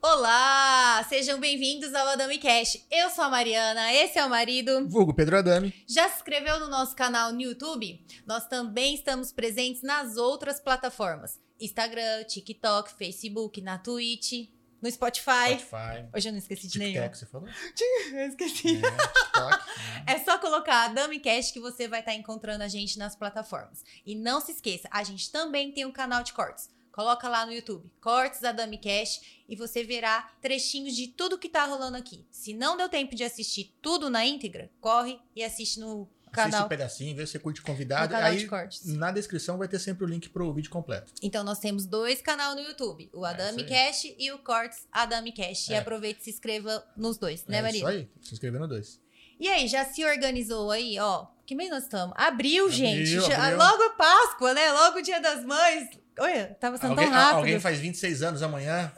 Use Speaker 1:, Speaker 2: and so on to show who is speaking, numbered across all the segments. Speaker 1: Olá, sejam bem-vindos ao Adami Cash. Eu sou a Mariana, esse é o marido.
Speaker 2: Vulgo Pedro Adami.
Speaker 1: Já se inscreveu no nosso canal no YouTube? Nós também estamos presentes nas outras plataformas: Instagram, TikTok, Facebook, na Twitch, no Spotify.
Speaker 2: Spotify.
Speaker 1: Hoje eu não esqueci de nenhum.
Speaker 2: TikTok, você falou? É,
Speaker 1: Eu esqueci.
Speaker 2: TikTok.
Speaker 1: É só colocar a Dami Cash que você vai estar encontrando a gente nas plataformas. E não se esqueça, a gente também tem um canal de cortes. Coloca lá no YouTube, Cortes da Dami Cash, e você verá trechinhos de tudo que tá rolando aqui. Se não deu tempo de assistir tudo na íntegra, corre e assiste no
Speaker 2: Assiste
Speaker 1: canal,
Speaker 2: um pedacinho, vê se você curte o
Speaker 1: no
Speaker 2: convidado.
Speaker 1: canal
Speaker 2: Aí
Speaker 1: de cortes.
Speaker 2: na descrição vai ter sempre o link pro vídeo completo.
Speaker 1: Então nós temos dois canal no YouTube, o Adami
Speaker 2: É isso aí.
Speaker 1: Cash e o Cortes Adami Cash. E
Speaker 2: É.
Speaker 1: aproveita e se inscreva nos dois, né,
Speaker 2: é
Speaker 1: Maria?
Speaker 2: isso aí. Tem que se inscrever no dois.
Speaker 1: E aí, já se organizou aí, ó? Que mês nós estamos? Abril, gente. já-
Speaker 2: abril.
Speaker 1: Logo a Páscoua, né? Logo o Dia das Mães. Olha, tá passando
Speaker 2: Alguém,
Speaker 1: tão
Speaker 2: al-
Speaker 1: rápido.
Speaker 2: alguém faz 26 anos amanhã.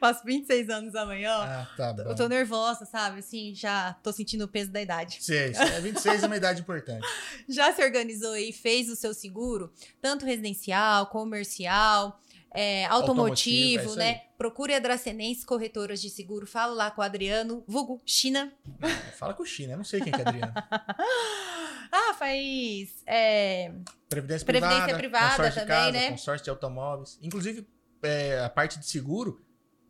Speaker 1: Faço 26 anos amanhã. ó.
Speaker 2: Ah, tá bom.
Speaker 1: Eu tô nervosa, sabe? Assim, já tô sentindo o peso da idade.
Speaker 2: Seis. É, 26 é uma idade importante.
Speaker 1: Já se organizou aí, fez o seu seguro, tanto residencial, comercial, é, automotivo,
Speaker 2: Automotivo, é isso
Speaker 1: né?
Speaker 2: aí.
Speaker 1: Procure a Dracenense Corretoras de Seguro. Fala lá com o Adriano, vulgo China.
Speaker 2: Fala com o China, eu não sei quem que é Adriano.
Speaker 1: Ah, faz... é,
Speaker 2: Previdência,
Speaker 1: Previdência
Speaker 2: privada,
Speaker 1: privada
Speaker 2: consórcio
Speaker 1: também,
Speaker 2: de casa,
Speaker 1: né?
Speaker 2: consórcio de automóveis. Inclusive, é, a parte de seguro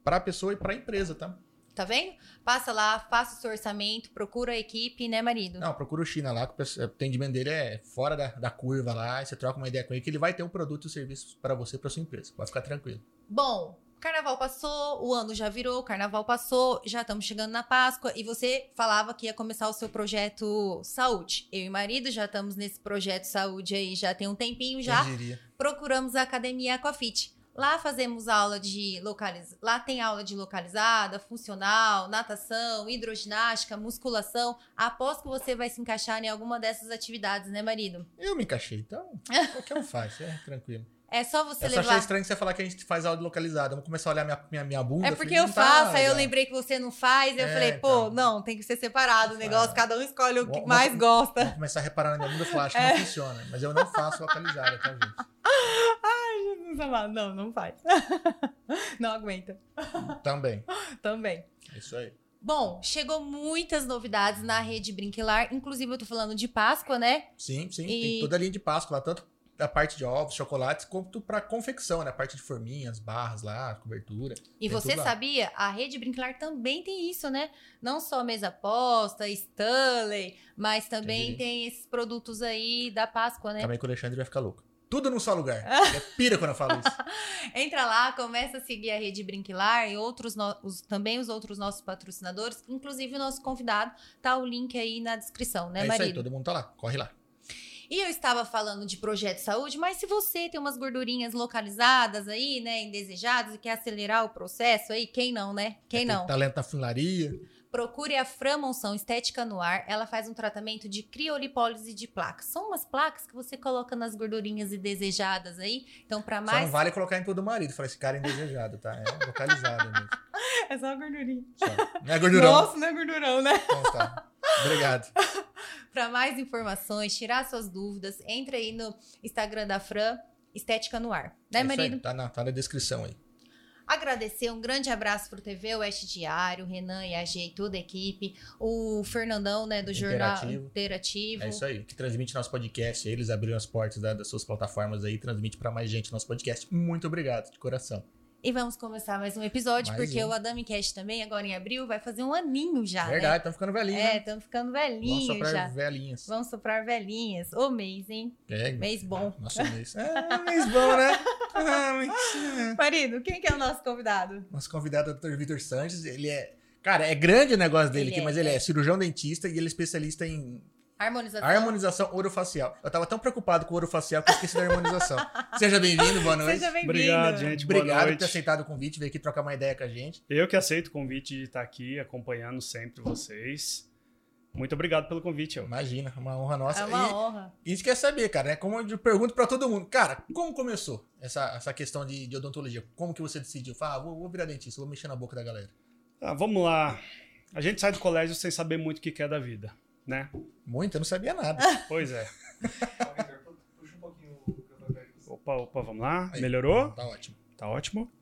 Speaker 2: para a pessoa e para a empresa, tá?
Speaker 1: Tá vendo? Passa lá, faça o seu orçamento, procura a equipe, né, marido?
Speaker 2: Não, procura o China lá, que o pessoal- o atendimento dele é fora da, da curva lá, aí você troca uma ideia com ele, que ele vai ter um produto e um serviço para você, para sua empresa. Pode ficar tranquilo.
Speaker 1: Bom, carnaval passou, o ano já virou, o carnaval passou, já estamos chegando na Páscoa e você falava que ia começar o seu projeto saúde. Eu e marido já estamos nesse projeto saúde aí já tem um tempinho já.
Speaker 2: Quem diria?
Speaker 1: Procuramos a academia Aquafit. Lá fazemos aula de localiz... lá tem aula de localizada, funcional, natação, hidroginástica, musculação. Aposto que você vai se encaixar em alguma dessas atividades, né, marido?
Speaker 2: Eu me encaixei, então qualquer um faz, é tranquilo.
Speaker 1: É só você
Speaker 2: Eu só achei
Speaker 1: levar
Speaker 2: estranho você falar que a gente faz áudio localizado. Vamos começar a olhar minha, minha, minha bunda.
Speaker 1: É porque
Speaker 2: falei,
Speaker 1: eu
Speaker 2: não tá
Speaker 1: faço, aí eu
Speaker 2: legal.
Speaker 1: lembrei que você não faz, eu
Speaker 2: É,
Speaker 1: falei, pô,
Speaker 2: então.
Speaker 1: não, tem que ser separado o negócio,
Speaker 2: Ah.
Speaker 1: cada um escolhe o que
Speaker 2: Vou-
Speaker 1: mais
Speaker 2: vou-
Speaker 1: gosta.
Speaker 2: Vou começar a reparar na minha bunda e falar, acho que
Speaker 1: É.
Speaker 2: não funciona. Mas eu não faço localizada, tá, gente?
Speaker 1: Não, não faz. não aguenta.
Speaker 2: Também.
Speaker 1: Também.
Speaker 2: É Isso aí.
Speaker 1: Bom, chegou muitas novidades na rede Brinquilar, inclusive eu tô falando de Páscoa, né?
Speaker 2: Sim, sim.
Speaker 1: E-
Speaker 2: Tem toda a linha de Páscoa lá, tanto da parte de ovos, chocolates, quanto para confecção, né? A parte de forminhas, barras lá, cobertura.
Speaker 1: E
Speaker 2: Tem
Speaker 1: você
Speaker 2: tudo lá.
Speaker 1: sabia? A rede Brinquilar também tem isso, né? Não só mesa posta, Stanley, mas também
Speaker 2: Entendi.
Speaker 1: tem esses produtos aí da Páscoa, né?
Speaker 2: Também que o Alexandre vai ficar louco. Tudo num só lugar. Ele é pira quando eu falo isso.
Speaker 1: Entra lá, começa a seguir a Rede Brinquilar e outros no- os- também os outros nossos patrocinadores, inclusive o nosso convidado, tá o link aí na descrição, né,
Speaker 2: é isso aí,
Speaker 1: marido?
Speaker 2: todo mundo tá lá. Corre lá.
Speaker 1: E eu estava falando de projeto saúde, mas se você tem umas gordurinhas localizadas aí, né, indesejadas e quer acelerar o processo aí, quem não, né? Quem
Speaker 2: Tem
Speaker 1: não?
Speaker 2: Talento na funilaria.
Speaker 1: Procure a Fran Monção Estética no Ar. Ela faz um tratamento de criolipólise de placas. São umas placas que você coloca nas gordurinhas indesejadas aí. Então, para
Speaker 2: Só
Speaker 1: mais
Speaker 2: não vale colocar em todo o marido. Fala, esse cara é indesejado, tá? É localizado mesmo.
Speaker 1: é só gordurinha.
Speaker 2: Só. Não é gordurão.
Speaker 1: não é gordurão, né?
Speaker 2: Então tá. Obrigado.
Speaker 1: Para mais informações, tirar suas dúvidas, entra aí no Instagram da Fran, Estética no Ar.
Speaker 2: É
Speaker 1: Né,
Speaker 2: isso aí,
Speaker 1: marido?
Speaker 2: Tá na, tá na descrição aí.
Speaker 1: Agradecer, um grande abraço pro TV Oeste Diário, Renan e a G e toda a equipe, o Fernandão, né, do Jornal
Speaker 2: Interativo.
Speaker 1: Interativo.
Speaker 2: É isso aí. Que transmite nosso podcast. Eles abriram as portas da- das suas plataformas aí. Transmite pra mais gente nosso podcast. Muito obrigado, de coração.
Speaker 1: E vamos começar mais um episódio,
Speaker 2: Mais
Speaker 1: porque
Speaker 2: um.
Speaker 1: o Adami Cash também, agora em abril, vai fazer um aninho já,
Speaker 2: Verdade, estão ficando
Speaker 1: né?
Speaker 2: velhinhos.
Speaker 1: É,
Speaker 2: né?
Speaker 1: estamos ficando
Speaker 2: Vamos
Speaker 1: velhinhos
Speaker 2: soprar
Speaker 1: já.
Speaker 2: velhinhas.
Speaker 1: Vamos soprar velhinhas. Ô mês, hein?
Speaker 2: É,
Speaker 1: Mês bom.
Speaker 2: Nosso mês. É, mês bom, né? Ah, mês
Speaker 1: Marido, quem que é o nosso convidado?
Speaker 2: Nosso convidado é o Dr. Vitor Sanches, ele é. Cara, é grande o negócio dele
Speaker 1: Ele
Speaker 2: aqui,
Speaker 1: é,
Speaker 2: mas ele
Speaker 1: é.
Speaker 2: é cirurgião dentista e ele é especialista em
Speaker 1: Harmonização.
Speaker 2: harmonização orofacial. Eu tava tão preocupado com o orofacial que eu esqueci da harmonização. Seja bem-vindo, boa noite.
Speaker 1: Seja bem-vindo.
Speaker 3: Obrigado, gente. Boa
Speaker 2: Obrigado por
Speaker 3: noite.
Speaker 2: ter aceitado o convite, veio aqui trocar uma ideia com a gente.
Speaker 3: Eu que aceito o convite de estar aqui acompanhando sempre vocês. Muito obrigado pelo convite, eu.
Speaker 2: Imagina, uma honra nossa.
Speaker 1: É uma honra.
Speaker 2: E isso quer saber, cara, né? Como eu pergunto pra todo mundo, cara, como começou essa, essa questão de, de odontologia? Como que você decidiu? Fala, ah, vou, vou virar dentista, vou mexer na boca da galera.
Speaker 3: Ah, vamos lá. A gente sai do colégio sem saber muito o que quer da vida, né?
Speaker 2: Muito, eu não sabia nada.
Speaker 3: Pois é.
Speaker 4: Puxa um pouquinho o microfone perto de você.
Speaker 3: Opa, opa, vamos lá.
Speaker 2: Aí,
Speaker 3: Melhorou?
Speaker 2: Tá ótimo.
Speaker 3: Tá ótimo.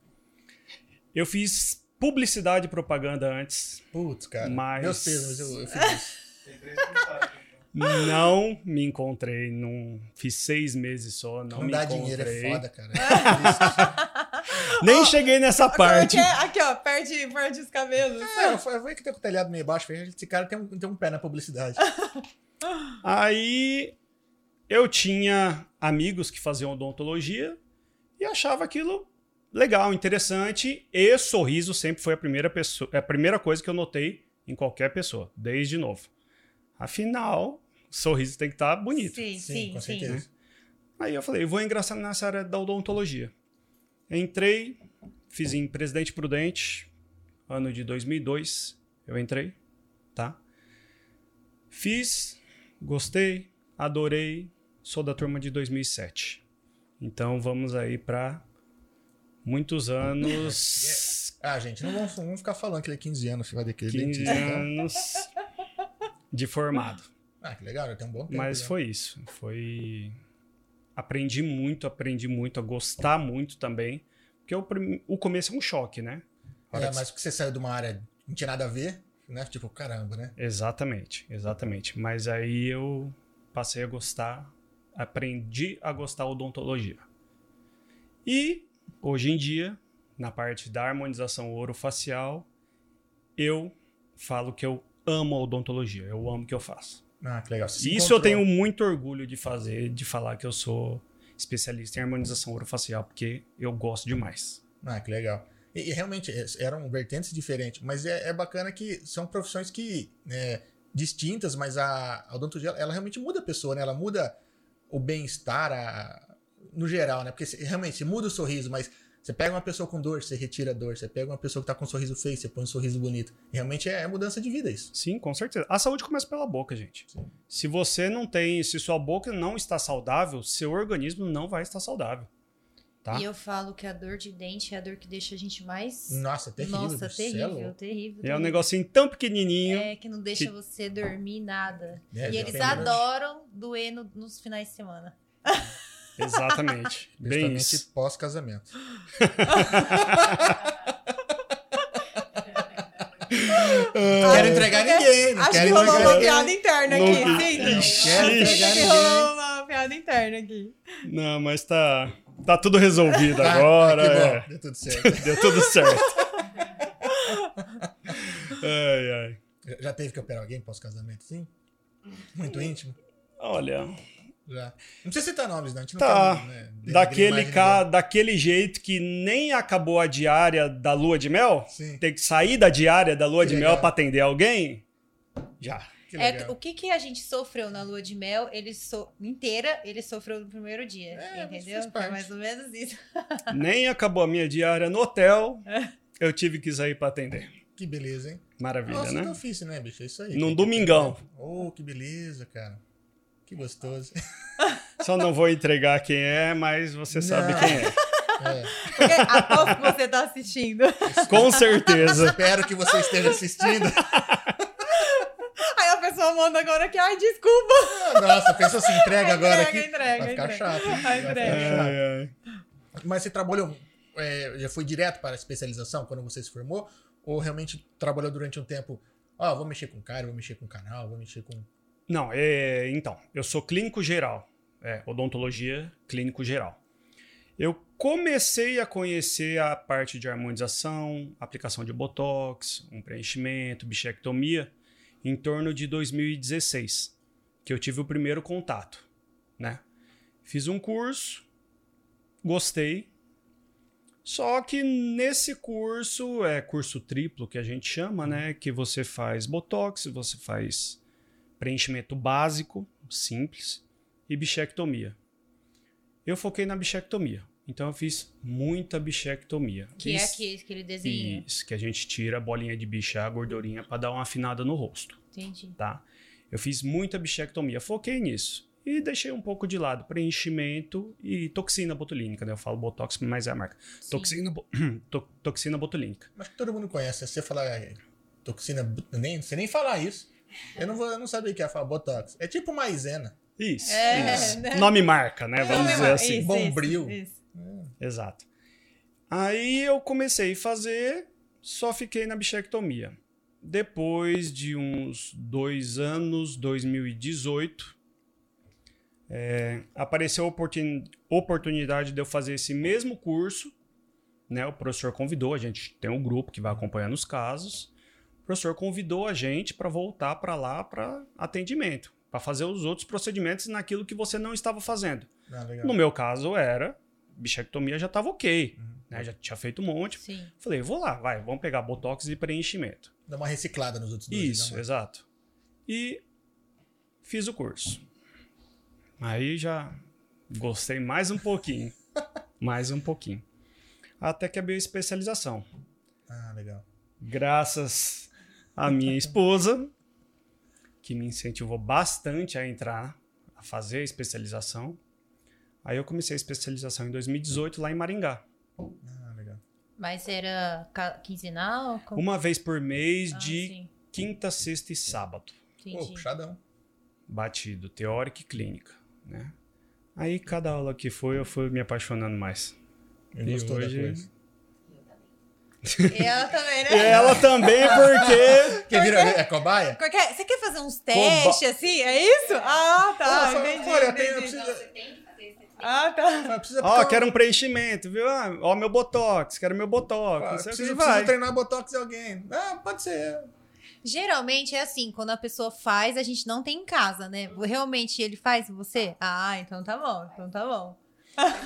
Speaker 3: Eu fiz publicidade e propaganda antes.
Speaker 2: Putz, cara.
Speaker 3: Mas-
Speaker 2: Meus pesos, eu, eu fiz isso.
Speaker 4: Tem três comentários. então.
Speaker 3: Não me encontrei, não fiz seis meses só, não,
Speaker 2: Não,
Speaker 3: me
Speaker 2: dá
Speaker 3: encontrei.
Speaker 2: dinheiro, é foda, cara. É
Speaker 3: Nem cheguei nessa parte.
Speaker 1: é Aqui, ó, perde, perde os cabelos.
Speaker 2: triste. é, eu falei eu falei que tem com o telhado meio baixo, falei, esse cara tem um, tem um pé na publicidade.
Speaker 3: Aí eu tinha amigos que faziam odontologia e achava aquilo legal, interessante. E sorriso sempre foi a primeira pessoa, é a primeira coisa que eu notei em qualquer pessoa, desde novo. Afinal, sorriso tem que estar bonito.
Speaker 1: Sim,
Speaker 2: Sim,
Speaker 1: sim,
Speaker 2: com
Speaker 1: sim.
Speaker 2: certeza.
Speaker 3: Aí eu falei, eu vou ingressar nessa área da odontologia. Entrei, fiz em Presidente Prudente, ano de 2002, eu entrei, tá? Fiz, gostei, adorei, sou da turma de 2007. Então vamos aí pra muitos anos,
Speaker 2: Ah, gente, não vamos, não vamos ficar falando que ele é 15 anos, você vai ter que ir
Speaker 3: 15
Speaker 2: dentista. Então.
Speaker 3: anos de formado.
Speaker 2: Ah, que legal, já tem um bom tempo.
Speaker 3: Mas
Speaker 2: já.
Speaker 3: foi isso. Foi. Aprendi muito, aprendi muito, a gostar muito também. Porque o, prim- o começo é um choque, né?
Speaker 2: É, mas porque você saiu de uma área que não tinha nada a ver, né? Tipo, caramba, né?
Speaker 3: Exatamente, exatamente. Mas aí eu passei a gostar, aprendi a gostar da odontologia. E hoje em dia, na parte da harmonização orofacial, eu falo que eu amo a odontologia, eu amo o que eu faço.
Speaker 2: Ah, que legal. Você se
Speaker 3: Isso eu
Speaker 2: encontrou.
Speaker 3: tenho muito orgulho de fazer, de falar que eu sou especialista em harmonização orofacial, porque eu gosto demais.
Speaker 2: Ah, que legal. E, e realmente, é, eram vertentes diferentes, mas é, é bacana que são profissões que né, distintas, mas a, a odontologia, ela realmente muda a pessoa, né? Ela muda o bem-estar a- no geral, né? Porque se- realmente, você muda o sorriso, mas você pega uma pessoa com dor, você retira a dor. Você pega uma pessoa que tá com um sorriso feio, você põe um sorriso bonito. Realmente é, é mudança de vida isso.
Speaker 3: Sim, com certeza. A saúde começa pela boca, gente.
Speaker 2: Sim.
Speaker 3: Se você não tem, se sua boca não está saudável, seu organismo não vai estar saudável. Tá?
Speaker 1: E eu falo que a dor de dente é a dor que deixa a gente mais.
Speaker 2: Nossa, Hum, terrível.
Speaker 1: Nossa,
Speaker 2: cê é
Speaker 1: terrível,
Speaker 2: louco.
Speaker 1: terrível.
Speaker 3: É um
Speaker 1: terrível.
Speaker 3: negocinho tão pequenininho.
Speaker 1: Uhum. É, que não deixa
Speaker 3: que-
Speaker 1: você dormir nada.
Speaker 2: É,
Speaker 1: e eles
Speaker 2: depende, né?
Speaker 1: adoram doer no- nos finais de semana.
Speaker 3: Exatamente. Bem
Speaker 2: Principalmente
Speaker 3: isso.
Speaker 2: pós-casamento. Não quero entregar ninguém. Não
Speaker 1: Acho que
Speaker 2: quero
Speaker 1: rolou
Speaker 2: entregar
Speaker 1: uma
Speaker 2: ninguém.
Speaker 1: piada interna
Speaker 3: Não
Speaker 1: aqui.
Speaker 3: quis.
Speaker 1: Sim,
Speaker 2: Ixi. é
Speaker 1: Acho que rolou uma piada interna aqui.
Speaker 3: Não, mas tá, tá tudo resolvido
Speaker 2: Tá, né?
Speaker 3: agora.
Speaker 2: que
Speaker 3: é.
Speaker 2: bom, Deu tudo certo.
Speaker 3: Deu tudo certo. ai, ai.
Speaker 2: Já- Já teve que operar alguém pós-casamento, sim? Muito íntimo?
Speaker 3: Olha,
Speaker 2: Já. Não precisa citar nomes, não. A gente não
Speaker 3: Tá.
Speaker 2: quer, né, denegrir a
Speaker 3: daquele,
Speaker 2: imagem
Speaker 3: ca... daquele jeito que nem acabou a diária da lua de mel,
Speaker 2: dela. Sim.
Speaker 3: tem que sair da diária da lua
Speaker 2: Que
Speaker 3: de
Speaker 2: legal.
Speaker 3: mel pra atender alguém? Já.
Speaker 2: Que
Speaker 1: É,
Speaker 2: legal.
Speaker 1: o que, que a gente sofreu na lua de mel, ele so... inteira, ele sofreu no primeiro dia.
Speaker 2: É, mas
Speaker 1: entendeu?
Speaker 2: faz
Speaker 1: Foi
Speaker 2: parte.
Speaker 1: mais ou menos isso.
Speaker 3: nem acabou a minha diária no hotel,
Speaker 2: É.
Speaker 3: eu tive que sair pra atender.
Speaker 2: Que beleza, hein?
Speaker 3: Maravilha,
Speaker 2: Nossa,
Speaker 3: né?
Speaker 2: que ofício, né, bicho? É isso aí.
Speaker 3: Num
Speaker 2: Tem que-
Speaker 3: domingão.
Speaker 2: Oh, que beleza, cara. Que gostoso.
Speaker 3: Só não vou entregar quem é, mas você sabe
Speaker 2: Não.
Speaker 3: quem é.
Speaker 2: É.
Speaker 1: Porque aposto que você tá assistindo.
Speaker 3: Com certeza.
Speaker 2: Espero que você esteja assistindo.
Speaker 1: Aí a pessoa manda agora que, ai, desculpa.
Speaker 2: Nossa, pensa assim, entrega agora
Speaker 1: entrega,
Speaker 2: aqui.
Speaker 1: entrega,
Speaker 2: Vai ficar
Speaker 1: entrega.
Speaker 2: chato. hein?
Speaker 1: Vai,
Speaker 2: Vai
Speaker 1: entrega.
Speaker 2: ficar chato.
Speaker 3: Ai, ai.
Speaker 2: Mas você trabalhou, é, já foi direto para a especialização quando você se formou? Ou realmente trabalhou durante um tempo? Ó, vou mexer com cara, vou mexer com canal, vou mexer com.
Speaker 3: Não, é, então, eu sou clínico geral, é, odontologia clínico geral. Eu comecei a conhecer a parte de harmonização, aplicação de botox, um preenchimento, bichectomia, em torno de 2016, que eu tive o primeiro contato, né? Fiz um curso, gostei, só que nesse curso, é curso triplo que a gente chama, né? Que você faz botox, você faz preenchimento básico, simples, e bichectomia. Eu foquei na bichectomia. Então eu fiz muita bichectomia.
Speaker 1: Que é
Speaker 3: Isso-
Speaker 1: aquele, aquele desenho.
Speaker 3: Isso, que a gente tira a bolinha de bichar, a gordurinha, pra dar uma afinada no rosto
Speaker 1: Entendi.
Speaker 3: tá? Eu fiz muita bichectomia, foquei nisso. E deixei um pouco de lado preenchimento e toxina botulínica, né? Eu falo botox, mas é a marca.
Speaker 1: Sim.
Speaker 3: Toxina, bo- to- toxina botulínica.
Speaker 2: Acho que todo mundo conhece. Se você falar é, toxina. bu- Nem, sei nem falar isso. Eu não, vou, eu não sabia o que ia falar botox. É tipo maisena.
Speaker 3: Isso,
Speaker 1: É,
Speaker 3: isso.
Speaker 1: né?
Speaker 3: Nome e marca, né? Vamos
Speaker 1: Não,
Speaker 3: dizer
Speaker 1: é-
Speaker 3: assim.
Speaker 1: isso,
Speaker 2: bombril.
Speaker 1: isso, isso.
Speaker 3: Exato. Aí eu comecei a fazer, só fiquei na bichectomia. Depois de uns dois anos, 2018, é, apareceu a oportun- oportunidade de eu fazer esse mesmo curso. Né? O professor convidou, a gente tem um grupo que vai acompanhando os casos. O professor convidou a gente para voltar para lá para atendimento, para fazer os outros procedimentos naquilo que você não estava fazendo.
Speaker 2: Ah, legal.
Speaker 3: No meu caso era, bichectomia já tava ok,
Speaker 2: Uhum.
Speaker 3: né? Já tinha feito um monte.
Speaker 1: Sim.
Speaker 3: Falei, vou lá, vai, vamos pegar botox e preenchimento.
Speaker 2: Dá uma reciclada nos outros dois.
Speaker 3: Isso, é.
Speaker 2: dá uma-
Speaker 3: exato. E fiz o curso. Aí já gostei mais um pouquinho. mais um pouquinho. Até que abriu a especialização.
Speaker 2: Ah, legal.
Speaker 3: Graças à minha esposa, que me incentivou bastante a entrar, a fazer a especialização. Aí eu comecei a especialização em 2018 lá em Maringá.
Speaker 2: Ah, legal.
Speaker 1: Mas era ca- quinzenal? Como-
Speaker 3: Uma vez por mês,
Speaker 1: Ah,
Speaker 3: de
Speaker 1: sim,
Speaker 3: quinta, sexta e sábado.
Speaker 2: Pô,
Speaker 1: entendi.
Speaker 2: puxadão.
Speaker 3: Batido, teórica e clínica, né? Aí cada aula que foi, eu fui me apaixonando mais.
Speaker 2: Eu
Speaker 3: E
Speaker 2: gostou
Speaker 3: hoje-
Speaker 2: da coisa.
Speaker 1: E ela também,
Speaker 3: E
Speaker 1: né?
Speaker 3: ela também, porque...
Speaker 2: Quer virar é cobaia?
Speaker 1: Qualquer- Você quer fazer uns testes assim? É isso? Ah, tá.
Speaker 2: Ah, só-
Speaker 1: entendi,
Speaker 2: olha, eu
Speaker 1: entendi.
Speaker 2: tenho- eu preciso-
Speaker 5: Você tem que fazer esse
Speaker 1: Ah, tá.
Speaker 2: Ah, precisa
Speaker 3: Ó,
Speaker 2: ficar-
Speaker 3: quero um preenchimento, viu? Ah, ó meu botox, quero meu botox.
Speaker 2: Ah,
Speaker 3: não sei o que
Speaker 2: Precisa,
Speaker 3: vai.
Speaker 2: precisa treinar botox em alguém. Ah, pode ser. eu.
Speaker 1: Geralmente é assim, quando a pessoa faz, a gente não tem em casa, né? Realmente ele faz em você? Ah, então tá bom, então tá bom.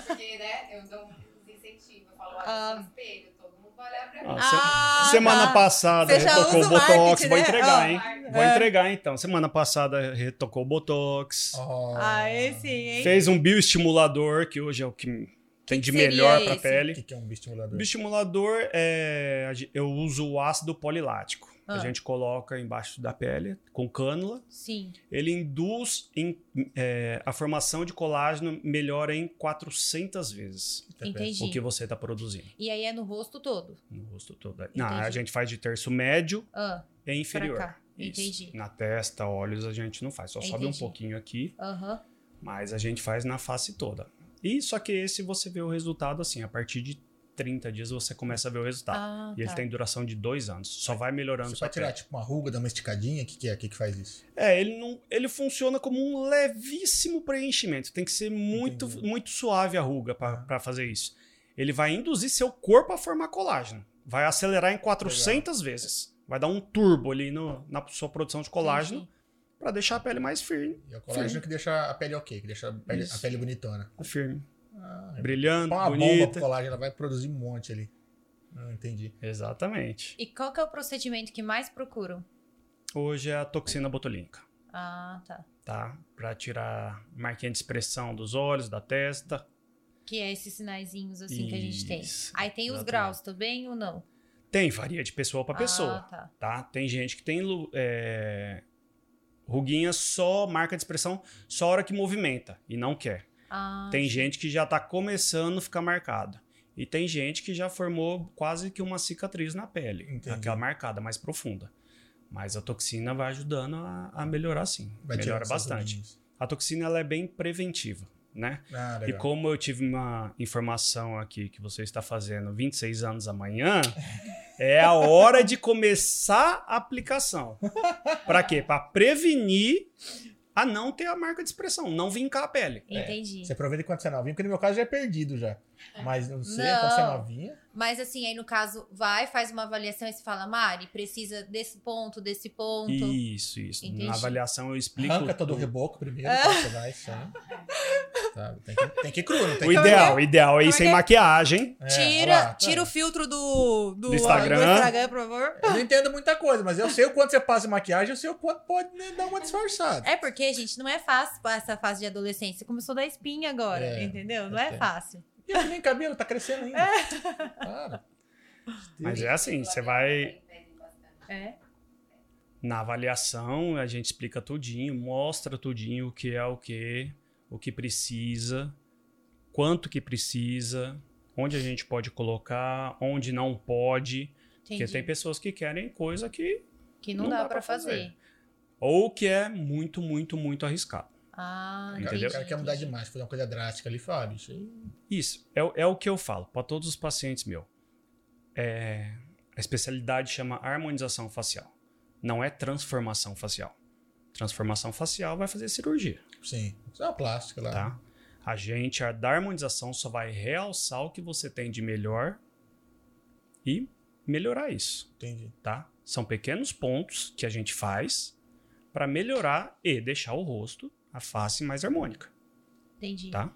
Speaker 5: Porque, né, eu dou um incentivo. Eu falo, olha,
Speaker 1: Ah.
Speaker 5: eu sou espelho, todo mundo vai olhar pra mim.
Speaker 3: Ah, se-
Speaker 1: Ah,
Speaker 3: Semana
Speaker 1: tá.
Speaker 3: passada
Speaker 1: Você já usa
Speaker 3: retocou o
Speaker 1: o
Speaker 3: Botox,
Speaker 1: marketing,
Speaker 3: vou
Speaker 1: né?
Speaker 3: entregar,
Speaker 1: Ó.
Speaker 3: hein?
Speaker 5: Marca.
Speaker 3: Vou
Speaker 1: É.
Speaker 3: entregar então. Semana passada retocou o Botox,
Speaker 2: Oh.
Speaker 3: Ah,
Speaker 1: Aí sim, hein?
Speaker 3: fez um bioestimulador, que hoje é o que tem de
Speaker 1: seria
Speaker 3: melhor pra
Speaker 1: esse?
Speaker 2: O
Speaker 3: pele.
Speaker 2: que que é um bioestimulador?
Speaker 3: Bioestimulador é. a gen- Eu uso o ácido polilático. A
Speaker 1: Ah.
Speaker 3: gente coloca embaixo da pele com cânula.
Speaker 1: Sim.
Speaker 3: Ele induz em- é, a formação de colágeno melhora em 400 vezes
Speaker 1: Entendi.
Speaker 3: o que você está produzindo
Speaker 1: E aí é no rosto todo.
Speaker 3: no rosto todo. Não, a
Speaker 1: Entendi.
Speaker 3: gente faz de terço médio
Speaker 1: Ah,
Speaker 3: É inferior.
Speaker 1: Pra cá.
Speaker 3: Isso.
Speaker 1: Entendi.
Speaker 3: Na testa, olhos a gente não faz. Só sobe um
Speaker 1: Entendi.
Speaker 3: pouquinho aqui,
Speaker 1: aham.
Speaker 3: mas a gente faz na face toda. E só que esse você vê o resultado assim, a partir de 30 dias você começa a ver o resultado.
Speaker 1: Ah,
Speaker 3: e ele
Speaker 1: tá.
Speaker 3: tem duração de dois anos. Só é. vai melhorando
Speaker 2: Você
Speaker 3: sua
Speaker 2: pode tirar
Speaker 3: pele.
Speaker 2: tipo uma ruga, dar uma esticadinha? O que, que é? O que, que faz isso?
Speaker 3: É, ele não, ele funciona como um levíssimo preenchimento. Tem que ser muito,
Speaker 2: Entendi.
Speaker 3: muito suave a ruga para fazer isso. Ele vai induzir seu corpo a formar colágeno. Vai acelerar em 400 vezes. Vai dar um turbo ali no- na sua produção de colágeno para deixar a pele mais firme.
Speaker 2: E é o colágeno que deixa a pele ok, que deixa a pele, a
Speaker 3: Isso.
Speaker 2: pele bonitona.
Speaker 3: firme,
Speaker 2: Ah,
Speaker 3: brilhando,
Speaker 2: Põe uma bomba
Speaker 3: bonita.
Speaker 2: pro colágeno, ela vai produzir um monte ali. Não entendi.
Speaker 3: Exatamente.
Speaker 1: E qual que é o procedimento que mais procuram?
Speaker 3: Hoje é a toxina botulínica,
Speaker 1: Ah, tá.
Speaker 3: tá? Pra tirar marquinha de expressão dos olhos, da testa.
Speaker 1: Que é esses sinaizinhos assim que a gente tem.
Speaker 3: Isso,
Speaker 1: Aí tem os
Speaker 3: exatamente.
Speaker 1: graus também ou não?
Speaker 3: Tem, varia de pessoa pra
Speaker 1: Ah,
Speaker 3: pessoa,
Speaker 1: tá.
Speaker 3: tá? Tem gente que tem lu- é, ruguinha só, marca de expressão, só a hora que movimenta e não quer.
Speaker 1: Ah,
Speaker 3: Tem gente que já tá começando a ficar marcada. E tem gente que já formou quase que uma cicatriz na pele,
Speaker 2: Entendi.
Speaker 3: aquela marcada mais profunda. Mas a toxina vai ajudando a, a melhorar sim,
Speaker 2: Vai tirar
Speaker 3: melhora
Speaker 2: essas
Speaker 3: bastante.
Speaker 2: ruguinhas.
Speaker 3: A toxina ela é bem preventiva, né?
Speaker 2: Ah,
Speaker 3: E
Speaker 2: legal.
Speaker 3: como eu tive uma informação aqui que você está fazendo 26 anos amanhã, é a hora de começar a aplicação. Para quê? Para prevenir a não ter a marca de expressão, não vincar a pele.
Speaker 1: Entendi.
Speaker 2: Você aproveita enquanto você é novinho, porque no meu caso já é perdido já. Mas não sei,
Speaker 1: Não.
Speaker 2: quando você é novinha.
Speaker 1: Mas assim, aí no caso, vai, faz uma avaliação e você fala, Mari, precisa desse ponto, desse ponto.
Speaker 3: Isso, isso.
Speaker 1: Entendi.
Speaker 3: Na avaliação eu explico.
Speaker 2: Arranca todo o
Speaker 3: tudo.
Speaker 2: reboco primeiro, depois você vai, some. Sabe? Tem que, tem que ir cru, não tem
Speaker 3: O
Speaker 2: que.
Speaker 1: Como
Speaker 3: ideal, o ideal é
Speaker 1: Como
Speaker 3: ir
Speaker 1: é
Speaker 3: sem
Speaker 1: que é?
Speaker 3: maquiagem.
Speaker 2: É,
Speaker 1: Tira,
Speaker 2: olha lá, tá
Speaker 1: tira o
Speaker 2: vendo?
Speaker 1: filtro do, do,
Speaker 3: Do Instagram.
Speaker 1: do Instagram, por favor.
Speaker 2: Eu não entendo muita coisa, mas eu sei o quanto você passa em maquiagem, eu sei o quanto pode né, dar uma disfarçada.
Speaker 1: É porque, gente, não é fácil pra essa fase de adolescência. Começou da espinha agora,
Speaker 2: É,
Speaker 1: entendeu? Não
Speaker 2: eu
Speaker 1: é
Speaker 2: sei.
Speaker 1: fácil.
Speaker 2: E eu nem cabelo, tá crescendo ainda. Para.
Speaker 3: Mas é assim, você vai
Speaker 1: É.
Speaker 3: na avaliação, a gente explica tudinho, mostra tudinho o que é o que, o que precisa, quanto que precisa, onde a gente pode colocar, onde não pode.
Speaker 1: Entendi.
Speaker 3: Porque tem pessoas que querem coisa que.
Speaker 1: Que não, dá, pra fazer.
Speaker 3: Ou que é muito, muito, muito arriscado.
Speaker 1: Ah,
Speaker 2: O cara-
Speaker 1: entendi.
Speaker 2: O cara quer mudar demais, fazer uma coisa drástica ali, Fábio. Isso aí.
Speaker 3: Isso. É, o- é o que eu falo para todos os pacientes meu. É, a especialidade chama harmonização facial. Não é transformação facial. Transformação facial vai fazer cirurgia,
Speaker 2: Sim. Isso é uma plástica lá.
Speaker 3: tá? A gente, a da harmonização, só vai realçar o que você tem de melhor e melhorar isso,
Speaker 2: Entendi.
Speaker 3: tá? São pequenos pontos que a gente faz para melhorar e deixar o rosto, a face mais harmônica.
Speaker 1: Entendi.
Speaker 3: Tá.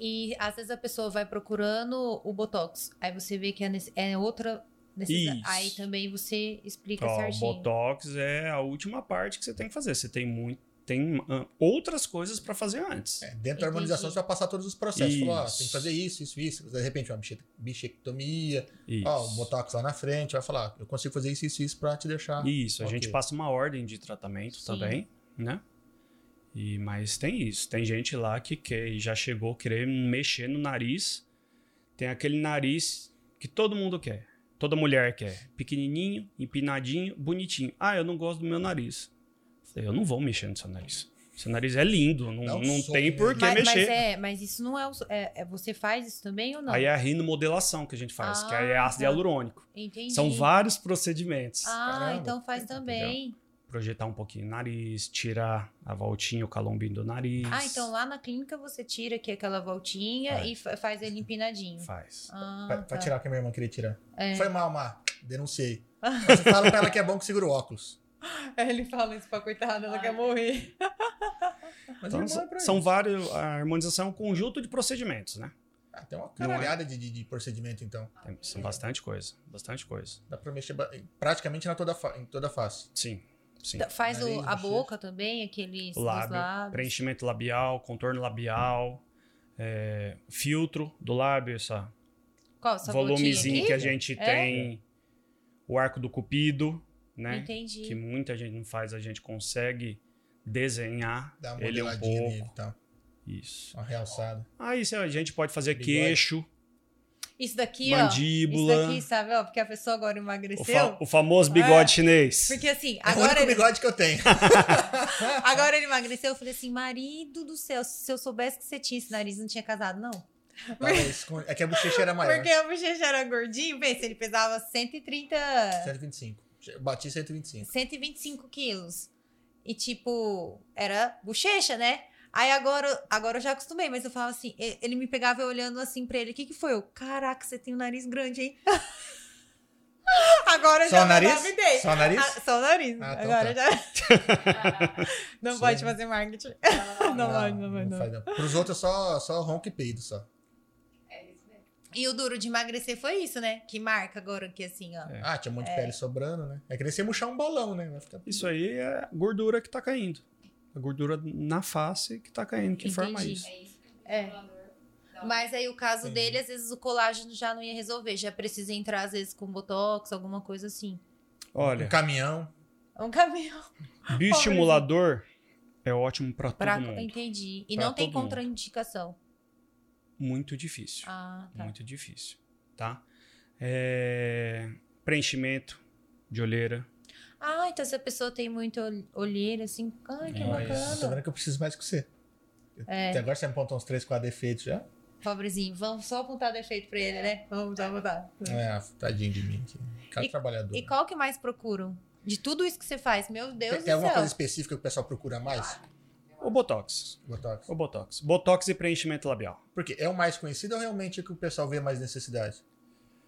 Speaker 1: E às vezes a pessoa vai procurando o Botox. Aí você vê que é, nesse- é outra necessidade.
Speaker 3: Isso.
Speaker 1: Aí também você explica
Speaker 3: Ó, o
Speaker 1: certinho.
Speaker 3: Botox é a última parte que você tem que fazer. Você tem muito, tem ah, outras coisas pra fazer antes.
Speaker 2: É, dentro da harmonização
Speaker 1: Entendi.
Speaker 2: você vai passar todos os processos. Falou, ó,
Speaker 3: Isso.
Speaker 2: tem que fazer isso, isso, isso. De repente, uma biche- bichectomia,
Speaker 3: Isso.
Speaker 2: ó, o botox lá na frente, vai falar, eu consigo fazer isso, isso, isso pra te deixar.
Speaker 3: Isso, a
Speaker 2: Ok.
Speaker 3: gente passa uma ordem de tratamento
Speaker 1: Sim.
Speaker 3: também, né? E mas tem isso, tem gente lá que quer, já chegou a querer mexer no nariz. Tem aquele nariz que todo mundo quer. Toda mulher quer, pequenininho, empinadinho, bonitinho. Ah, eu não gosto do meu nariz. Falei, eu não vou mexer no seu nariz. Seu nariz é lindo, não,
Speaker 2: Dá um
Speaker 3: não
Speaker 2: soco
Speaker 3: tem
Speaker 2: nele.
Speaker 3: por que
Speaker 1: mas,
Speaker 3: mexer.
Speaker 1: mas é, mas isso não é, o- é- é- Você faz isso também ou não?
Speaker 3: Aí é a rinomodelação que a gente faz, que aí é
Speaker 1: Ah,
Speaker 3: ácido
Speaker 1: tá.
Speaker 3: hialurônico.
Speaker 1: Entendi.
Speaker 3: São vários procedimentos.
Speaker 1: Ah,
Speaker 2: Caramba,
Speaker 1: então faz também.
Speaker 3: Projetar um pouquinho o nariz, tirar a voltinha, o calombinho do nariz.
Speaker 1: Ah, então lá na clínica você tira aqui aquela voltinha
Speaker 3: É.
Speaker 1: e fa- faz ele empinadinho.
Speaker 3: Faz.
Speaker 1: Ah,
Speaker 2: Pra, pra
Speaker 1: tá.
Speaker 2: tirar o que a minha irmã queria tirar.
Speaker 1: É.
Speaker 2: Foi mal, Mar. Denunciei. Mas você fala pra ela que é bom que segura o óculos.
Speaker 1: Ele fala isso pra coitada, ela quer morrer.
Speaker 2: Mas
Speaker 3: Então,
Speaker 2: irmã
Speaker 3: são-
Speaker 2: é pra
Speaker 3: são
Speaker 2: isso.
Speaker 3: vários. A harmonização é um conjunto de procedimentos, né?
Speaker 2: Ah, tem uma caralhada de, de- de procedimento, então.
Speaker 3: Tem- são bastante coisa. Bastante coisa.
Speaker 2: Dá pra mexer ba- praticamente na toda fa- em toda a face.
Speaker 3: Sim. Sim.
Speaker 1: Faz o-
Speaker 2: Nariz,
Speaker 1: a
Speaker 2: bochecha.
Speaker 1: boca também, aqueles os
Speaker 3: Lábio,
Speaker 1: lábios.
Speaker 3: Preenchimento labial, contorno labial, é, filtro do lábio, essa
Speaker 1: Qual? Essa
Speaker 3: volumezinho
Speaker 1: voltinha
Speaker 3: que
Speaker 1: aqui?
Speaker 3: a gente
Speaker 1: É?
Speaker 3: tem. O arco do cupido, né?
Speaker 1: Entendi.
Speaker 3: que muita gente não faz, a gente consegue desenhar
Speaker 2: Dá uma
Speaker 3: ele um
Speaker 2: modeladinha
Speaker 3: pouco.
Speaker 2: nele e tal.
Speaker 3: Isso.
Speaker 2: Uma realçada.
Speaker 3: Aí se a gente pode fazer
Speaker 2: Bigode.
Speaker 3: queixo,
Speaker 1: Isso daqui, ó. Isso
Speaker 3: mandíbula,
Speaker 1: daqui, sabe, ó, porque a pessoa agora
Speaker 3: o,
Speaker 1: emagreceu.
Speaker 3: fa- o famoso bigode
Speaker 1: É.
Speaker 3: chinês.
Speaker 1: Porque assim,
Speaker 2: é o único
Speaker 1: agora ele,
Speaker 2: bigode que eu tenho.
Speaker 1: agora ele emagreceu, eu falei assim, marido do céu, se eu soubesse que você tinha esse nariz, não tinha casado, não.
Speaker 2: Talvez com- é que a bochecha era maior.
Speaker 1: Porque a bochecha era gordinho, pensa, ele pesava 130,
Speaker 2: 125. Che- Bati 125.
Speaker 1: 125 quilos. E tipo, era bochecha, né? Aí agora, agora eu já acostumei, mas eu falava assim, e- ele me pegava eu olhando assim pra ele, o que que foi? Eu, caraca, você tem um nariz grande, hein? agora eu
Speaker 2: Só
Speaker 1: já
Speaker 2: o nariz?
Speaker 1: engravidei.
Speaker 2: Só o nariz?
Speaker 1: Ah, só o nariz.
Speaker 2: Ah, então
Speaker 1: Agora já. não
Speaker 2: Sim. Ah,
Speaker 1: pode fazer marketing. Ah, Não, pode, não pode, não.
Speaker 2: faz, Pros outros é só, só ronco e peido só.
Speaker 5: É isso mesmo.
Speaker 1: E o duro de emagrecer foi isso, né? Que marca agora que assim, ó.
Speaker 3: É.
Speaker 2: Ah, tinha um monte de pele sobrando, né? É que nem você murchar um bolão, né? Vai ficar...
Speaker 3: Isso aí é gordura que tá caindo. A gordura na face que tá caindo, que forma
Speaker 1: Entendi.
Speaker 3: isso.
Speaker 5: É isso que o
Speaker 1: É.
Speaker 5: controlador dá uma-
Speaker 1: Mas aí o caso
Speaker 2: Entendi.
Speaker 1: dele, às vezes o colágeno já não ia resolver, já precisa entrar às vezes com botox, alguma coisa assim.
Speaker 2: Um
Speaker 3: Olha,
Speaker 2: caminhão.
Speaker 1: É um caminho.
Speaker 3: bioestimulador é ótimo pra todo
Speaker 1: Pra...
Speaker 3: mundo.
Speaker 1: Entendi. E
Speaker 3: Pra
Speaker 1: não tem
Speaker 3: todo mundo.
Speaker 1: contraindicação.
Speaker 3: Muito difícil.
Speaker 1: Ah, tá.
Speaker 3: Muito difícil, tá? É, Preenchimento de olheira.
Speaker 1: Ah, então se a pessoa tem muito ol- olheira, assim, ai, que
Speaker 3: É.
Speaker 2: Mas tô
Speaker 1: bacana. É.
Speaker 2: vendo que eu preciso mais que você. Até agora você me apontou uns 3, 4 defeitos já.
Speaker 1: Pobrezinho, vamos só apontar defeito pra ele, né? Vamos só apontar.
Speaker 2: É, tadinho de mim. aqui. Cara
Speaker 1: E-
Speaker 2: trabalhador.
Speaker 1: E qual que mais procuram? De tudo isso que você faz, meu Deus
Speaker 2: tem tem
Speaker 1: do
Speaker 2: alguma
Speaker 1: céu.
Speaker 2: coisa específica que o pessoal procura mais?
Speaker 3: O Botox.
Speaker 2: Botox?
Speaker 3: O Botox. Botox e preenchimento labial.
Speaker 2: Porque é o mais conhecido ou realmente é que o pessoal vê mais necessidade?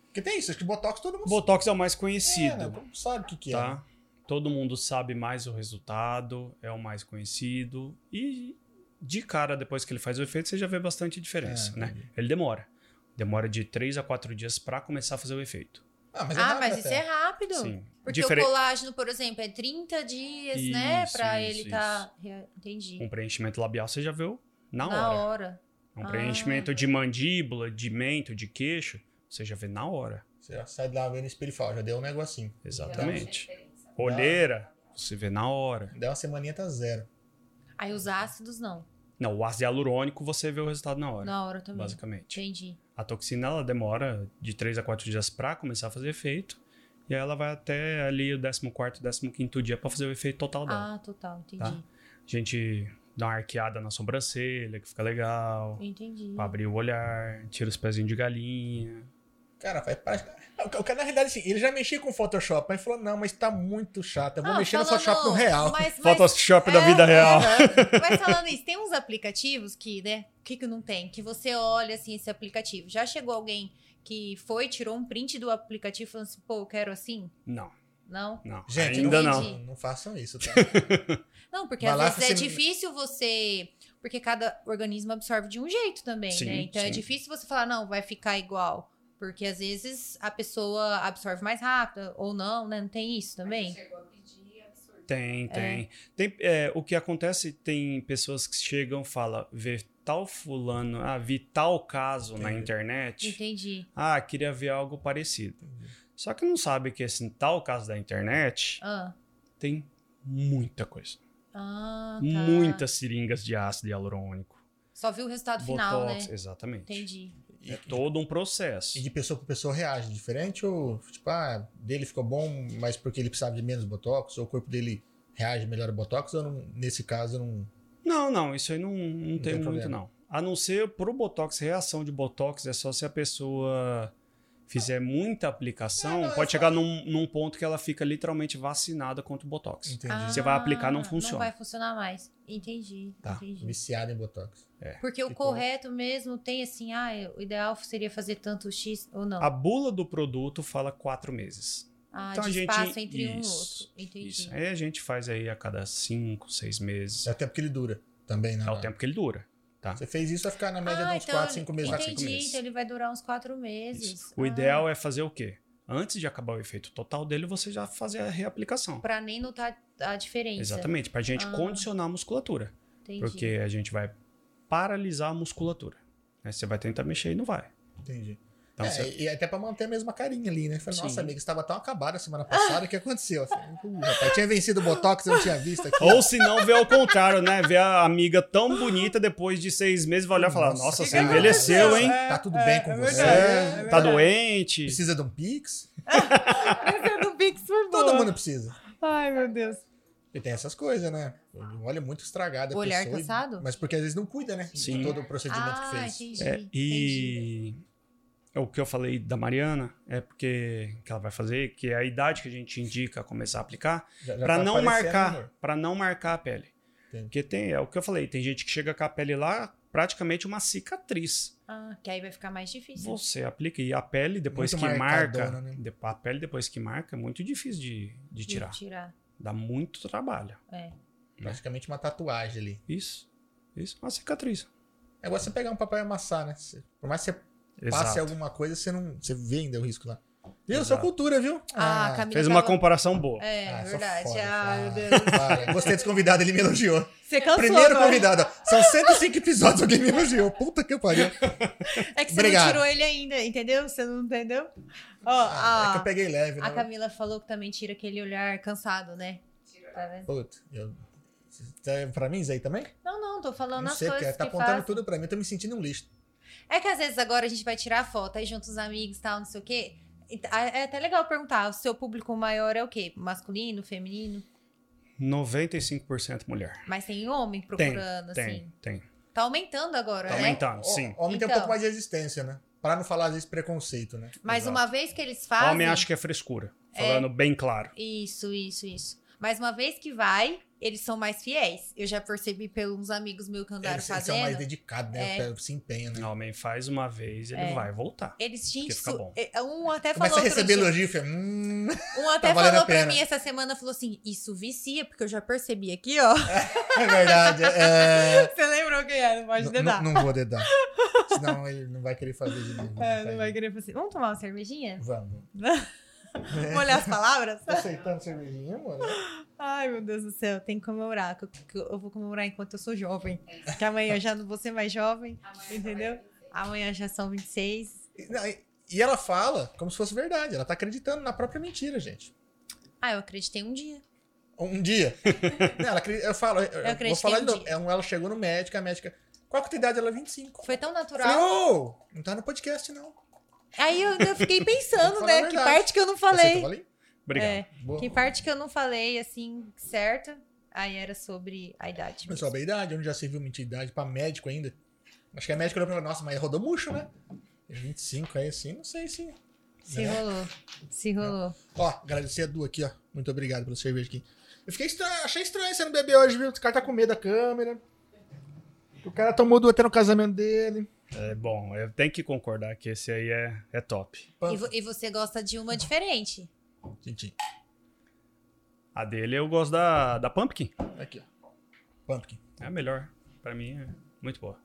Speaker 2: Porque tem isso, acho que Botox todo mundo
Speaker 3: Botox é o mais
Speaker 2: sabe, né?
Speaker 3: conhecido,
Speaker 2: Todo mundo sabe o que, que é.
Speaker 3: tá? Todo mundo sabe mais o resultado, é o mais conhecido. E de cara, depois que ele faz o efeito, você já vê bastante diferença,
Speaker 2: É,
Speaker 3: né? Ele demora. Demora de 3 a 4 dias pra começar a fazer o efeito.
Speaker 2: Ah, mas, é
Speaker 1: Ah,
Speaker 2: rápido
Speaker 1: mas
Speaker 2: até.
Speaker 1: isso é rápido.
Speaker 3: Sim.
Speaker 1: Porque
Speaker 3: Diferen-
Speaker 1: o colágeno, por exemplo, é 30 dias, né?
Speaker 3: Isso,
Speaker 1: Pra
Speaker 3: isso,
Speaker 1: ele tá. re- Entendi.
Speaker 3: Um preenchimento labial você já viu na hora.
Speaker 1: Na hora.
Speaker 3: Um
Speaker 1: Ah.
Speaker 3: preenchimento de mandíbula, de mento, de queixo, você já vê na hora.
Speaker 2: Você já sai lá vendo o espelho e fala, já deu um negocinho.
Speaker 3: Exatamente.
Speaker 5: Já dá uma é diferença.
Speaker 3: Olheira, você vê na hora.
Speaker 2: Dá uma semaninha, tá zero.
Speaker 1: Aí os ácidos não.
Speaker 3: Não, o ácido hialurônico você vê o resultado na hora.
Speaker 1: Na hora também.
Speaker 3: Basicamente.
Speaker 1: Entendi.
Speaker 3: A toxina ela demora de 3 a 4 dias para começar a fazer efeito E aí ela vai até ali o 14, 15 dia pra fazer o efeito total dela.
Speaker 1: Ah, total, entendi.
Speaker 3: Tá. A gente dá uma arqueada na sobrancelha, que fica legal.
Speaker 1: Entendi.
Speaker 3: Pra abrir o olhar, tira os pezinhos de galinha.
Speaker 2: Cara, faz parte. O cara, na realidade, assim, ele já mexia com o Photoshop, mas falou: não, mas tá muito chato. Eu vou
Speaker 1: Ah,
Speaker 2: mexer no
Speaker 1: falando-
Speaker 2: Photoshop no real.
Speaker 1: Mas, mas,
Speaker 3: Photoshop da
Speaker 1: é,
Speaker 3: vida
Speaker 1: é,
Speaker 3: real.
Speaker 1: mas falando isso, tem uns aplicativos que, né? O que, que não tem? Que você olha assim esse aplicativo. Já chegou alguém que foi, tirou um print do aplicativo e falou assim, pô, eu quero assim?
Speaker 3: Não,
Speaker 1: Não?
Speaker 3: não.
Speaker 2: Gente,
Speaker 3: ainda
Speaker 1: não-
Speaker 3: não.
Speaker 1: Entendi.
Speaker 2: Não façam isso, tá?
Speaker 1: Não, porque
Speaker 2: Vai
Speaker 1: às
Speaker 2: lá,
Speaker 1: vezes é
Speaker 2: você-
Speaker 1: difícil você. Porque cada organismo absorve de um jeito também,
Speaker 3: Sim,
Speaker 1: né? Então é
Speaker 3: sim.
Speaker 1: difícil você falar, não, vai ficar igual. Porque às vezes a pessoa absorve mais rápido, ou não, né? Não tem isso também?
Speaker 5: Chegou a pedir, é absurdo.
Speaker 3: Tem, tem. tem é, o que acontece, tem pessoas que chegam e falam, vê tal fulano, ah, vi tal caso na
Speaker 2: Entendi.
Speaker 3: internet.
Speaker 1: Entendi.
Speaker 3: Ah, queria ver algo parecido.
Speaker 2: Uhum.
Speaker 3: Só que não sabe que esse tal caso da internet
Speaker 1: Ah,
Speaker 3: tem muita coisa.
Speaker 1: ah tá.
Speaker 3: Muitas seringas de ácido hialurônico.
Speaker 1: Só viu o resultado final, né?
Speaker 3: exatamente.
Speaker 1: Entendi.
Speaker 2: E,
Speaker 3: É todo um processo.
Speaker 2: e de pessoa para pessoa reage diferente? Ou, tipo, ah, dele ficou bom, mas porque ele precisava de menos botox? Ou o corpo dele reage melhor ao botox? Ou não- nesse caso, não.
Speaker 3: Não, não, isso aí não, não tem,
Speaker 2: tem
Speaker 3: muito,
Speaker 2: problema.
Speaker 3: não. A não ser pro Botox, reação de Botox é só se a pessoa fizer muita aplicação,
Speaker 2: É, não,
Speaker 3: pode
Speaker 2: eu
Speaker 3: chegar num, num ponto que ela fica literalmente vacinada contra o Botox.
Speaker 2: Entendi.
Speaker 1: Ah.
Speaker 3: Você vai aplicar, não funciona.
Speaker 1: Não vai funcionar mais. Entendi.
Speaker 3: Tá.
Speaker 1: Entendi.
Speaker 2: Viciado em botox.
Speaker 1: Porque o
Speaker 2: Ficou.
Speaker 1: correto mesmo tem assim, ah, o ideal seria fazer tanto X ou não.
Speaker 3: A bula do produto fala quatro meses.
Speaker 1: ah,
Speaker 3: Ah, então a
Speaker 1: de
Speaker 3: gente-
Speaker 1: espaço entre um e
Speaker 3: isso,
Speaker 1: outro. Entendi.
Speaker 3: Isso. Aí a gente faz aí a cada cinco, seis meses.
Speaker 2: É o tempo que ele dura também, né?
Speaker 3: É o tempo que ele dura.
Speaker 2: Você fez isso, vai ficar na média
Speaker 1: Ah,
Speaker 2: de uns 4, 5 meses.
Speaker 1: Entendi,
Speaker 3: quatro, cinco meses.
Speaker 1: então ele vai durar uns quatro meses.
Speaker 3: Isso. O
Speaker 1: Ah,
Speaker 3: ideal é fazer o quê? Antes de acabar o efeito total dele, você já fazer a reaplicação.
Speaker 1: Ah, Pra nem notar a diferença.
Speaker 3: Exatamente, pra gente
Speaker 1: Ah.
Speaker 3: condicionar a musculatura.
Speaker 1: Entendi.
Speaker 3: Porque é a gente vai paralisar a musculatura. Aí você vai tentar mexer e não vai.
Speaker 2: Entendi.
Speaker 3: Então,
Speaker 2: é,
Speaker 3: você-
Speaker 2: E até pra manter a mesma carinha ali, né? Falei,
Speaker 3: Sim.
Speaker 2: nossa, amiga, você estava tão acabada semana passada, o que aconteceu? Eu Falei, "Uh, rapaz, tinha vencido o Botox, eu não tinha visto aqui.
Speaker 3: Ou se não, vê ao contrário, né? Ver a amiga tão bonita depois de seis meses, vai olhar e falar: Nossa,
Speaker 2: que
Speaker 3: você
Speaker 2: que
Speaker 3: envelheceu,
Speaker 2: aconteceu?
Speaker 3: hein?
Speaker 2: Tá tudo bem com você?
Speaker 3: É, tá doente.
Speaker 2: Precisa de um Pix?
Speaker 1: do
Speaker 3: um
Speaker 1: Pix foi
Speaker 2: Todo mundo precisa.
Speaker 1: Ai, meu Deus.
Speaker 2: E tem essas coisas, né? Olha muito estragado.
Speaker 1: O
Speaker 2: a
Speaker 1: olhar
Speaker 2: pessoa, e-
Speaker 1: cansado?
Speaker 2: Mas porque às vezes não cuida, né?
Speaker 3: Sim.
Speaker 2: De todo o procedimento que
Speaker 1: Ah,
Speaker 2: fez.
Speaker 1: entendi.
Speaker 3: É,
Speaker 1: entendi.
Speaker 3: e é o que eu falei da Mariana é porque que ela vai fazer, que é a idade que a gente indica começar a aplicar,
Speaker 2: Já- já
Speaker 3: Pra
Speaker 2: tá
Speaker 3: não
Speaker 2: aparecendo,
Speaker 3: marcar,
Speaker 2: amor.
Speaker 3: para não marcar a pele.
Speaker 2: Entendi.
Speaker 3: Porque tem, é o que eu falei, tem gente que chega com a pele lá praticamente uma cicatriz.
Speaker 1: Ah, que aí vai ficar mais difícil.
Speaker 3: Você aplica e a pele depois
Speaker 2: Muito
Speaker 3: que marca,
Speaker 2: marcadona, né?
Speaker 3: de- a pele depois que marca é muito difícil de, de
Speaker 1: de
Speaker 3: tirar.
Speaker 1: tirar.
Speaker 3: Dá muito trabalho.
Speaker 2: Praticamente uma tatuagem ali.
Speaker 3: Isso. Isso, uma cicatriz.
Speaker 2: É igual você pegar um papel e amassar, né? Você- Por mais que você passe
Speaker 3: Exato.
Speaker 2: alguma coisa, você não. Você vê ainda o risco lá. Viu? Sua
Speaker 3: Exato.
Speaker 2: cultura, viu?
Speaker 1: Ah, Camila
Speaker 3: Fez uma
Speaker 1: tava-
Speaker 3: comparação boa.
Speaker 1: É,
Speaker 2: Ah, só
Speaker 1: verdade.
Speaker 2: foda,
Speaker 1: Ah,
Speaker 2: ah,
Speaker 1: meu Deus.
Speaker 2: para. Gostei desse convidado, ele me elogiou.
Speaker 1: Você cansou
Speaker 2: Primeiro
Speaker 1: agora.
Speaker 2: convidado. ó. São 105 episódios, alguém me elogiou. Puta que pariu.
Speaker 1: É que você
Speaker 2: Obrigado.
Speaker 1: não tirou ele ainda, entendeu? Você não entendeu? Ó,
Speaker 2: Ah, é que eu
Speaker 1: a,
Speaker 2: peguei leve,
Speaker 1: a
Speaker 2: né?
Speaker 1: Camila falou que também tira aquele olhar cansado, né?
Speaker 5: Tirou.
Speaker 1: Tá vendo?
Speaker 2: Puta, eu... Tá Pra mim, isso aí também?
Speaker 1: Não, não, tô falando
Speaker 2: não
Speaker 1: as
Speaker 2: sei, porque
Speaker 1: coisas
Speaker 2: tá
Speaker 1: que
Speaker 2: apontando
Speaker 1: faz.
Speaker 2: tudo pra mim, eu tô me sentindo um lixo.
Speaker 1: É que às vezes agora a gente vai tirar foto, aí junta os amigos e tal, não sei o quê. E tá- É até legal perguntar, o seu público maior é o quê? Masculino, feminino?
Speaker 3: 95% mulher.
Speaker 1: Mas tem homem procurando, assim.
Speaker 3: Tem, tem.
Speaker 1: Tá aumentando agora,
Speaker 3: Tá
Speaker 2: É?
Speaker 1: né?
Speaker 3: aumentando, sim.
Speaker 2: O- Homem tem um
Speaker 1: Então.
Speaker 2: pouco mais de resistência, né? Pra não falar, às vezes, preconceito, né?
Speaker 1: Mas
Speaker 3: Exato.
Speaker 1: uma vez que eles fazem...
Speaker 3: Homem acha que é frescura.
Speaker 1: É.
Speaker 3: Falando bem claro.
Speaker 1: Isso, isso, isso. Mas uma vez que vai, eles são mais fiéis. Eu já percebi pelos amigos meus que andaram
Speaker 2: Eles, eles
Speaker 1: fazendo. É.
Speaker 2: são é mais
Speaker 1: Eles,
Speaker 2: dedicados, né? Se empenham, né?
Speaker 3: O homem faz uma vez, ele
Speaker 1: É.
Speaker 3: vai voltar.
Speaker 1: gente,
Speaker 3: Porque fica
Speaker 1: su-
Speaker 3: bom.
Speaker 1: é, um até falou
Speaker 2: Começa a
Speaker 1: outro
Speaker 2: receber
Speaker 1: dia-
Speaker 2: elogio, fica, hum...
Speaker 1: Um até
Speaker 2: Tá valendo
Speaker 1: falou
Speaker 2: a
Speaker 1: pra
Speaker 2: pena.
Speaker 1: mim essa semana, falou assim, isso vicia, porque eu já percebi aqui, ó.
Speaker 2: É verdade, é...
Speaker 1: Você lembrou quem é? Não pode
Speaker 2: N-
Speaker 1: dedar.
Speaker 2: Não, não vou dedar. Senão ele não vai querer fazer de novo.
Speaker 1: É,
Speaker 2: Tá
Speaker 1: não vai querer fazer. Vamos tomar uma cervejinha?
Speaker 2: Vamos.
Speaker 1: Vamos olhar as palavras?
Speaker 2: Tá aceitando cervejinha, mano?
Speaker 1: Ai, meu Deus do céu, tem que comemorar. que eu- que Eu vou comemorar enquanto eu sou jovem. Que amanhã eu já não vou ser mais jovem.
Speaker 5: Amanhã
Speaker 1: Entendeu?
Speaker 5: vai vencer.
Speaker 1: Amanhã já são 26.
Speaker 2: E, não, e- e ela fala como se fosse verdade. Ela tá acreditando na própria mentira, gente.
Speaker 1: Ah, eu acreditei um dia.
Speaker 2: Um dia. Não, ela, acre- eu falo, eu, eu
Speaker 1: acreditei
Speaker 2: vou falar
Speaker 1: um
Speaker 2: de novo.
Speaker 1: dia.
Speaker 2: É um- Ela chegou no médico, a médica. Qual que é a tua idade? Ela é 25.
Speaker 1: Foi tão
Speaker 2: Eu Falei,
Speaker 1: natural.
Speaker 2: ô, não tá no podcast, não.
Speaker 1: Aí eu, eu fiquei
Speaker 2: Tem que
Speaker 1: pensando,
Speaker 2: falar a
Speaker 1: né? Que
Speaker 2: verdade.
Speaker 1: parte que eu não
Speaker 2: Você,
Speaker 1: falei.
Speaker 2: eu falei,
Speaker 3: Obrigado.
Speaker 1: É,
Speaker 2: Boa.
Speaker 1: que parte que eu não falei, assim, certo, aí era sobre a idade.
Speaker 2: Mas
Speaker 1: mesmo.
Speaker 2: sobre a idade, onde já serviu muita idade pra médico ainda. Acho que a médica olhou pra mim e falou, nossa, mas rodou murcho, né? 25 aí assim, não sei se.
Speaker 1: Se
Speaker 2: né?
Speaker 1: rolou, se rolou.
Speaker 2: Ó, agradecer a Du aqui, ó. Muito obrigado pela cerveja aqui. Eu fiquei estranho, achei estranho você não beber hoje, viu? O cara tá com medo da câmera. O cara tomou duas até no casamento dele.
Speaker 3: É bom, eu tenho que concordar que esse aí é, é top.
Speaker 2: Pã-
Speaker 1: E, vo- e você gosta de uma diferente.
Speaker 2: Tintim.
Speaker 3: A dele eu gosto da, da Pumpkin.
Speaker 2: Aqui, ó. Pumpkin.
Speaker 3: É a melhor. Pra mim é muito boa.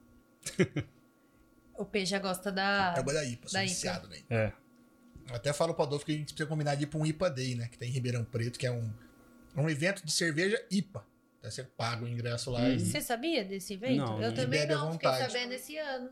Speaker 1: O P já gosta da.
Speaker 2: É o da IPA, sou
Speaker 1: Ah, da
Speaker 2: viciado, né?
Speaker 3: É.
Speaker 2: Eu até falo pro Adolfo que a gente precisa combinar de ir pra um IPA Day, né? Que tem em Ribeirão Preto, que é um, um evento de cerveja IPA. Tá você paga o ingresso lá.
Speaker 3: Uhum.
Speaker 2: e-
Speaker 1: Você sabia desse evento?
Speaker 3: Não,
Speaker 1: eu
Speaker 3: não.
Speaker 1: também
Speaker 2: Bebe à
Speaker 1: não, fiquei
Speaker 2: vontade.
Speaker 1: sabendo esse ano.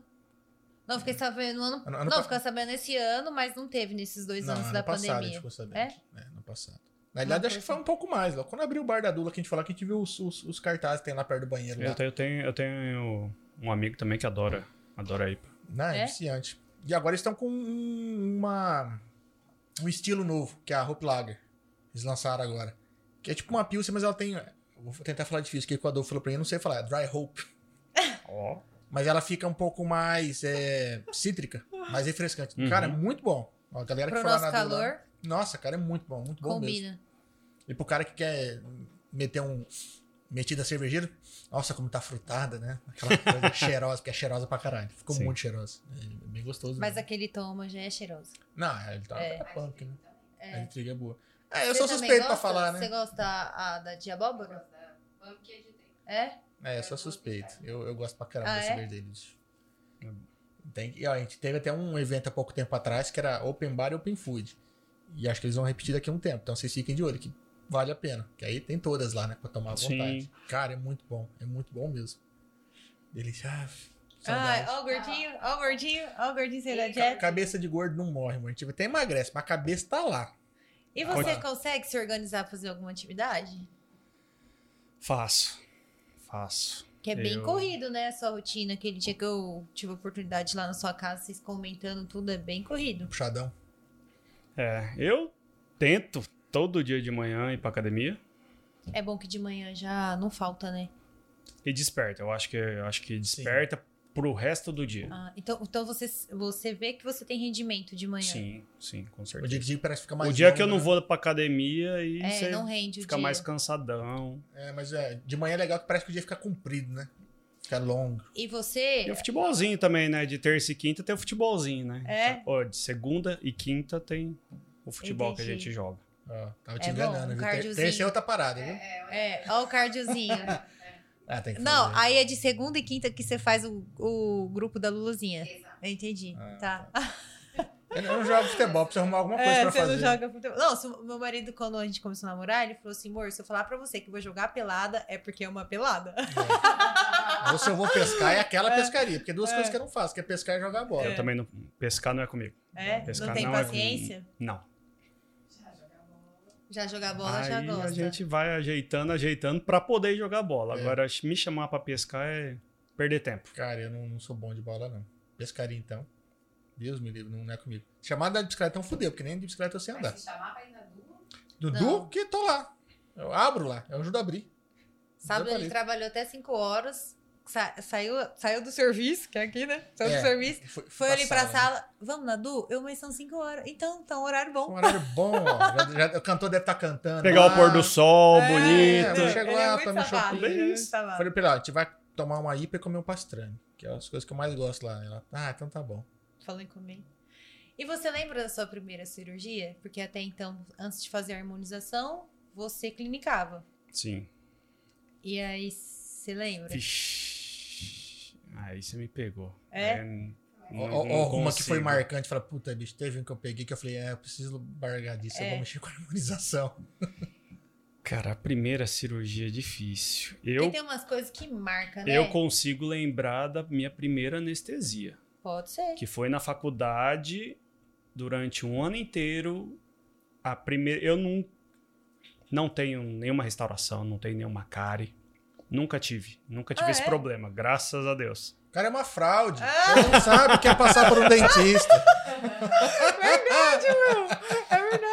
Speaker 1: Não, fiquei sabendo no ano.
Speaker 2: Ano- ano
Speaker 1: não,
Speaker 2: pa-
Speaker 1: fiquei sabendo esse ano, mas não teve nesses dois
Speaker 2: Não,
Speaker 1: anos
Speaker 2: ano
Speaker 1: da
Speaker 2: passado tipo, a gente
Speaker 1: pandemia.
Speaker 2: ficou sabendo.
Speaker 1: É?
Speaker 2: no passado. Na verdade,
Speaker 1: Uma
Speaker 2: acho que
Speaker 1: coisa.
Speaker 2: foi um pouco mais. Lá. Quando abriu o bar da Dula, que a gente falou que a gente viu os, os- os cartazes que tem lá perto do banheiro.
Speaker 3: Eu,
Speaker 2: Lá.
Speaker 3: te- eu tenho, eu tenho um amigo também que adora, adora IPA.
Speaker 2: Não, é
Speaker 1: É?
Speaker 2: viciante. E agora eles estão com um- uma, um estilo novo, que é a Hope Lager. Eles lançaram agora. Que é tipo uma pilsen, mas ela tem... eu Vou tentar falar difícil, que o Adolfo falou pra mim, eu não sei falar. É Dry Hope.
Speaker 3: Ó.
Speaker 2: Mas ela fica um pouco mais é, cítrica, mais refrescante.
Speaker 3: Uhum.
Speaker 2: Cara, é muito bom. Ó, a galera
Speaker 1: Pro
Speaker 2: que for lá
Speaker 1: nosso
Speaker 2: na Dula-
Speaker 1: calor,
Speaker 2: Nossa, cara, é muito bom, muito bom mesmo.
Speaker 1: combina.
Speaker 2: E pro cara que quer meter um. Metida cervejeira, nossa, como tá frutada, né? Aquela coisa cheirosa, porque é cheirosa pra caralho. Ficou
Speaker 3: Sim.
Speaker 2: muito cheirosa. É bem gostoso.
Speaker 1: Mas
Speaker 2: né?
Speaker 1: aquele toma já é cheiroso.
Speaker 2: Não, ele tá
Speaker 1: É.
Speaker 2: é. punk, né?
Speaker 1: É.
Speaker 2: A intriga é boa. É, eu
Speaker 1: Você
Speaker 2: sou
Speaker 1: também
Speaker 2: suspeito pra
Speaker 1: gosta?
Speaker 2: falar,
Speaker 1: Você
Speaker 2: né?
Speaker 1: gosta a, a da de abóbora?
Speaker 5: Pumpkin de trigo.
Speaker 1: É?
Speaker 2: É, eu sou suspeito. Eu, eu gosto pra caramba
Speaker 1: Ah,
Speaker 2: da
Speaker 1: é?
Speaker 2: cerveja deles. Tem, e, ó, a gente teve até um evento há pouco tempo atrás que era Open Bar e Open Food. E acho que eles vão repetir daqui a um tempo. Então vocês fiquem de olho que vale a pena. Que aí tem todas lá, né? Pra tomar à
Speaker 3: Sim.
Speaker 2: vontade. Cara, é muito bom. É muito bom mesmo. Delícia. Ah,
Speaker 1: Ai,
Speaker 2: saudade.
Speaker 1: ó o gordinho, ó o gordinho, ó o gordinho sem da
Speaker 5: Ca-
Speaker 1: dieta.
Speaker 2: Cabeça de gordo não morre, amor. A gente até emagrece, mas a cabeça tá lá.
Speaker 1: E você
Speaker 2: Olha.
Speaker 1: consegue se organizar pra fazer alguma atividade?
Speaker 3: Faço. Faço.
Speaker 1: Que é bem
Speaker 3: Eu-
Speaker 1: corrido, né? A sua rotina. Aquele dia que eu tive a oportunidade lá na sua casa, vocês comentando tudo, é bem corrido.
Speaker 2: Puxadão.
Speaker 3: É, eu tento todo dia de manhã ir pra academia
Speaker 1: É bom que de manhã já não falta, né?
Speaker 3: e desperta. Eu acho que, eu acho que desperta pro resto do dia.
Speaker 1: Ah, então então você, você vê que você tem rendimento de manhã.
Speaker 3: Sim, sim, com
Speaker 2: O dia
Speaker 3: certeza.
Speaker 2: que dia parece que fica
Speaker 3: O dia,
Speaker 2: mais
Speaker 3: que eu
Speaker 2: longo,
Speaker 3: não
Speaker 2: né?
Speaker 3: vou pra academia e
Speaker 1: É,
Speaker 3: você
Speaker 1: não rende o
Speaker 3: fica
Speaker 1: dia.
Speaker 3: mais cansadão.
Speaker 2: É, mas é, de manhã é legal que parece que o dia fica comprido, né? Fica longo.
Speaker 1: E você.
Speaker 3: E o futebolzinho também, né? De terça e quinta tem o futebolzinho, né?
Speaker 1: É.
Speaker 3: Ó, de segunda e quinta tem o futebol que a
Speaker 1: Entendi.
Speaker 3: gente joga.
Speaker 2: Ó, tava te
Speaker 1: É bom, um
Speaker 2: enganando, viu? Ter-
Speaker 1: cardiozinho.
Speaker 2: Terceira outra parada, viu?
Speaker 1: É, ó o cardiozinho.
Speaker 2: Ah, tem que
Speaker 1: não,
Speaker 2: fazer.
Speaker 1: aí é de segunda e quinta que você faz o, o grupo da Luluzinha.
Speaker 5: Exato.
Speaker 1: Eu entendi.
Speaker 2: Ah,
Speaker 1: tá.
Speaker 2: Eu não jogo futebol, preciso arrumar alguma coisa
Speaker 1: é,
Speaker 2: pra fazer.
Speaker 1: não joga futebol. Não, se o meu marido, quando a gente começou a namorar, ele falou assim: amor, se eu falar pra você que eu vou jogar pelada, é porque é uma pelada.
Speaker 2: É. Ou se eu vou pescar, é aquela
Speaker 1: É.
Speaker 2: pescaria. Porque duas
Speaker 1: É.
Speaker 2: coisas que eu não faço, que é pescar e jogar bola.
Speaker 3: Eu também não. Pescar não é comigo.
Speaker 1: É? não
Speaker 3: Pescar
Speaker 1: tem
Speaker 3: não é comigo.
Speaker 1: paciência?
Speaker 3: Não.
Speaker 5: Já jogava bola.
Speaker 1: Já jogar bola,
Speaker 3: Aí
Speaker 1: já gosta.
Speaker 3: a gente vai ajeitando, ajeitando pra poder jogar bola.
Speaker 2: É.
Speaker 3: Agora, me chamar pra pescar é perder tempo.
Speaker 2: Cara, eu não, não sou bom de bola, não. Pescaria, então. Deus me livre, não, não é comigo. Chamada de bicicleta é um fudeu, porque nem de bicicleta eu
Speaker 3: Então
Speaker 2: sei andar.
Speaker 5: Mas se chamar pra ir na dupla,
Speaker 2: Dudu,
Speaker 1: Não.
Speaker 2: que tô lá. Eu abro lá, é eu ajudo a abrir.
Speaker 1: Sábado
Speaker 2: Trabalhei.
Speaker 1: ele trabalhou até 5 horas, sa- saiu, saiu do serviço, que é aqui, né? Saiu
Speaker 2: É.
Speaker 1: do serviço,
Speaker 2: Foi,
Speaker 1: foi ali pra
Speaker 2: né?
Speaker 1: sala. Vamos, Nadu? Eu, mas são 5 horas. Então, tá um horário
Speaker 2: Um
Speaker 1: bom.
Speaker 2: horário bom, ó. Já- já- o cantor deve estar cantando.
Speaker 3: Pegar
Speaker 2: lá.
Speaker 3: o pôr do sol,
Speaker 1: É,
Speaker 3: bonito.
Speaker 2: eu
Speaker 1: ele
Speaker 2: chego
Speaker 1: é
Speaker 2: lá,
Speaker 1: muito
Speaker 2: tá no
Speaker 1: safado,
Speaker 2: shopping.
Speaker 1: ele é muito
Speaker 3: Isso.
Speaker 1: safado.
Speaker 2: Falei pra ele, ó, a gente vai tomar uma IPA e comer um pastrame. Que é as coisas que eu mais gosto lá. Ela, ah, então tá bom.
Speaker 1: Falei comigo. E você lembra da sua primeira cirurgia? Porque até então, antes de fazer a harmonização, você clinicava.
Speaker 3: Sim.
Speaker 1: E aí, você lembra?
Speaker 3: Vixe. Aí você me pegou.
Speaker 1: É?
Speaker 3: Aí eu
Speaker 2: Ó,
Speaker 3: não-
Speaker 2: ó,
Speaker 3: não
Speaker 2: ó, uma que foi
Speaker 3: consigo.
Speaker 2: marcante. Fala, puta, bicho, teve um que eu peguei que eu falei, é, eu preciso largar disso, eu
Speaker 1: É.
Speaker 2: vou mexer com a harmonização.
Speaker 3: Cara, a primeira cirurgia é difícil.
Speaker 1: Porque
Speaker 3: Eu,
Speaker 1: tem umas coisas que marcam, né?
Speaker 3: eu consigo lembrar da minha primeira anestesia,
Speaker 1: Pode ser.
Speaker 3: que foi na faculdade durante um ano inteiro. A primeira, eu não, não tenho nenhuma restauração, não tenho nenhuma cárie. Nunca tive, nunca tive
Speaker 1: Ah,
Speaker 3: esse
Speaker 1: é?
Speaker 3: problema, graças a Deus.
Speaker 2: O cara é uma fraude. Você não sabe o que é passar por um dentista.
Speaker 1: É verdade, meu. É verdade.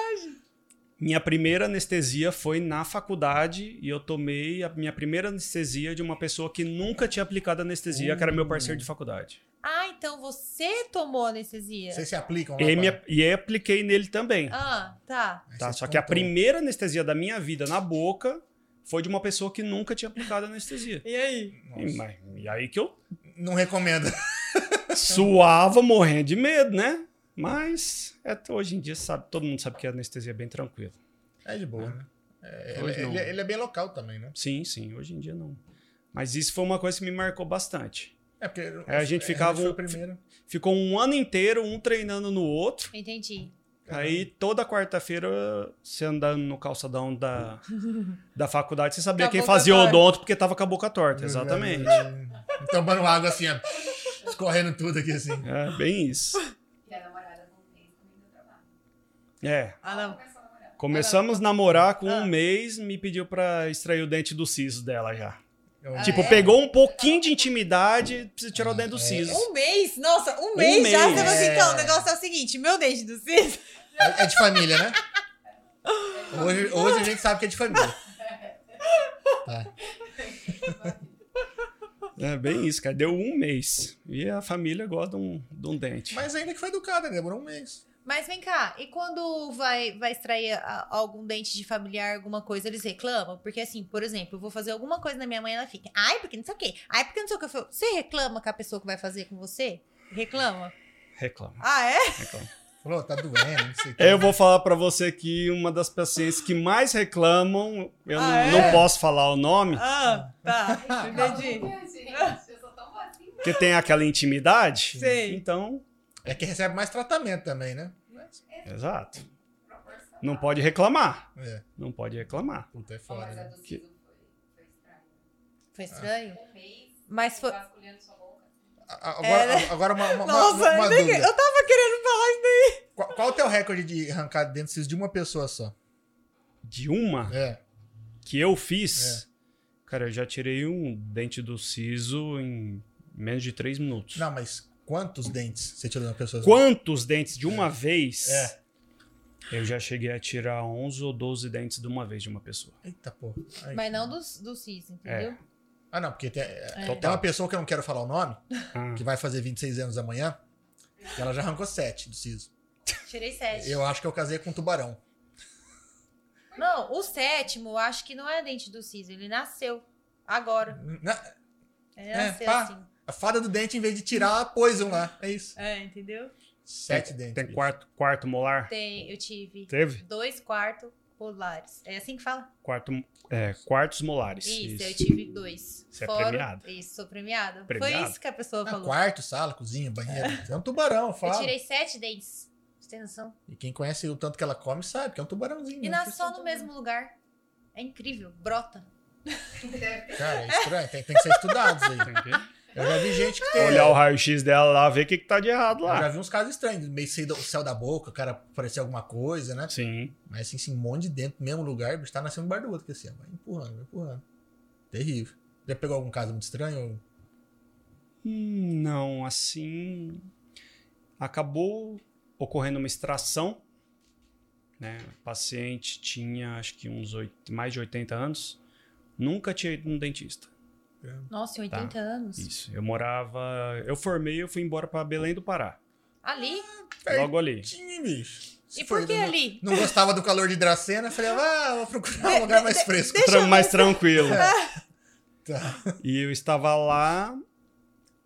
Speaker 3: Minha primeira anestesia foi na faculdade e eu tomei a minha primeira anestesia de uma pessoa que nunca tinha aplicado anestesia, que era meu parceiro de faculdade.
Speaker 1: Ah, então você tomou anestesia?
Speaker 2: Vocês se aplicam lá?
Speaker 3: E,
Speaker 2: pra-
Speaker 3: me- e aí apliquei nele também.
Speaker 1: Ah, tá.
Speaker 2: Aí
Speaker 3: Tá,
Speaker 2: vocês
Speaker 3: só que a
Speaker 2: contam.
Speaker 3: primeira anestesia da minha vida na boca foi de uma pessoa que nunca tinha aplicado anestesia.
Speaker 1: E aí?
Speaker 3: E, mas- e aí que eu
Speaker 2: Não recomendo.
Speaker 3: suava morrendo de medo, né? Mas é- hoje em dia sabe, todo mundo sabe que a anestesia é bem tranquila.
Speaker 2: É de boa, né? É,
Speaker 3: Pois
Speaker 2: ele,
Speaker 3: não.
Speaker 2: ele é- ele é bem local também, né?
Speaker 3: Sim, sim, hoje em dia não. Mas isso foi uma coisa que me marcou bastante.
Speaker 2: É porque
Speaker 3: É, a gente ficava
Speaker 2: foi o
Speaker 3: um-
Speaker 2: primeiro.
Speaker 3: Ficou um ano inteiro, um treinando no outro.
Speaker 1: Entendi.
Speaker 3: Aí toda quarta-feira, você andando no calçadão da, da faculdade, você sabia
Speaker 1: Com a
Speaker 3: quem
Speaker 1: boca
Speaker 3: fazia
Speaker 1: torta.
Speaker 3: odonto porque tava com a boca torta, exatamente.
Speaker 2: Tomando água assim, ó, escorrendo tudo aqui assim.
Speaker 3: É bem isso.
Speaker 5: E a namorada não tem também do trabalho.
Speaker 3: É.
Speaker 1: Ah, não.
Speaker 5: Começou a namorar.
Speaker 3: Começamos a namorar com
Speaker 1: Ah.
Speaker 3: um mês, me pediu pra extrair o dente do siso dela já.
Speaker 2: Eu-
Speaker 1: Ah,
Speaker 3: tipo,
Speaker 1: é?
Speaker 3: pegou um pouquinho de intimidade, precisa tirar o dente do siso.
Speaker 1: Um mês? Nossa, um
Speaker 3: Um
Speaker 1: mês já?
Speaker 3: mês.
Speaker 1: Você falou assim,
Speaker 2: É.
Speaker 1: então, o negócio é o seguinte, meu dente do Cis...
Speaker 2: É, é de família, né? Hoje, hoje a gente sabe que é de família. Tá.
Speaker 3: É bem isso, cara. Deu um mês. E a família gosta de um, de um dente.
Speaker 2: Mas ainda que foi educada, demorou um mês.
Speaker 1: Mas vem cá, e quando vai, vai extrair a- algum dente de familiar, alguma coisa, eles reclamam? Porque assim, por exemplo, eu vou fazer alguma coisa na minha mãe ela fica, ai, porque não sei o quê, ai, porque não sei o que. Eu falo, Você reclama com a pessoa que vai fazer com você? Reclama?
Speaker 3: Reclama,
Speaker 1: Ah, é?
Speaker 3: reclama.
Speaker 2: Falou, tá doendo, não sei o que.
Speaker 3: Eu vou falar pra você que uma das pacientes que mais reclamam, eu
Speaker 1: Ah,
Speaker 3: não,
Speaker 1: é?
Speaker 3: não posso falar o nome,
Speaker 1: Ah, tá. Entendi.
Speaker 5: Calma, gente. Eu sou tão boazinha.
Speaker 3: porque tem aquela intimidade.
Speaker 1: Sei.
Speaker 3: Então,
Speaker 2: É que recebe mais tratamento também, né?
Speaker 3: exato.
Speaker 5: Proporcional.
Speaker 3: Não pode reclamar.
Speaker 2: É,
Speaker 3: Não pode reclamar.
Speaker 2: puta, é
Speaker 5: Ó, Mas a
Speaker 2: foda.
Speaker 5: do
Speaker 3: Que-
Speaker 5: Ciso foi, foi estranha.
Speaker 1: Foi estranho?
Speaker 5: Um mês,
Speaker 1: É. Mas foi.
Speaker 5: vasculhando sua boca.
Speaker 2: A- Agora, agora uma, uma, uma-
Speaker 1: É, né? Nossa,
Speaker 2: uma
Speaker 1: eu nem-
Speaker 2: dúvida.
Speaker 1: eu tava querendo falar isso daí.
Speaker 2: Qual, qual o teu recorde de arrancar dentro de uma pessoa só?
Speaker 3: De uma
Speaker 2: É.
Speaker 3: que eu fiz, cara, eu já tirei um dente do siso em menos de três minutos.
Speaker 2: Não, mas quantos dentes você tirou de uma pessoa só?
Speaker 3: Quantos dentes de uma vez?
Speaker 2: É.
Speaker 3: Eu já cheguei a tirar 11 ou 12 dentes de uma vez de uma pessoa.
Speaker 2: Eita, porra. Aí.
Speaker 1: Mas não do, do Cis, entendeu?
Speaker 2: Ah, não, porque tem, é,
Speaker 3: Total.
Speaker 2: tem uma pessoa que eu não quero falar o nome,
Speaker 3: Ah.
Speaker 2: que vai fazer 26 anos amanhã, que ela já arrancou 7 do siso.
Speaker 1: Tirei sete.
Speaker 2: Eu acho que eu casei com um tubarão.
Speaker 1: Não, o sétimo, eu acho que não é dente do Cis, ele nasceu. Agora.
Speaker 2: Na-
Speaker 1: Ele
Speaker 2: É,
Speaker 1: nasceu
Speaker 2: pá.
Speaker 1: assim.
Speaker 2: a fada do dente, em vez de tirar, ela pôs um lá. É isso.
Speaker 1: É, entendeu?
Speaker 2: Sete dentes.
Speaker 3: Tem
Speaker 2: bicho.
Speaker 3: quarto, quarto molar?
Speaker 1: Tem, eu tive
Speaker 3: Teve?
Speaker 1: dois quartos polares. É assim que fala?
Speaker 3: Quarto, é, quartos molares.
Speaker 1: Isso, eu tive dois.
Speaker 3: Você é premiada.
Speaker 1: Isso, sou premiada. Foi
Speaker 3: Premiada?
Speaker 1: isso que a pessoa
Speaker 2: Ah,
Speaker 1: falou.
Speaker 2: quarto, sala, cozinha, banheiro. É um tubarão,
Speaker 1: Eu
Speaker 2: fala.
Speaker 1: tirei sete dentes. Você tem noção?
Speaker 2: E quem conhece o tanto que ela come sabe que é um tubarãozinho.
Speaker 1: E
Speaker 2: né?
Speaker 1: nasce só no mesmo lugar. É incrível, brota.
Speaker 5: Deve
Speaker 2: Cara, é estranho. Tem, tem que ser estudado isso aí.
Speaker 3: Entendi.
Speaker 2: Eu já vi gente que tem.
Speaker 3: Olhar o raio-x dela lá, ver o que, que tá de errado
Speaker 2: Eu já
Speaker 3: lá.
Speaker 2: vi uns casos estranhos. Meio que sair do céu da boca, o cara apareceu alguma coisa, né?
Speaker 3: Sim.
Speaker 2: Mas assim, assim, um monte de dentro, no mesmo lugar, o bicho tá nascendo um bar do outro, que assim, ó, vai empurrando, vai empurrando. Terrível. Já pegou algum caso muito estranho?
Speaker 3: Hum, Não, assim. Acabou ocorrendo uma extração. Né? O paciente tinha, acho que uns oit- mais de 80 anos. Nunca tinha ido no dentista.
Speaker 1: Nossa, em 80 anos.
Speaker 3: Isso. Eu morava. Eu formei, eu fui embora pra Belém do Pará.
Speaker 1: Ali?
Speaker 3: Logo ali.
Speaker 2: Tinha, bicho. Se
Speaker 1: E por
Speaker 2: foi,
Speaker 1: que
Speaker 2: não-
Speaker 1: ali?
Speaker 2: Não gostava do calor de Dracena, falei, ah, vou procurar um lugar mais fresco.
Speaker 1: Deixa
Speaker 3: Tran-
Speaker 1: eu ver
Speaker 3: mais tranquilo.
Speaker 2: Tá.
Speaker 3: E eu estava lá,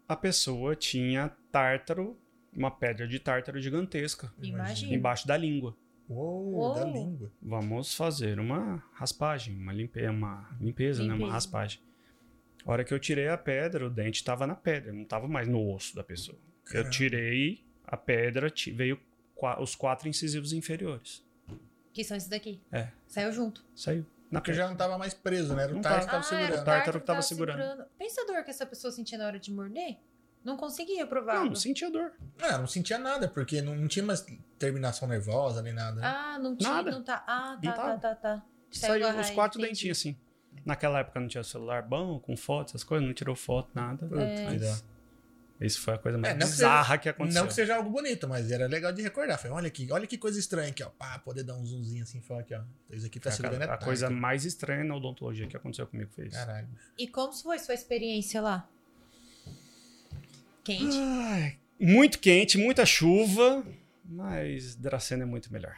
Speaker 3: a pessoa tinha tártaro, uma pedra de tártaro gigantesca
Speaker 1: Imagina.
Speaker 3: embaixo da língua.
Speaker 2: Uou,
Speaker 1: Uou.
Speaker 2: da língua.
Speaker 3: Vamos fazer uma raspagem, uma, limpe... é uma limpeza, né? Uma
Speaker 1: Limpeza.
Speaker 3: raspagem. A hora que eu tirei a pedra, o dente estava na pedra, não estava mais no osso da pessoa.
Speaker 2: Caramba.
Speaker 3: Eu tirei a pedra, ti- veio qua- os quatro incisivos inferiores.
Speaker 1: Que são esses daqui.
Speaker 3: É.
Speaker 1: Saiu junto.
Speaker 3: Saiu. Na
Speaker 2: Porque
Speaker 3: pedra.
Speaker 2: já não tava mais preso, né? Era o
Speaker 3: Não
Speaker 2: Tarso que
Speaker 3: tava.
Speaker 2: tava
Speaker 1: era
Speaker 2: segurando.
Speaker 3: tá. tártaro que tava
Speaker 1: Pensa a dor que essa pessoa sentia na hora de morder. Não conseguia, provar.
Speaker 3: Não, não sentia dor.
Speaker 2: Ah, não sentia nada, porque não, não tinha mais terminação nervosa nem nada. né?
Speaker 1: Ah, não tinha,
Speaker 3: Nada.
Speaker 1: não tá. Ah, tá,
Speaker 3: Não
Speaker 1: tá,
Speaker 3: tava.
Speaker 1: tá, tá.
Speaker 3: Saiu
Speaker 1: a
Speaker 3: os
Speaker 1: raiz,
Speaker 3: quatro
Speaker 1: entendi.
Speaker 3: dentinhos, assim.
Speaker 1: É.
Speaker 3: Naquela época não tinha celular bom, com foto, essas coisas, não tirou foto, nada.
Speaker 2: Puta que
Speaker 3: Mas
Speaker 2: dó.
Speaker 3: Isso foi a coisa mais
Speaker 2: É, não que
Speaker 3: bizarra que, aconteceu.
Speaker 2: Não que seja algo bonito, mas era legal de recordar. Falei, olha aqui, olha que coisa estranha aqui, ó. Pá, poder dar um zoomzinho assim e falar aqui, ó. Isso aqui tá
Speaker 3: Foi a-
Speaker 2: segurando
Speaker 3: a,
Speaker 2: tarde.
Speaker 3: coisa mais estranha na odontologia que aconteceu comigo foi isso.
Speaker 2: Caralho.
Speaker 1: E como foi sua experiência lá? Quente.
Speaker 3: Ai, muito quente, muita chuva, mas Dracena é muito melhor.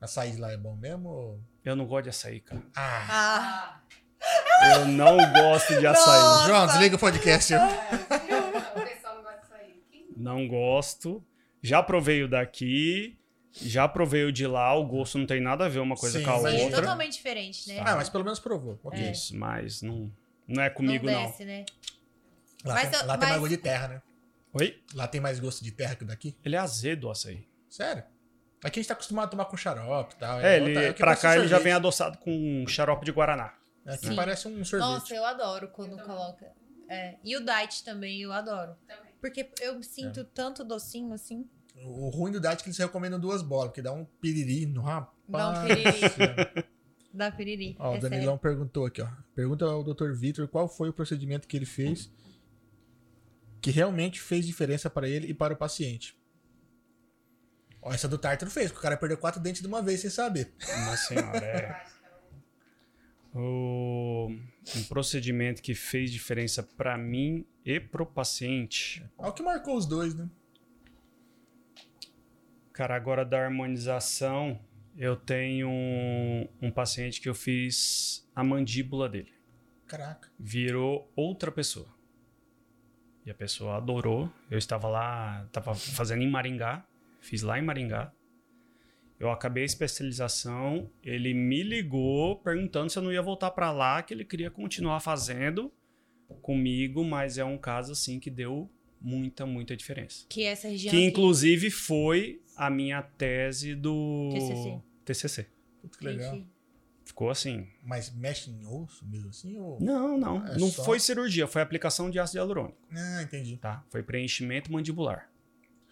Speaker 2: Açaí lá é bom mesmo? ou-
Speaker 3: Eu não gosto de açaí, cara.
Speaker 2: Ah.
Speaker 1: Ah,
Speaker 5: Ah,
Speaker 3: Eu não gosto de açaí.
Speaker 1: Nossa.
Speaker 2: João, desliga o podcast.
Speaker 5: É, o pessoal não gosta de sair. Quem
Speaker 3: Não gosto. Já provei o daqui, já provei o de lá. O gosto não tem nada a ver uma coisa
Speaker 2: Sim,
Speaker 3: com a
Speaker 2: mas-
Speaker 1: sim, é
Speaker 3: outra. É.
Speaker 1: totalmente diferente, né?
Speaker 2: Ah, mas pelo menos provou. Ok.
Speaker 3: Isso, mas não, não é comigo,
Speaker 1: não
Speaker 3: não.
Speaker 1: desce, né?
Speaker 2: Lá,
Speaker 1: Mas
Speaker 2: tem,
Speaker 1: eu-
Speaker 2: lá tem
Speaker 1: mas-
Speaker 2: mais gosto de terra, né?
Speaker 3: Oi?
Speaker 2: Lá tem mais gosto de terra que o daqui?
Speaker 3: Ele é azedo o açaí.
Speaker 2: Sério? Aqui a gente tá acostumado a tomar com xarope e tal.
Speaker 3: É, ele,
Speaker 2: outra- aqui
Speaker 3: pra
Speaker 2: parece um
Speaker 3: cá ele já vem
Speaker 2: sorvete.
Speaker 3: adoçado com xarope de Guaraná.
Speaker 2: Aqui
Speaker 1: Sim.
Speaker 2: parece um sorvete.
Speaker 1: Nossa, eu adoro quando
Speaker 5: Eu também.
Speaker 1: coloca. É, E o diet também, eu adoro.
Speaker 5: também.
Speaker 1: Porque eu sinto tanto docinho assim.
Speaker 2: O ruim do Diet é que eles recomendam duas bolas, porque dá um piriri no rapaz.
Speaker 1: Dá um piriri. Dá piriri.
Speaker 2: Ó,
Speaker 1: é
Speaker 2: o
Speaker 1: sério.
Speaker 2: Danilão perguntou aqui, ó. Pergunta ao Dr. Vitor qual foi o procedimento que ele fez que realmente fez diferença para ele e para o paciente. Ó, essa do Tártaro fez, porque o cara perdeu quatro dentes de uma vez sem saber.
Speaker 3: Nossa senhora, é. O, um procedimento que fez diferença pra mim e pro paciente.
Speaker 2: Olha o que marcou os dois, né?
Speaker 3: Cara, agora da harmonização, eu tenho um, um paciente que eu fiz a mandíbula dele.
Speaker 2: Caraca.
Speaker 3: Virou outra pessoa. E a pessoa adorou. Eu estava lá, estava fazendo em Maringá. Fiz lá em Maringá. Eu acabei a especialização. Ele me ligou perguntando se eu não ia voltar pra lá, que ele queria continuar fazendo comigo, mas é um caso assim que deu muita, muita diferença.
Speaker 1: é, Que essa região.
Speaker 3: Que
Speaker 1: aqui-
Speaker 3: inclusive foi a minha tese do
Speaker 1: TCC.
Speaker 3: TCC.
Speaker 2: Puta que legal.
Speaker 1: Gente,
Speaker 3: Ficou assim.
Speaker 2: Mas mexe em osso mesmo assim? Ou...
Speaker 3: Não, não.
Speaker 2: É
Speaker 3: não
Speaker 2: só-
Speaker 3: foi cirurgia, foi aplicação de ácido hialurônico,
Speaker 2: Ah, entendi.
Speaker 3: tá? Foi preenchimento mandibular.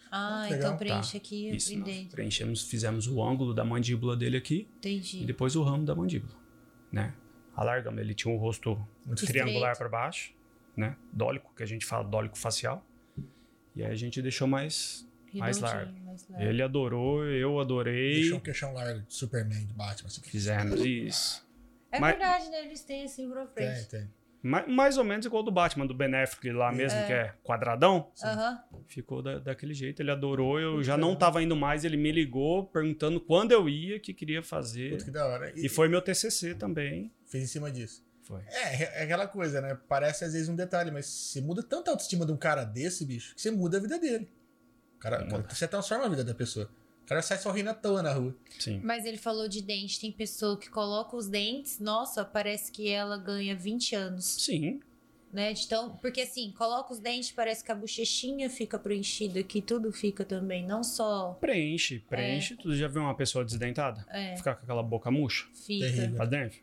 Speaker 1: Ah,
Speaker 2: Legal.
Speaker 1: então
Speaker 2: Tá.
Speaker 1: preenche aqui
Speaker 3: Isso,
Speaker 1: e
Speaker 3: nós
Speaker 1: dentro.
Speaker 3: preenchemos, fizemos o ângulo da mandíbula dele aqui e
Speaker 1: Entendi.
Speaker 3: depois o ramo da mandíbula, né? Alargamos, ele tinha um rosto
Speaker 2: Muito
Speaker 3: triangular
Speaker 1: estreito.
Speaker 3: para baixo, né? Dólico, que a gente fala dólico facial. E aí a gente deixou mais... é mais
Speaker 1: Redondinho,
Speaker 3: largo.
Speaker 1: mais largo.
Speaker 3: Ele adorou, eu adorei.
Speaker 2: Deixou um queixão largo de Superman, de Batman. Assim.
Speaker 3: Fizemos isso.
Speaker 1: É
Speaker 3: Mas-
Speaker 1: verdade, né? Eles têm assim pra
Speaker 2: Tem,
Speaker 1: frente.
Speaker 2: tem.
Speaker 3: Ma- mais ou menos igual do Batman, do Ben Affleck lá mesmo, que é quadradão.
Speaker 1: Aham.
Speaker 3: Ficou da- daquele jeito, ele adorou. Eu já não tava indo mais, ele me ligou perguntando quando eu ia, que queria
Speaker 2: Puta
Speaker 3: fazer.
Speaker 2: que da hora. E,
Speaker 3: E foi meu TCC também.
Speaker 2: fez em cima disso.
Speaker 3: Foi.
Speaker 2: É, é aquela coisa, né? Parece às vezes um detalhe, mas você muda tanta autoestima de um cara desse, bicho, que você muda a vida dele. O Cara,
Speaker 3: Muda.
Speaker 2: você transforma a vida da pessoa. O cara sai sorrindo à toa na rua.
Speaker 3: Sim.
Speaker 1: Mas ele falou de dente. Tem pessoa que coloca os dentes, nossa, parece que ela ganha 20 anos.
Speaker 3: Sim.
Speaker 1: né? Então, porque assim, coloca os dentes, parece que a bochechinha fica preenchida aqui, tudo fica também, não só
Speaker 3: Preenche, preenche. Tu já viu uma pessoa desdentada?
Speaker 1: é,
Speaker 3: Ficar com aquela boca murcha
Speaker 1: fica.
Speaker 2: Terrível.
Speaker 3: pra dentro?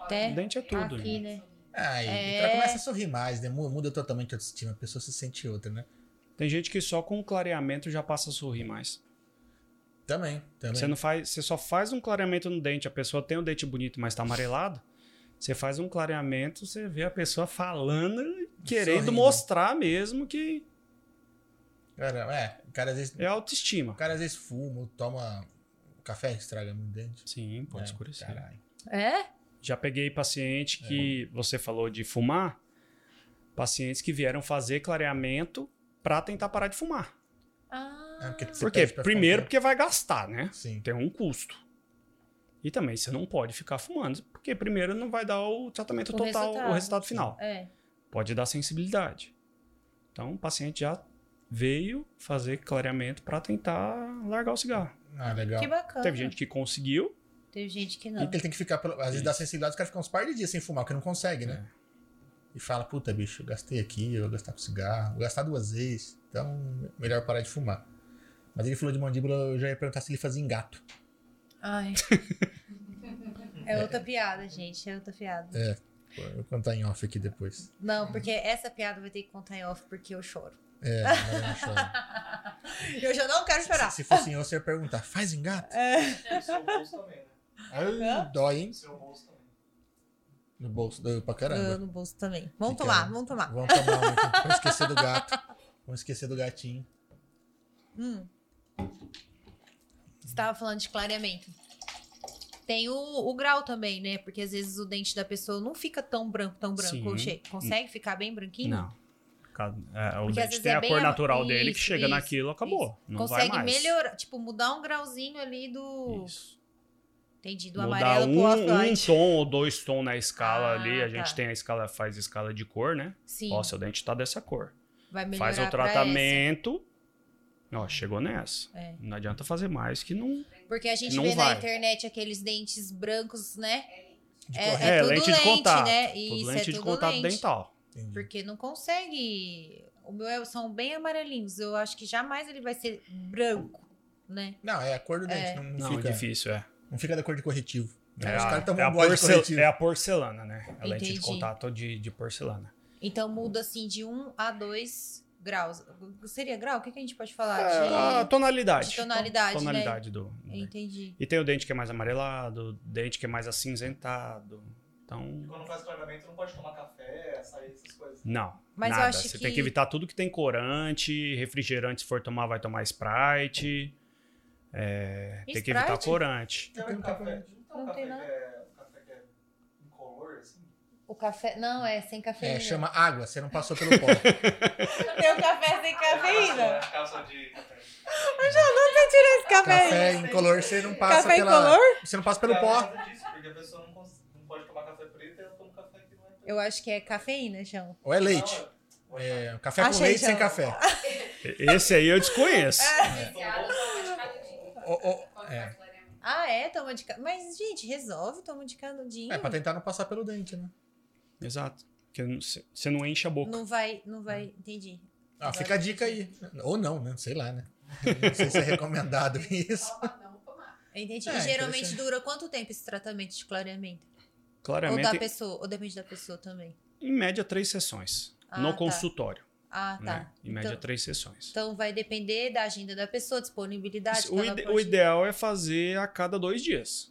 Speaker 1: Até
Speaker 3: Dente é tudo.
Speaker 1: aqui,
Speaker 3: né?
Speaker 1: né?
Speaker 2: Aí
Speaker 1: É.
Speaker 2: o cara começa a sorrir mais, né? Mu- Muda totalmente a autoestima, a pessoa se sente outra, né?
Speaker 3: Tem gente que só com clareamento já passa a sorrir mais.
Speaker 2: Também, também.
Speaker 3: Você não faz, você só faz um clareamento no dente, a pessoa tem um dente bonito, mas tá amarelado. Você faz um clareamento, você vê a pessoa falando, e querendo
Speaker 2: Sorrindo.
Speaker 3: mostrar mesmo que
Speaker 2: Cara, é, o cara às vezes,
Speaker 3: é autoestima.
Speaker 2: o cara às vezes fuma, ou toma café, estraga muito dente.
Speaker 3: Sim, pode
Speaker 2: É,
Speaker 3: escurecer.
Speaker 2: Caralho.
Speaker 1: É?
Speaker 3: Já peguei
Speaker 2: É
Speaker 3: paciente que você falou de fumar, pacientes que vieram fazer clareamento pra tentar parar de fumar.
Speaker 1: Ah,
Speaker 2: É, porque você
Speaker 3: Por quê?
Speaker 2: pede pra ficar
Speaker 3: Primeiro
Speaker 2: um
Speaker 3: porque vai gastar, né?
Speaker 2: tempo. Sim.
Speaker 3: Tem um custo. E também você não pode ficar fumando, porque primeiro não vai dar o tratamento
Speaker 1: O
Speaker 3: total,
Speaker 1: resultado.
Speaker 3: o resultado final.
Speaker 1: é.
Speaker 3: pode dar sensibilidade. Então o paciente já veio fazer clareamento para tentar largar o cigarro.
Speaker 2: Ah, legal.
Speaker 1: Que bacana.
Speaker 3: Teve gente que conseguiu,
Speaker 1: Teve gente que
Speaker 2: E
Speaker 1: não.
Speaker 2: que ele tem que ficar, pelo- às vezes
Speaker 3: Isso.
Speaker 2: dá sensibilidade, o cara fica uns par de dias sem fumar, porque não consegue, né?
Speaker 3: É.
Speaker 2: E fala, puta, bicho, eu gastei aqui, eu vou gastar com cigarro, vou gastar duas vezes, então melhor parar de fumar. Mas ele falou de mandíbula, eu já ia perguntar se ele fazia engato.
Speaker 1: Ai. É outra piada, gente. É outra piada.
Speaker 2: Pô, Eu vou contar em off aqui depois.
Speaker 1: Não, porque essa piada vai ter que contar em off, porque eu choro.
Speaker 2: É, mas eu não choro.
Speaker 1: Eu já não quero chorar.
Speaker 2: se, se fosse em osso, eu ia perguntar, faz engato?
Speaker 1: É.
Speaker 4: Seu bolso também, né?
Speaker 2: Ai, dói, hein?
Speaker 4: Seu bolso também.
Speaker 2: No bolso, doeu pra
Speaker 1: Eu
Speaker 2: caramba.
Speaker 1: Ah, no bolso também. Vamos
Speaker 2: Fica-
Speaker 1: tomar, vamos tomar.
Speaker 2: Vamos tomar um aqui. Vamos esquecer do gato. Vamos esquecer do gatinho.
Speaker 1: Hum. Você estava falando de clareamento. Tem o, o grau também, né? Porque às vezes o dente da pessoa não fica tão branco, tão branco.
Speaker 3: Sim.
Speaker 1: Ou che- Consegue ficar bem branquinho?
Speaker 3: Não. Ca- é, o
Speaker 1: Porque às
Speaker 3: dente
Speaker 1: vezes
Speaker 3: tem
Speaker 1: é
Speaker 3: a
Speaker 1: bem
Speaker 3: cor
Speaker 1: ama-
Speaker 3: natural dele que
Speaker 1: Isso,
Speaker 3: chega
Speaker 1: isso,
Speaker 3: naquilo, acabou.
Speaker 1: isso.
Speaker 3: Não
Speaker 1: Consegue
Speaker 3: vai mais.
Speaker 1: melhorar, tipo, mudar um grauzinho ali do.
Speaker 3: Isso.
Speaker 1: Entendi, do
Speaker 3: Mudar
Speaker 1: amarelo
Speaker 3: um,
Speaker 1: pro
Speaker 3: um
Speaker 1: ofante.
Speaker 3: tom ou dois tons na escala
Speaker 1: Ah,
Speaker 3: ali. A
Speaker 1: tá.
Speaker 3: gente tem a escala, faz escala de cor, né?
Speaker 1: Sim,
Speaker 3: Ó, seu dente tá dessa cor.
Speaker 1: vai melhorar
Speaker 3: Faz o
Speaker 1: pra
Speaker 3: tratamento. Ó, chegou nessa.
Speaker 1: essa. É.
Speaker 3: Não adianta fazer mais que não.
Speaker 1: Porque a gente
Speaker 3: Não
Speaker 1: vê na
Speaker 3: vai.
Speaker 1: internet aqueles dentes brancos, né?
Speaker 2: De
Speaker 1: É,
Speaker 2: corrente.
Speaker 1: é
Speaker 3: É,
Speaker 1: tudo
Speaker 3: lente de
Speaker 1: lente,
Speaker 3: contato.
Speaker 1: né?
Speaker 3: Tudo
Speaker 1: Isso,
Speaker 3: lente
Speaker 1: é
Speaker 3: de
Speaker 1: tudo
Speaker 3: contato
Speaker 1: lente.
Speaker 3: dental.
Speaker 2: Entendi.
Speaker 1: Porque não consegue. O meu é- são bem amarelinhos. Eu acho que jamais ele vai ser branco, né?
Speaker 2: Não, é a cor do dente.
Speaker 1: É.
Speaker 2: Não,
Speaker 3: Não,
Speaker 2: fica,
Speaker 3: é difícil, é.
Speaker 2: não fica da cor de corretivo.
Speaker 3: É,
Speaker 2: Os
Speaker 3: a,
Speaker 2: caras tão
Speaker 3: é a
Speaker 2: bom de
Speaker 3: porcel-
Speaker 2: corretivo.
Speaker 3: é a porcelana, né? A lente de
Speaker 1: Entendi.
Speaker 3: contato de, de porcelana.
Speaker 1: Então muda assim de 1 a 2 graus. Seria grau? O que, que a gente pode falar?
Speaker 3: É, a
Speaker 2: Ah.
Speaker 1: de...
Speaker 3: tonalidade.
Speaker 1: de tonalidade, né?
Speaker 3: Tonalidade do. do dente.
Speaker 1: Entendi.
Speaker 3: E tem o dente que é mais amarelado, o dente que é mais acinzentado. Então,
Speaker 4: Quando faz tratamento, não pode tomar café, sair essas coisas.
Speaker 3: não.
Speaker 1: Mas eu
Speaker 3: nada.
Speaker 1: acho
Speaker 3: Você
Speaker 1: que-
Speaker 3: tem que evitar tudo que tem corante, refrigerante, se for tomar, vai tomar Sprite. É, tem que evitar
Speaker 1: Sprite?
Speaker 3: corante.
Speaker 4: Tem um café.
Speaker 1: Não
Speaker 4: café
Speaker 1: tem
Speaker 4: que
Speaker 1: nada.
Speaker 4: é- café que é incolor, assim.
Speaker 1: O café. Não, é sem cafeína.
Speaker 2: É, chama água. Você não passou pelo pó.
Speaker 1: Meu café sem
Speaker 2: Ah,
Speaker 4: É
Speaker 1: cafeína.
Speaker 4: a Calça de café.
Speaker 1: Esse café.
Speaker 2: Café incolor, você não passa
Speaker 1: Café
Speaker 2: pela...
Speaker 1: incolor?
Speaker 2: Você não passa pelo pó.
Speaker 4: causa disso, porque a pessoa não, cons- não pode tomar café preto e ela toma café que não é preto.
Speaker 1: Eu acho que é cafeína, chama.
Speaker 2: Ou é leite.
Speaker 4: Não, é-
Speaker 2: É, café com
Speaker 1: Achei,
Speaker 2: leite sem
Speaker 1: João.
Speaker 2: café.
Speaker 3: E- Esse aí eu desconheço.
Speaker 1: É.
Speaker 5: Viciada, toma de cada dia.
Speaker 2: Ou- ou-
Speaker 5: Quando
Speaker 2: é.
Speaker 5: faz clareamento.
Speaker 1: Ah, é? Toma de canudinho. Mas, gente, resolve, toma de canudinho.
Speaker 2: É, pra tentar não passar pelo dente, né?
Speaker 3: Exato. Porque não- c- você não enche a boca.
Speaker 1: Não vai, não
Speaker 2: É.
Speaker 1: vai. Entendi.
Speaker 2: Ah, fica a dica aí. Ou não, né? Sei lá, né? Não sei se é recomendado isso.
Speaker 5: Só pra não tomar.
Speaker 1: Entendi.
Speaker 2: É,
Speaker 1: e geralmente
Speaker 2: interessante.
Speaker 1: dura quanto tempo esse tratamento de clareamento? Ou da
Speaker 2: é-
Speaker 3: Claramente,
Speaker 1: pessoa, ou depende da pessoa também.
Speaker 3: em média, três sessões.
Speaker 1: Ah,
Speaker 3: no
Speaker 1: tá.
Speaker 3: consultório.
Speaker 1: Ah,
Speaker 2: É,
Speaker 1: tá.
Speaker 3: né? Em média,
Speaker 1: Então-
Speaker 3: três sessões.
Speaker 1: Então vai depender da agenda da pessoa, disponibilidade. que
Speaker 3: o,
Speaker 1: ela
Speaker 3: ide-
Speaker 1: pode-
Speaker 3: o ideal é fazer a cada dois dias.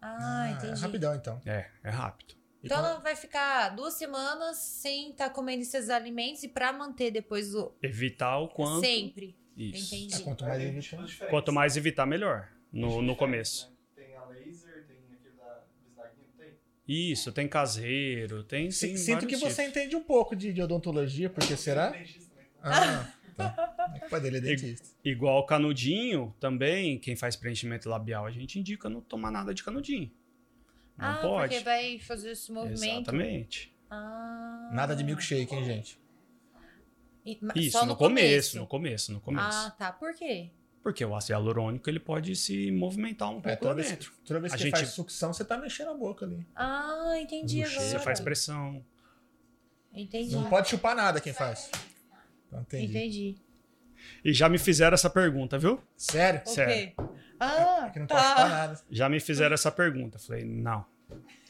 Speaker 1: Ah, entendi.
Speaker 2: rapidão, então.
Speaker 3: É, é rápido.
Speaker 2: E
Speaker 1: Então
Speaker 2: quando-
Speaker 3: é
Speaker 1: ela vai ficar duas semanas sem estar comendo esses alimentos e pra manter depois o.
Speaker 3: Evitar o quanto.
Speaker 1: Sempre.
Speaker 3: Isso.
Speaker 2: Ah,
Speaker 1: Entendi.
Speaker 2: quanto
Speaker 4: Aí
Speaker 2: mais
Speaker 4: tem
Speaker 2: evita-
Speaker 4: tipos diferentes.
Speaker 3: Quanto mais evitar, melhor. No,
Speaker 4: Tipos
Speaker 3: no
Speaker 4: diferentes,
Speaker 3: começo.
Speaker 4: né? Tem a laser, tem aquele da bisnaguinha, tem.
Speaker 3: Isso, tem caseiro, tem.
Speaker 2: Si-
Speaker 3: tem
Speaker 2: Sinto
Speaker 3: vários
Speaker 2: que você
Speaker 3: tipos.
Speaker 2: entende um pouco de, de odontologia, porque será?
Speaker 4: Tem dentista, né?
Speaker 2: Ah, tá. É que o pai dele é dentista.
Speaker 3: Igual o canudinho, também, quem faz preenchimento labial, a gente indica não tomar nada de canudinho. Não
Speaker 1: ah,
Speaker 3: pode.
Speaker 1: porque vai fazer esse movimento.
Speaker 3: Exatamente.
Speaker 1: Ah.
Speaker 2: Nada de milkshake, hein, gente?
Speaker 1: E- ma-
Speaker 3: Isso,
Speaker 1: só
Speaker 3: no, começo, no começo, no começo.
Speaker 1: Ah, tá. Por quê?
Speaker 3: Porque o ácido hialurônico ele pode se movimentar um pouco
Speaker 2: É,
Speaker 3: lá
Speaker 2: toda, vez,
Speaker 3: dentro.
Speaker 2: toda vez
Speaker 3: A
Speaker 2: que
Speaker 3: gente-
Speaker 2: faz sucção, você tá mexendo a boca ali.
Speaker 1: Ah, entendi
Speaker 2: Puxa,
Speaker 1: agora.
Speaker 3: Você faz pressão.
Speaker 1: Entendi.
Speaker 2: Não pode chupar nada quem faz. Então, entendi.
Speaker 1: Entendi.
Speaker 3: E já me fizeram essa pergunta, viu?
Speaker 2: Sério?
Speaker 1: O
Speaker 3: Sério.
Speaker 1: quê?
Speaker 3: É
Speaker 1: Ah,
Speaker 2: Que não pode chupar
Speaker 1: tá.
Speaker 2: nada.
Speaker 3: Já me fizeram essa pergunta. Falei, não.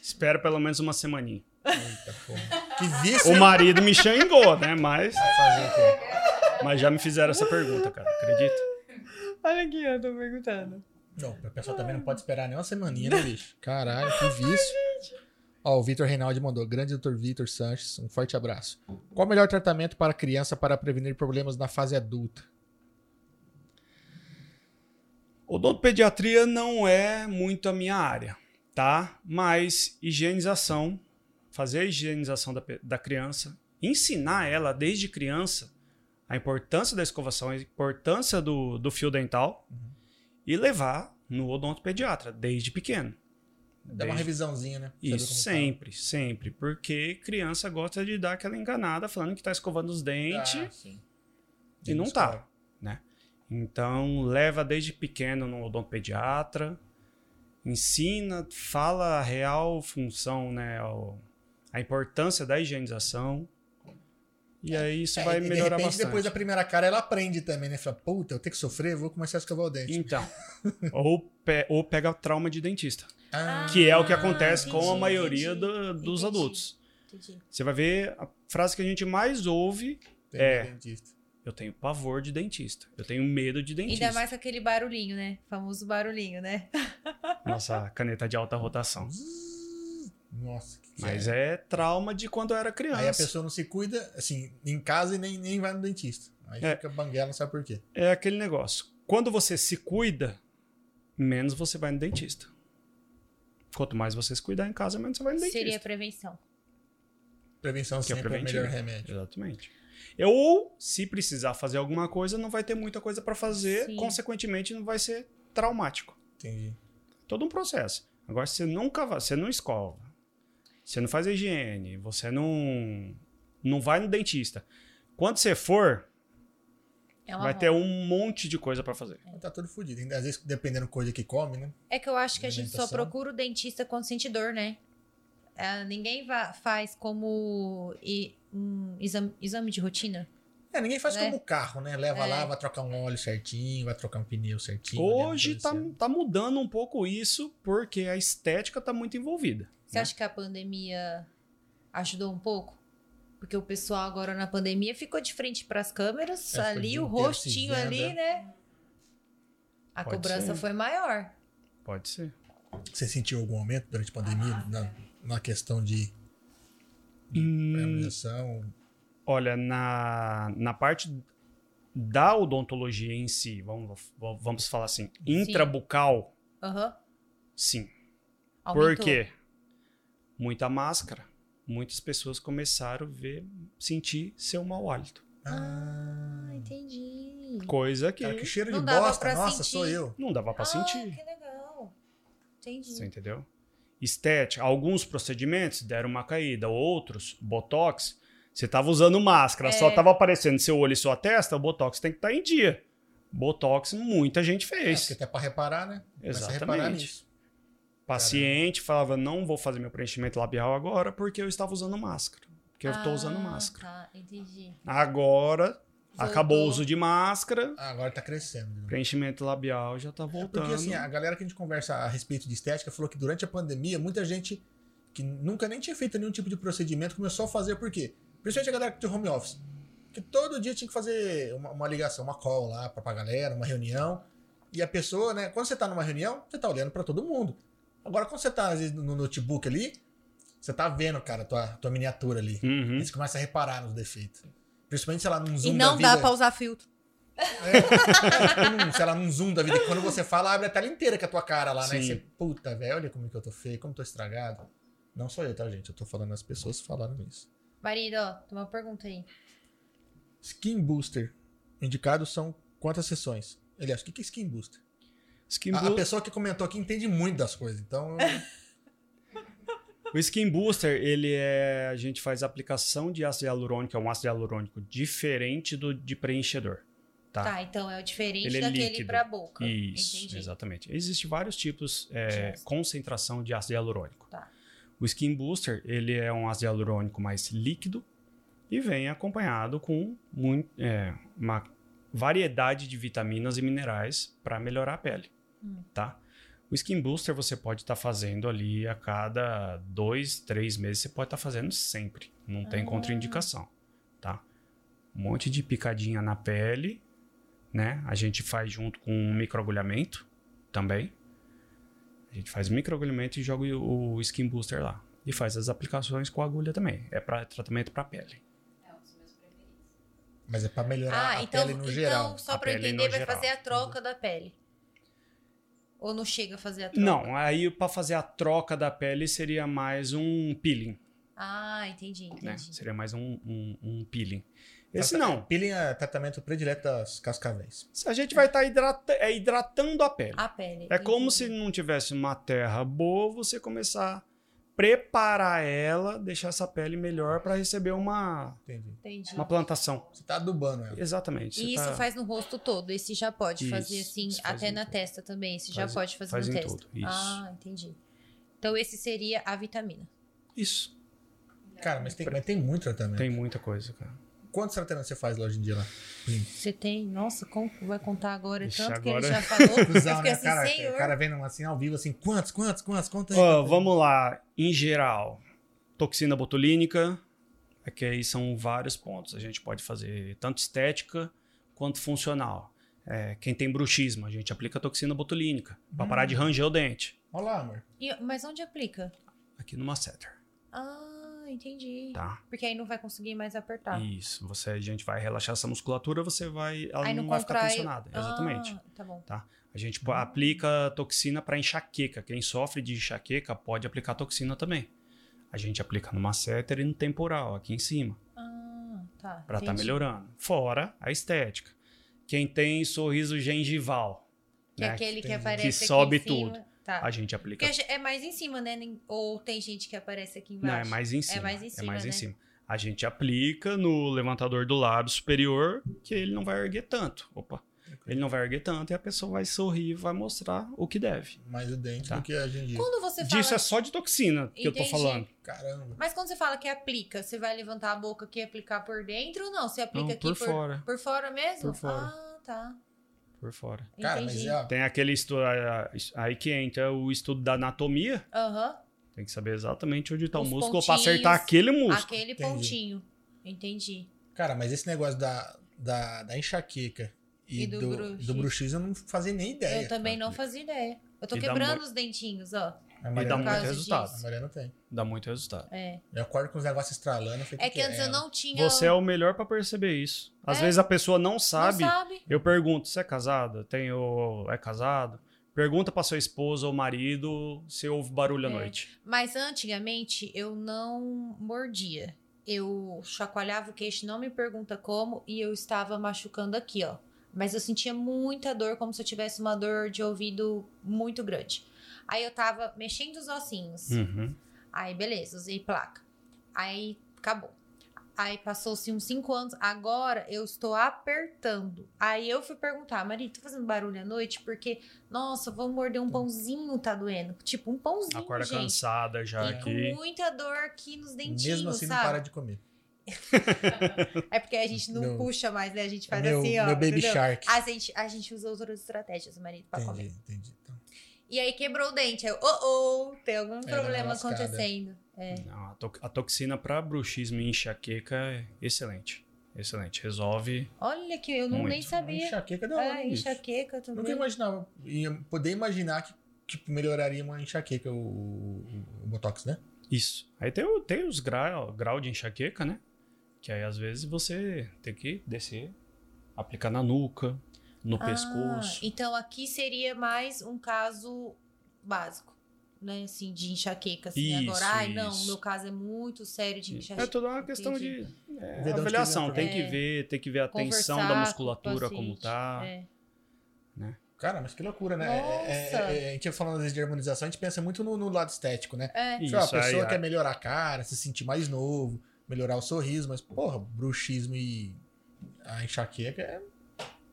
Speaker 3: Espera pelo menos uma semaninha.
Speaker 2: Eita porra. Que vício
Speaker 3: O marido me xingou, né? Mas,
Speaker 2: pra fazer aqui.
Speaker 3: mas já me fizeram essa pergunta, cara. Acredita?
Speaker 1: Olha aqui, eu tô perguntando.
Speaker 2: Não, o pessoal também não pode esperar nem uma semaninha, né, bicho? Caralho, que vício. Ó, o Vitor Reinaldi mandou. Grande Dr. Vitor Sanches, um forte abraço. Qual o melhor tratamento para criança para prevenir problemas na fase adulta?
Speaker 3: Odontopediatria não é muito a minha área, tá? Mas higienização, fazer a higienização da, pe- da criança, ensinar ela desde criança a importância da escovação, a importância do, do fio dental e levar no odontopediatra desde pequeno.
Speaker 2: Dá uma
Speaker 3: Desde-
Speaker 2: revisãozinha, né? Saber
Speaker 3: Isso,
Speaker 2: como tá.
Speaker 3: sempre, sempre. Porque criança gosta de dar aquela enganada falando que tá escovando os dentes.
Speaker 2: Ah, é. sim.
Speaker 3: E não
Speaker 2: Escola.
Speaker 3: tá, né? Então, leva desde pequeno no odontopediatra, ensina, fala a real função, né? o- A importância da higienização. E aí isso
Speaker 2: É,
Speaker 3: vai
Speaker 2: e de
Speaker 3: melhorar
Speaker 2: repente,
Speaker 3: bastante.
Speaker 2: depois da primeira cara, ela aprende também, né? Fala, puta, eu tenho que sofrer, vou começar a escovar o dente.
Speaker 3: Então, ou, pe- ou pega trauma de dentista,
Speaker 2: Ah,
Speaker 3: que é o que acontece com a
Speaker 1: entendi,
Speaker 3: maioria
Speaker 1: entendi,
Speaker 3: do- dos
Speaker 1: entendi.
Speaker 3: adultos.
Speaker 1: Entendi.
Speaker 3: Você vai ver a frase que a gente mais ouve:
Speaker 2: tem
Speaker 3: é.
Speaker 2: dentista.
Speaker 3: eu tenho pavor de dentista, eu tenho medo de dentista.
Speaker 1: Ainda mais com aquele barulhinho, né? Famoso barulhinho, né?
Speaker 3: Nossa caneta de alta rotação.
Speaker 2: Nossa, que que
Speaker 3: Mas é trauma de quando eu era criança.
Speaker 2: Aí a pessoa não se cuida, assim, em casa e nem, nem vai no dentista. Aí
Speaker 3: É.
Speaker 2: fica banguela, não sabe por quê.
Speaker 3: É aquele negócio. Quando você se cuida, menos você vai no dentista. Quanto mais você se cuidar em casa, menos você vai no dentista.
Speaker 1: Seria prevenção.
Speaker 2: Prevenção
Speaker 3: Que é
Speaker 2: sempre é o melhor
Speaker 3: preventivo.
Speaker 2: remédio.
Speaker 3: Exatamente. É, Ou, se precisar fazer alguma coisa, não vai ter muita coisa pra fazer,
Speaker 1: Sim.
Speaker 3: consequentemente, não vai ser traumático.
Speaker 2: Entendi.
Speaker 3: Todo um processo. Agora, você nunca vai, você não escova, você não faz a higiene, você não, não vai no dentista. Quando você for,
Speaker 1: É uma
Speaker 3: vai
Speaker 1: ro-
Speaker 3: ter um monte de coisa pra fazer.
Speaker 2: Mas Tá tudo fodido. Ainda Às vezes, dependendo da coisa que come, né?
Speaker 1: É que eu acho que a gente só
Speaker 2: Alimentação.
Speaker 1: procura o dentista quando sente dor, né? Ah, ninguém va- faz como e- um exame, exame de rotina.
Speaker 2: É, ninguém faz
Speaker 1: Né?
Speaker 2: como o carro, né? Leva
Speaker 1: É.
Speaker 2: lá, vai trocar um óleo certinho, vai trocar um pneu certinho.
Speaker 3: Hoje
Speaker 2: né?
Speaker 3: tá,
Speaker 2: Tudo
Speaker 3: tá mudando um pouco isso, porque a estética tá muito envolvida.
Speaker 1: Você acha que a pandemia ajudou um pouco? Porque o pessoal agora na pandemia ficou de frente pras câmeras,
Speaker 2: É, foi o
Speaker 1: ali
Speaker 2: dia
Speaker 1: o
Speaker 2: inteiro
Speaker 1: rostinho
Speaker 2: cinzenta.
Speaker 1: ali, né? A
Speaker 3: Pode
Speaker 1: cobrança
Speaker 3: ser.
Speaker 1: foi maior.
Speaker 3: Pode ser.
Speaker 2: certo. Você sentiu algum aumento durante a pandemia
Speaker 1: Ah.
Speaker 2: na, na questão de
Speaker 3: Hum.
Speaker 2: harmonização?
Speaker 3: Olha, na, na parte da odontologia em si, vamos, vamos falar assim, intrabucal,
Speaker 1: Aham.
Speaker 3: sim.
Speaker 1: Aumentou.
Speaker 3: Por quê? Muita máscara. Muitas pessoas começaram a ver, sentir seu mau hálito.
Speaker 2: Ah,
Speaker 1: Ah, entendi.
Speaker 3: Coisa que
Speaker 2: cara, que cheiro
Speaker 1: Não
Speaker 2: de
Speaker 1: dava
Speaker 2: bosta.
Speaker 1: pra
Speaker 2: Nossa,
Speaker 1: sentir.
Speaker 2: sou eu.
Speaker 3: não dava pra
Speaker 1: ah,
Speaker 3: sentir.
Speaker 1: que legal. Entendi.
Speaker 3: Você entendeu? Estética. Alguns procedimentos deram uma caída, outros, botox. Você tava usando máscara, só
Speaker 1: É.
Speaker 3: tava aparecendo seu olho e sua testa, o botox tem que estar em dia. Botox muita gente
Speaker 2: É,
Speaker 3: fez.
Speaker 1: tá
Speaker 2: porque até pra reparar, né? Começa a reparar
Speaker 3: Exatamente.
Speaker 2: nisso.
Speaker 1: né?
Speaker 3: Paciente falava: não vou fazer meu preenchimento labial agora porque eu estava usando máscara. Porque eu estou usando
Speaker 1: Ah,
Speaker 3: máscara.
Speaker 1: Tá, entendi.
Speaker 3: Agora
Speaker 1: Voltou.
Speaker 3: acabou o uso de máscara,
Speaker 2: Ah, agora tá crescendo. né?
Speaker 3: preenchimento labial já tá voltando.
Speaker 2: Porque assim, a galera que a gente conversa a respeito de estética falou que durante a pandemia, muita gente que nunca nem tinha feito nenhum tipo de procedimento começou a fazer por quê? Principalmente a galera que tinha home office. Que todo dia tinha que fazer uma, uma ligação, uma call lá pra, pra galera, uma reunião. E a pessoa, né? Quando você tá numa reunião, você tá olhando pra todo mundo. Agora, quando você tá, às vezes, no notebook ali, você tá vendo, cara, tua, tua miniatura ali.
Speaker 3: Uhum.
Speaker 2: Aí Você começa a reparar nos defeitos. Principalmente, sei lá, num zoom
Speaker 1: e não
Speaker 2: da vida.
Speaker 1: dá pra usar filtro.
Speaker 2: Num, É. Hum, sei lá, num zoom da vida. que Quando você fala, abre a tela inteira com a tua cara lá, né? E
Speaker 3: Sim.
Speaker 2: você, puta, velho, olha como que eu tô feio, como eu tô estragado. Não sou eu, tá, gente? Eu tô falando, as pessoas falaram isso.
Speaker 1: Marido, ó, tem uma pergunta aí.
Speaker 2: Skin Booster. Indicados são quantas sessões? Aliás, o que que é Skin Booster?
Speaker 3: Skin
Speaker 2: A, a
Speaker 3: booster-
Speaker 2: pessoa que comentou aqui entende muito das coisas, então...
Speaker 3: É.
Speaker 2: eu-
Speaker 3: O Skin Booster, ele é. A gente faz aplicação de ácido hialurônico, é um ácido hialurônico diferente do de preenchedor.
Speaker 1: Tá,
Speaker 3: Tá.
Speaker 1: então é o diferente
Speaker 3: Ele é
Speaker 1: daquele
Speaker 3: líquido.
Speaker 1: pra boca.
Speaker 3: Isso,
Speaker 1: Entendi.
Speaker 3: exatamente. Existem vários tipos é,
Speaker 1: Sim.
Speaker 3: concentração de ácido hialurônico.
Speaker 1: Tá.
Speaker 3: O Skin Booster, ele é um ácido hialurônico mais líquido e vem acompanhado com muito, é, uma variedade de vitaminas e minerais para melhorar a pele,
Speaker 1: Hum.
Speaker 3: tá? O Skin Booster você pode estar fazendo ali a cada dois, três meses, você pode estar fazendo sempre. Não tem
Speaker 1: Ah.
Speaker 3: contraindicação, tá? Um monte de picadinha na pele, né? A gente faz junto com um microagulhamento também. A gente faz microagulhamento e joga o o skin booster lá. E faz as aplicações com agulha também. É para tratamento para pele.
Speaker 5: É um dos meus preferidos.
Speaker 2: Mas é pra melhorar
Speaker 1: Ah,
Speaker 2: a
Speaker 1: então,
Speaker 2: pele no
Speaker 1: então
Speaker 2: geral.
Speaker 1: só
Speaker 3: A
Speaker 1: pra eu
Speaker 3: pele no
Speaker 1: entender, vai
Speaker 3: geral.
Speaker 1: fazer a troca da pele. Ou não chega a fazer a troca?
Speaker 3: Não, aí para fazer a troca da pele seria mais um peeling,
Speaker 1: Ah, entendi, entendi.
Speaker 3: né? Seria mais um, um, um peeling. Esse
Speaker 2: Trata-
Speaker 3: não.
Speaker 2: Peeling é tratamento predileto das cascavéis.
Speaker 3: A gente vai estar hidratando a pele.
Speaker 1: A pele.
Speaker 3: É como
Speaker 1: Ah, entendi.
Speaker 3: se não tivesse uma terra boa, você começar a preparar ela, deixar essa pele melhor para receber uma,
Speaker 2: Entendi.
Speaker 1: Entendi.
Speaker 3: uma plantação.
Speaker 2: Você tá adubando ela.
Speaker 3: Exatamente. você
Speaker 1: E isso
Speaker 3: tá-
Speaker 1: faz no rosto todo. Esse já pode
Speaker 3: Isso,
Speaker 1: fazer assim,
Speaker 3: isso faz
Speaker 1: até
Speaker 3: em
Speaker 1: na
Speaker 3: tudo.
Speaker 1: testa também. Esse já
Speaker 3: Faz-
Speaker 1: pode fazer
Speaker 3: faz
Speaker 1: na
Speaker 3: em
Speaker 1: testa.
Speaker 3: tudo, isso.
Speaker 1: Ah, entendi. Então esse seria a vitamina.
Speaker 3: Isso.
Speaker 2: Cara, mas tem, mas tem muito tratamento.
Speaker 3: É. Tem muita coisa, cara.
Speaker 2: Quantos tratamentos você faz lá hoje em dia lá? Clínico?
Speaker 1: Você tem, nossa, como que vai contar agora?
Speaker 3: Ixi,
Speaker 1: Tanto que ele
Speaker 3: agora-
Speaker 1: já falou. Eu
Speaker 2: Cruzão,
Speaker 1: fiquei
Speaker 2: né?
Speaker 1: assim,
Speaker 2: cara,
Speaker 1: senhor.
Speaker 2: O cara vendo assim ao vivo, assim, quantos, quantos, quantos, conta aí.
Speaker 3: Ó,
Speaker 2: conta aí.
Speaker 3: vamos lá. Em geral, toxina botulínica, é que aí são vários pontos. A gente pode fazer tanto estética quanto funcional. É, quem tem bruxismo, a gente
Speaker 1: Hum.
Speaker 3: aplica toxina botulínica para parar de ranger o dente.
Speaker 2: Olha lá, amor.
Speaker 1: E- mas onde aplica?
Speaker 3: aqui numa setter,
Speaker 1: Ah, entendi.
Speaker 3: tá?
Speaker 1: Porque aí não vai conseguir mais apertar.
Speaker 3: Isso, você, a gente vai relaxar essa musculatura, você vai, ela
Speaker 1: aí
Speaker 3: não, vai ficar tensionada, exatamente.
Speaker 1: Ah, tá bom.
Speaker 3: A gente pô- aplica toxina para enxaqueca. Quem sofre de enxaqueca pode aplicar toxina também. A gente aplica no masseter e no temporal, aqui em cima,
Speaker 1: Ah, tá.
Speaker 3: para estar
Speaker 1: entendi.
Speaker 3: melhorando. Fora a estética. Quem tem sorriso gengival,
Speaker 1: Que é
Speaker 3: né?
Speaker 1: aquele que
Speaker 2: Entendi.
Speaker 1: aparece
Speaker 3: Que
Speaker 1: aqui
Speaker 3: sobe
Speaker 1: em cima. Tá.
Speaker 3: a gente aplica.
Speaker 1: Porque a ge- é mais em cima, né? Nem- Ou tem gente que aparece aqui
Speaker 3: Não,
Speaker 1: embaixo.
Speaker 3: é mais em cima.
Speaker 1: mais em cima, né?
Speaker 3: A gente aplica no levantador do lábio superior, que ele não vai erguer tanto. Opa. Ele não vai erguer tanto e a pessoa vai sorrir, vai mostrar o que deve.
Speaker 2: Mais o dente
Speaker 3: Tá.
Speaker 2: do que a gengiva.
Speaker 1: Quando você fala.
Speaker 3: Disso é só de toxina que eu tô
Speaker 1: Entendi.
Speaker 3: falando.
Speaker 2: Caramba.
Speaker 1: Mas quando você fala que aplica, você vai levantar a boca aqui e aplicar por dentro ou não? Você aplica
Speaker 3: Não,
Speaker 1: aqui
Speaker 3: por fora.
Speaker 1: Por fora mesmo?
Speaker 3: Por fora.
Speaker 1: Ah, tá.
Speaker 3: Por fora.
Speaker 2: Cara, mas
Speaker 1: Entendi.
Speaker 2: é,
Speaker 3: Tem aquele estudo. Aí que entra o estudo da anatomia.
Speaker 1: Aham.
Speaker 3: Tem que saber exatamente onde tá
Speaker 1: Os
Speaker 3: o músculo pra acertar
Speaker 1: pontinhos.
Speaker 3: aquele músculo.
Speaker 1: Aquele
Speaker 2: Entendi.
Speaker 1: pontinho. Entendi.
Speaker 2: Cara, mas esse negócio da, da, da enxaqueca e,
Speaker 1: E do
Speaker 2: do, do,
Speaker 1: bruxismo.
Speaker 2: bruxismo eu não fazia nem ideia. tá.
Speaker 1: eu também não
Speaker 3: cara.
Speaker 1: fazia ideia. Eu tô
Speaker 3: E dá
Speaker 1: quebrando
Speaker 3: mu-
Speaker 1: os dentinhos, ó.
Speaker 2: A
Speaker 3: E é dá
Speaker 2: Mariana,
Speaker 1: por
Speaker 3: muito
Speaker 1: causa
Speaker 3: resultado. né?
Speaker 2: a
Speaker 1: disso.
Speaker 2: Mariana tem.
Speaker 3: Dá muito resultado.
Speaker 1: É.
Speaker 2: Eu acordo com os negócios estralando. eu falei,
Speaker 1: É
Speaker 2: "Que
Speaker 1: que antes eu
Speaker 2: é?"
Speaker 1: não tinha.
Speaker 3: Você é o melhor pra perceber isso. Às
Speaker 1: Então, É.
Speaker 3: vezes a pessoa não
Speaker 1: não
Speaker 3: sabe.
Speaker 1: sabe.
Speaker 3: Eu pergunto, você é casado? Tem o... É casado? Pergunta pra sua esposa ou marido se ouve barulho à
Speaker 1: É.
Speaker 3: noite.
Speaker 1: Mas antigamente eu não mordia. Eu chacoalhava o queixo, não me pergunta como, e eu estava machucando aqui, ó. Mas eu sentia muita dor, como se eu tivesse uma dor de ouvido muito grande. Aí eu tava mexendo os ossinhos.
Speaker 3: Uhum.
Speaker 1: Aí, beleza, usei placa. Aí, acabou. Aí, passou-se uns 5 anos. Agora, eu estou apertando. Aí, eu fui perguntar, marido, tô fazendo barulho à noite? Porque, nossa, vou morder um pãozinho, tá doendo. Tipo, um pãozinho,
Speaker 3: Acorda
Speaker 1: gente.
Speaker 3: cansada já
Speaker 1: E
Speaker 3: aqui.
Speaker 1: com muita dor aqui nos dentinhos,
Speaker 2: Mesmo assim,
Speaker 1: sabe?
Speaker 2: não para de comer.
Speaker 1: É porque a gente não
Speaker 2: Meu-
Speaker 1: puxa mais, né? A gente
Speaker 2: É
Speaker 1: faz
Speaker 2: meu,
Speaker 1: assim, ó.
Speaker 2: meu baby
Speaker 1: entendeu?
Speaker 2: shark.
Speaker 1: A gente, a gente usa outras estratégias, marido, pra
Speaker 2: Entendi,
Speaker 1: comer.
Speaker 2: entendi. Então,
Speaker 1: E aí quebrou o dente. Eu, oh, oh, tem algum
Speaker 2: dá é uma
Speaker 1: problema
Speaker 2: lascada.
Speaker 1: acontecendo.
Speaker 3: Não, a, to- a toxina pra bruxismo e enxaqueca é excelente. Excelente. Resolve.
Speaker 1: Olha que eu não nem
Speaker 3: Muito.
Speaker 1: sabia.
Speaker 2: enxaqueca da hora.
Speaker 1: É,
Speaker 2: bicho.
Speaker 1: enxaqueca
Speaker 2: Eu
Speaker 1: também.
Speaker 2: Nunca imaginava. Ia poder imaginar que, que melhoraria uma enxaqueca o, o- o Botox, né?
Speaker 3: Isso. Aí tem, o- tem os grau, grau de enxaqueca, né? Que aí às vezes você tem que descer, aplicar na nuca, no
Speaker 1: Ah,
Speaker 3: pescoço.
Speaker 1: Então aqui seria mais um caso básico, né? Assim, de enxaqueca. Assim,
Speaker 3: Isso,
Speaker 1: agora, ai, não,
Speaker 3: isso.
Speaker 1: meu caso é muito sério de enxaqueca.
Speaker 3: É toda uma questão de é,
Speaker 2: Ver de onde
Speaker 3: avaliação.
Speaker 2: que vem né?
Speaker 3: Tem
Speaker 1: o
Speaker 3: que
Speaker 1: problema.
Speaker 3: ver, tem que ver a tensão da
Speaker 1: Conversar
Speaker 3: musculatura,
Speaker 1: com o
Speaker 3: como
Speaker 1: paciente,
Speaker 3: tá.
Speaker 1: é.
Speaker 2: Cara, mas que loucura, né? É-
Speaker 1: Nossa!
Speaker 2: é- é- a gente ia falando às vezes de harmonização, a gente pensa muito no, no lado estético, né?
Speaker 1: É.
Speaker 3: Isso,
Speaker 2: Sei lá, a pessoa
Speaker 3: aí,
Speaker 2: quer melhorar a cara, se sentir mais novo, melhorar o sorriso, mas, porra, bruxismo e a enxaqueca é.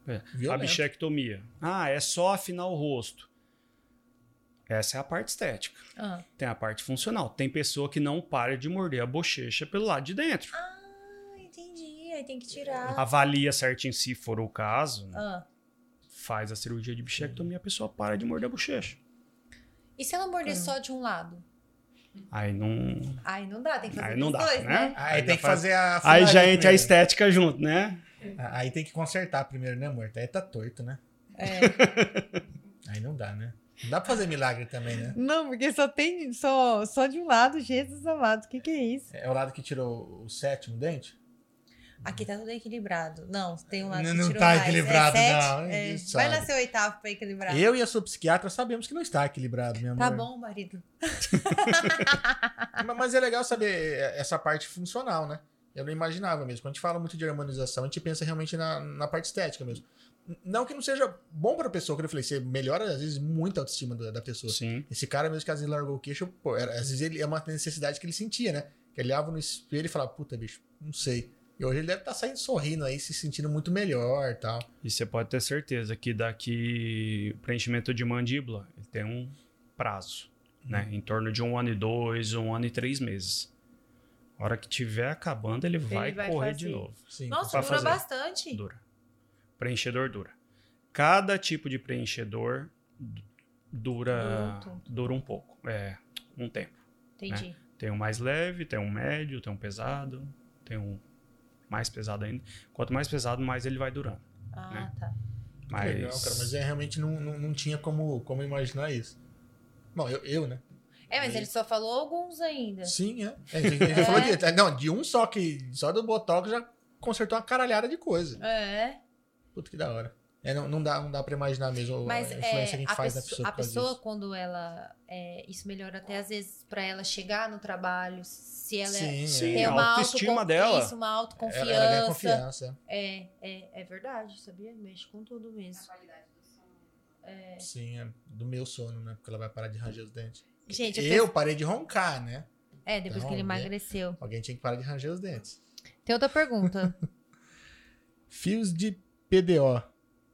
Speaker 3: É, a
Speaker 2: violento.
Speaker 3: bichectomia. Ah, é só afinar o rosto. Essa é a parte estética.
Speaker 1: Ah,
Speaker 3: Tem a parte funcional. Tem pessoa que não para de morder a bochecha pelo lado de dentro.
Speaker 1: Ah. entendi. Aí tem que
Speaker 3: É
Speaker 1: tirar.
Speaker 3: Avalia certinho se for o caso, né?
Speaker 1: Ah.
Speaker 3: faz a cirurgia de bichectomia, a pessoa para de morder a bochecha.
Speaker 1: E se ela morder só de um lado?
Speaker 3: Aí não.
Speaker 1: Ai, não dá, tem que fazer
Speaker 3: Aí não
Speaker 1: dos
Speaker 3: dá,
Speaker 1: dois,
Speaker 3: né?
Speaker 2: Aí,
Speaker 3: Aí já
Speaker 2: tem que
Speaker 3: faz-
Speaker 2: fazer assim, a.
Speaker 3: Aí
Speaker 2: filagem
Speaker 3: já entra a
Speaker 2: primeiro.
Speaker 3: estética junto, né?
Speaker 2: Aí tem que consertar primeiro, né, amor? Aí tá torto, né?
Speaker 1: É.
Speaker 2: Aí não dá, né? Não dá pra fazer milagre também, né?
Speaker 1: Não, porque só tem só, só de um lado, Jesus amado. O que, que é isso?
Speaker 2: É o lado que tirou o sétimo dente?
Speaker 1: Aqui tá tudo equilibrado. Não, tem um lado
Speaker 2: Não-
Speaker 1: que
Speaker 2: não
Speaker 1: tirou
Speaker 2: tá
Speaker 1: mais.
Speaker 2: equilibrado,
Speaker 1: é sete?
Speaker 2: não,
Speaker 1: É.
Speaker 2: isso
Speaker 1: Vai
Speaker 2: sabe.
Speaker 1: nascer o oitavo pra equilibrar.
Speaker 2: Eu e a sua psiquiatra sabemos que não está equilibrado, meu amor.
Speaker 1: Tá bom, marido.
Speaker 2: Ma- Mas é legal saber essa parte funcional, né? Eu não imaginava mesmo. Quando a gente fala muito de harmonização, a gente pensa realmente na, na parte estética mesmo. N- Não que não seja bom pra pessoa, que eu falei, você melhora às vezes muito a autoestima da, da pessoa.
Speaker 3: Sim.
Speaker 2: Esse cara mesmo que às vezes largou o queixo, pô, era- às vezes ele, é uma necessidade que ele sentia, né? Que ele olhava no espelho e falava, puta, bicho, não sei. E hoje ele deve estar saindo sorrindo aí, se sentindo muito melhor e tal.
Speaker 3: E você pode ter certeza que daqui o preenchimento de mandíbula ele tem um prazo, né?
Speaker 2: Uhum.
Speaker 3: Em torno de um ano e dois, um ano e três meses. A hora que tiver acabando, ele vai,
Speaker 1: vai
Speaker 3: correr
Speaker 1: fazer.
Speaker 3: de novo.
Speaker 2: Sim.
Speaker 1: Nossa,
Speaker 3: pra
Speaker 1: dura
Speaker 3: fazer.
Speaker 1: bastante.
Speaker 3: Dura. Preenchedor dura. Cada tipo de preenchedor du-
Speaker 1: Dura um
Speaker 3: dura,
Speaker 1: tanto.
Speaker 3: dura um pouco. É, um tempo.
Speaker 2: né?
Speaker 1: Entendi.
Speaker 3: Tem um mais leve, tem um médio, tem um pesado, tem um mais pesado ainda. Quanto mais pesado, mais ele vai durando.
Speaker 1: Ah, tá.
Speaker 3: Mas,
Speaker 2: é Legal, cara, mas é, realmente não, não, não tinha como, como imaginar isso. Bom, eu, eu né?
Speaker 1: É, mas ele só falou alguns ainda.
Speaker 2: Sim, é. É, a gente- a gente
Speaker 1: É.
Speaker 2: falou de- não, de um só que. Só do Botox já consertou uma caralhada de coisa.
Speaker 1: É.
Speaker 2: Puta que da hora. É, não, não dá, não dá pra imaginar mesmo
Speaker 1: Mas
Speaker 2: a influência
Speaker 1: é,
Speaker 2: que a gente
Speaker 1: a,
Speaker 2: faz na
Speaker 1: pesso-
Speaker 2: pessoa.
Speaker 1: a
Speaker 2: por causa
Speaker 1: pessoa,
Speaker 2: disso.
Speaker 1: quando ela. é, isso melhora até às vezes pra ela chegar no trabalho, se ela é-
Speaker 2: Sim,
Speaker 3: Sim,
Speaker 2: é.
Speaker 1: tem
Speaker 3: a
Speaker 1: uma
Speaker 3: autoestima
Speaker 1: autocon-
Speaker 3: dela.
Speaker 1: Isso, uma
Speaker 2: Ela,
Speaker 1: autoconfiança.
Speaker 2: ela ganha confiança.
Speaker 1: É, é, é verdade, sabia? Mexe com tudo
Speaker 5: A
Speaker 1: mesmo.
Speaker 5: qualidade do sono.
Speaker 1: É.
Speaker 2: Sim, é do meu sono, né? Porque ela vai parar de ranger os dentes.
Speaker 1: Gente, eu,
Speaker 2: eu
Speaker 1: penso-
Speaker 2: parei de roncar, né?
Speaker 1: É, depois que ele
Speaker 2: Não, né?
Speaker 1: emagreceu.
Speaker 2: Alguém tinha que parar de ranger os dentes.
Speaker 1: Tem outra pergunta.
Speaker 2: Fios de PDO.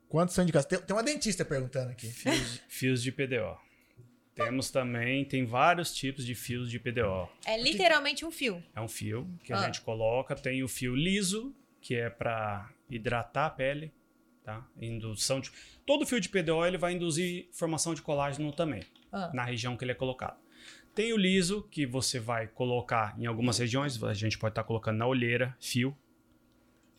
Speaker 2: Quantos são indicados? Tem, tem uma dentista perguntando aqui.
Speaker 3: Fios, fios de PDO. Temos também, tem vários tipos de fios de PDO.
Speaker 1: É literalmente um fio.
Speaker 3: É um fio que a
Speaker 1: Ah.
Speaker 3: gente coloca, tem o fio liso, que é para hidratar a pele, tá? Indução de Todo fio de PDO ele vai induzir formação de colágeno também,
Speaker 1: Ah.
Speaker 3: na região que ele é colocado. Tem o liso, que você vai colocar em algumas regiões, a gente pode estar colocando na olheira, fio,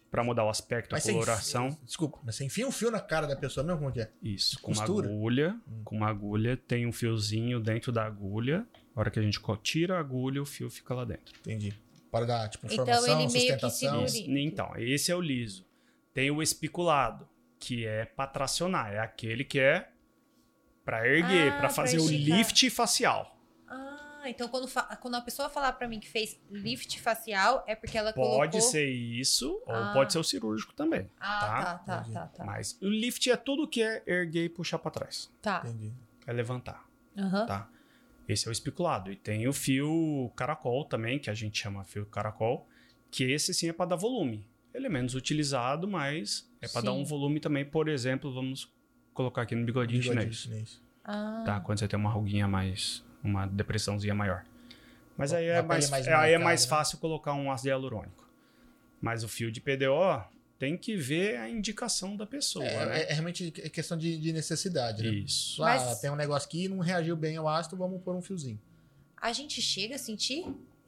Speaker 3: para mudar o aspecto, a
Speaker 2: você enfi-
Speaker 3: coloração.
Speaker 2: Desculpa, mas você enfia um fio na cara da pessoa mesmo? Como que é?
Speaker 3: Isso, com uma
Speaker 2: Costura?
Speaker 3: agulha,
Speaker 1: Hum.
Speaker 3: com uma agulha, tem um fiozinho dentro da agulha. A hora que a gente co- tira a agulha, o fio fica lá dentro.
Speaker 2: Entendi. Para dar, tipo,
Speaker 1: Então,
Speaker 2: informação,
Speaker 1: ele meio que
Speaker 2: sustentação.
Speaker 1: segura-
Speaker 3: Isso. Então, esse é o liso. Tem o espiculado, que é pra tracionar, é aquele que é pra erguer,
Speaker 1: Ah,
Speaker 3: pra fazer
Speaker 1: pra
Speaker 3: o
Speaker 1: esticar.
Speaker 3: lift facial.
Speaker 1: Ah, então quando, fa- quando a pessoa falar pra mim que fez lift facial, é porque ela colocou...
Speaker 3: Pode ser isso,
Speaker 1: Ah.
Speaker 3: ou pode ser o cirúrgico também.
Speaker 1: Ah, tá, tá,
Speaker 2: Entendi.
Speaker 1: tá, tá.
Speaker 3: Mas o lift é tudo que é erguer e puxar pra trás.
Speaker 1: Tá.
Speaker 2: Entendi.
Speaker 3: É levantar.
Speaker 1: Aham.
Speaker 3: tá? Esse é o espiculado. E tem o fio caracol também, que a gente chama fio caracol, que esse sim é para dar volume. Ele é menos utilizado, mas é para dar
Speaker 1: Sim.
Speaker 3: um volume também. Por exemplo, vamos colocar aqui no bigodinho,
Speaker 2: Bigodinho
Speaker 3: chinês,
Speaker 2: chinês.
Speaker 1: Ah,
Speaker 3: tá? Quando você tem uma ruguinha mais, uma depressãozinha maior. Mas aí é
Speaker 2: Uma pele
Speaker 3: mais,
Speaker 2: mais
Speaker 3: é- aí é
Speaker 2: marcada,
Speaker 3: mais
Speaker 2: né?
Speaker 3: fácil colocar um ácido hialurônico. Mas o fio de PDO tem que ver a indicação da pessoa,
Speaker 2: É,
Speaker 3: né?
Speaker 2: é- é realmente que- é questão de, de necessidade, né?
Speaker 3: Isso.
Speaker 2: Ah,
Speaker 1: Mas-
Speaker 2: tem um negócio aqui e não reagiu bem ao ácido, vamos pôr um fiozinho.
Speaker 1: A gente chega a sentir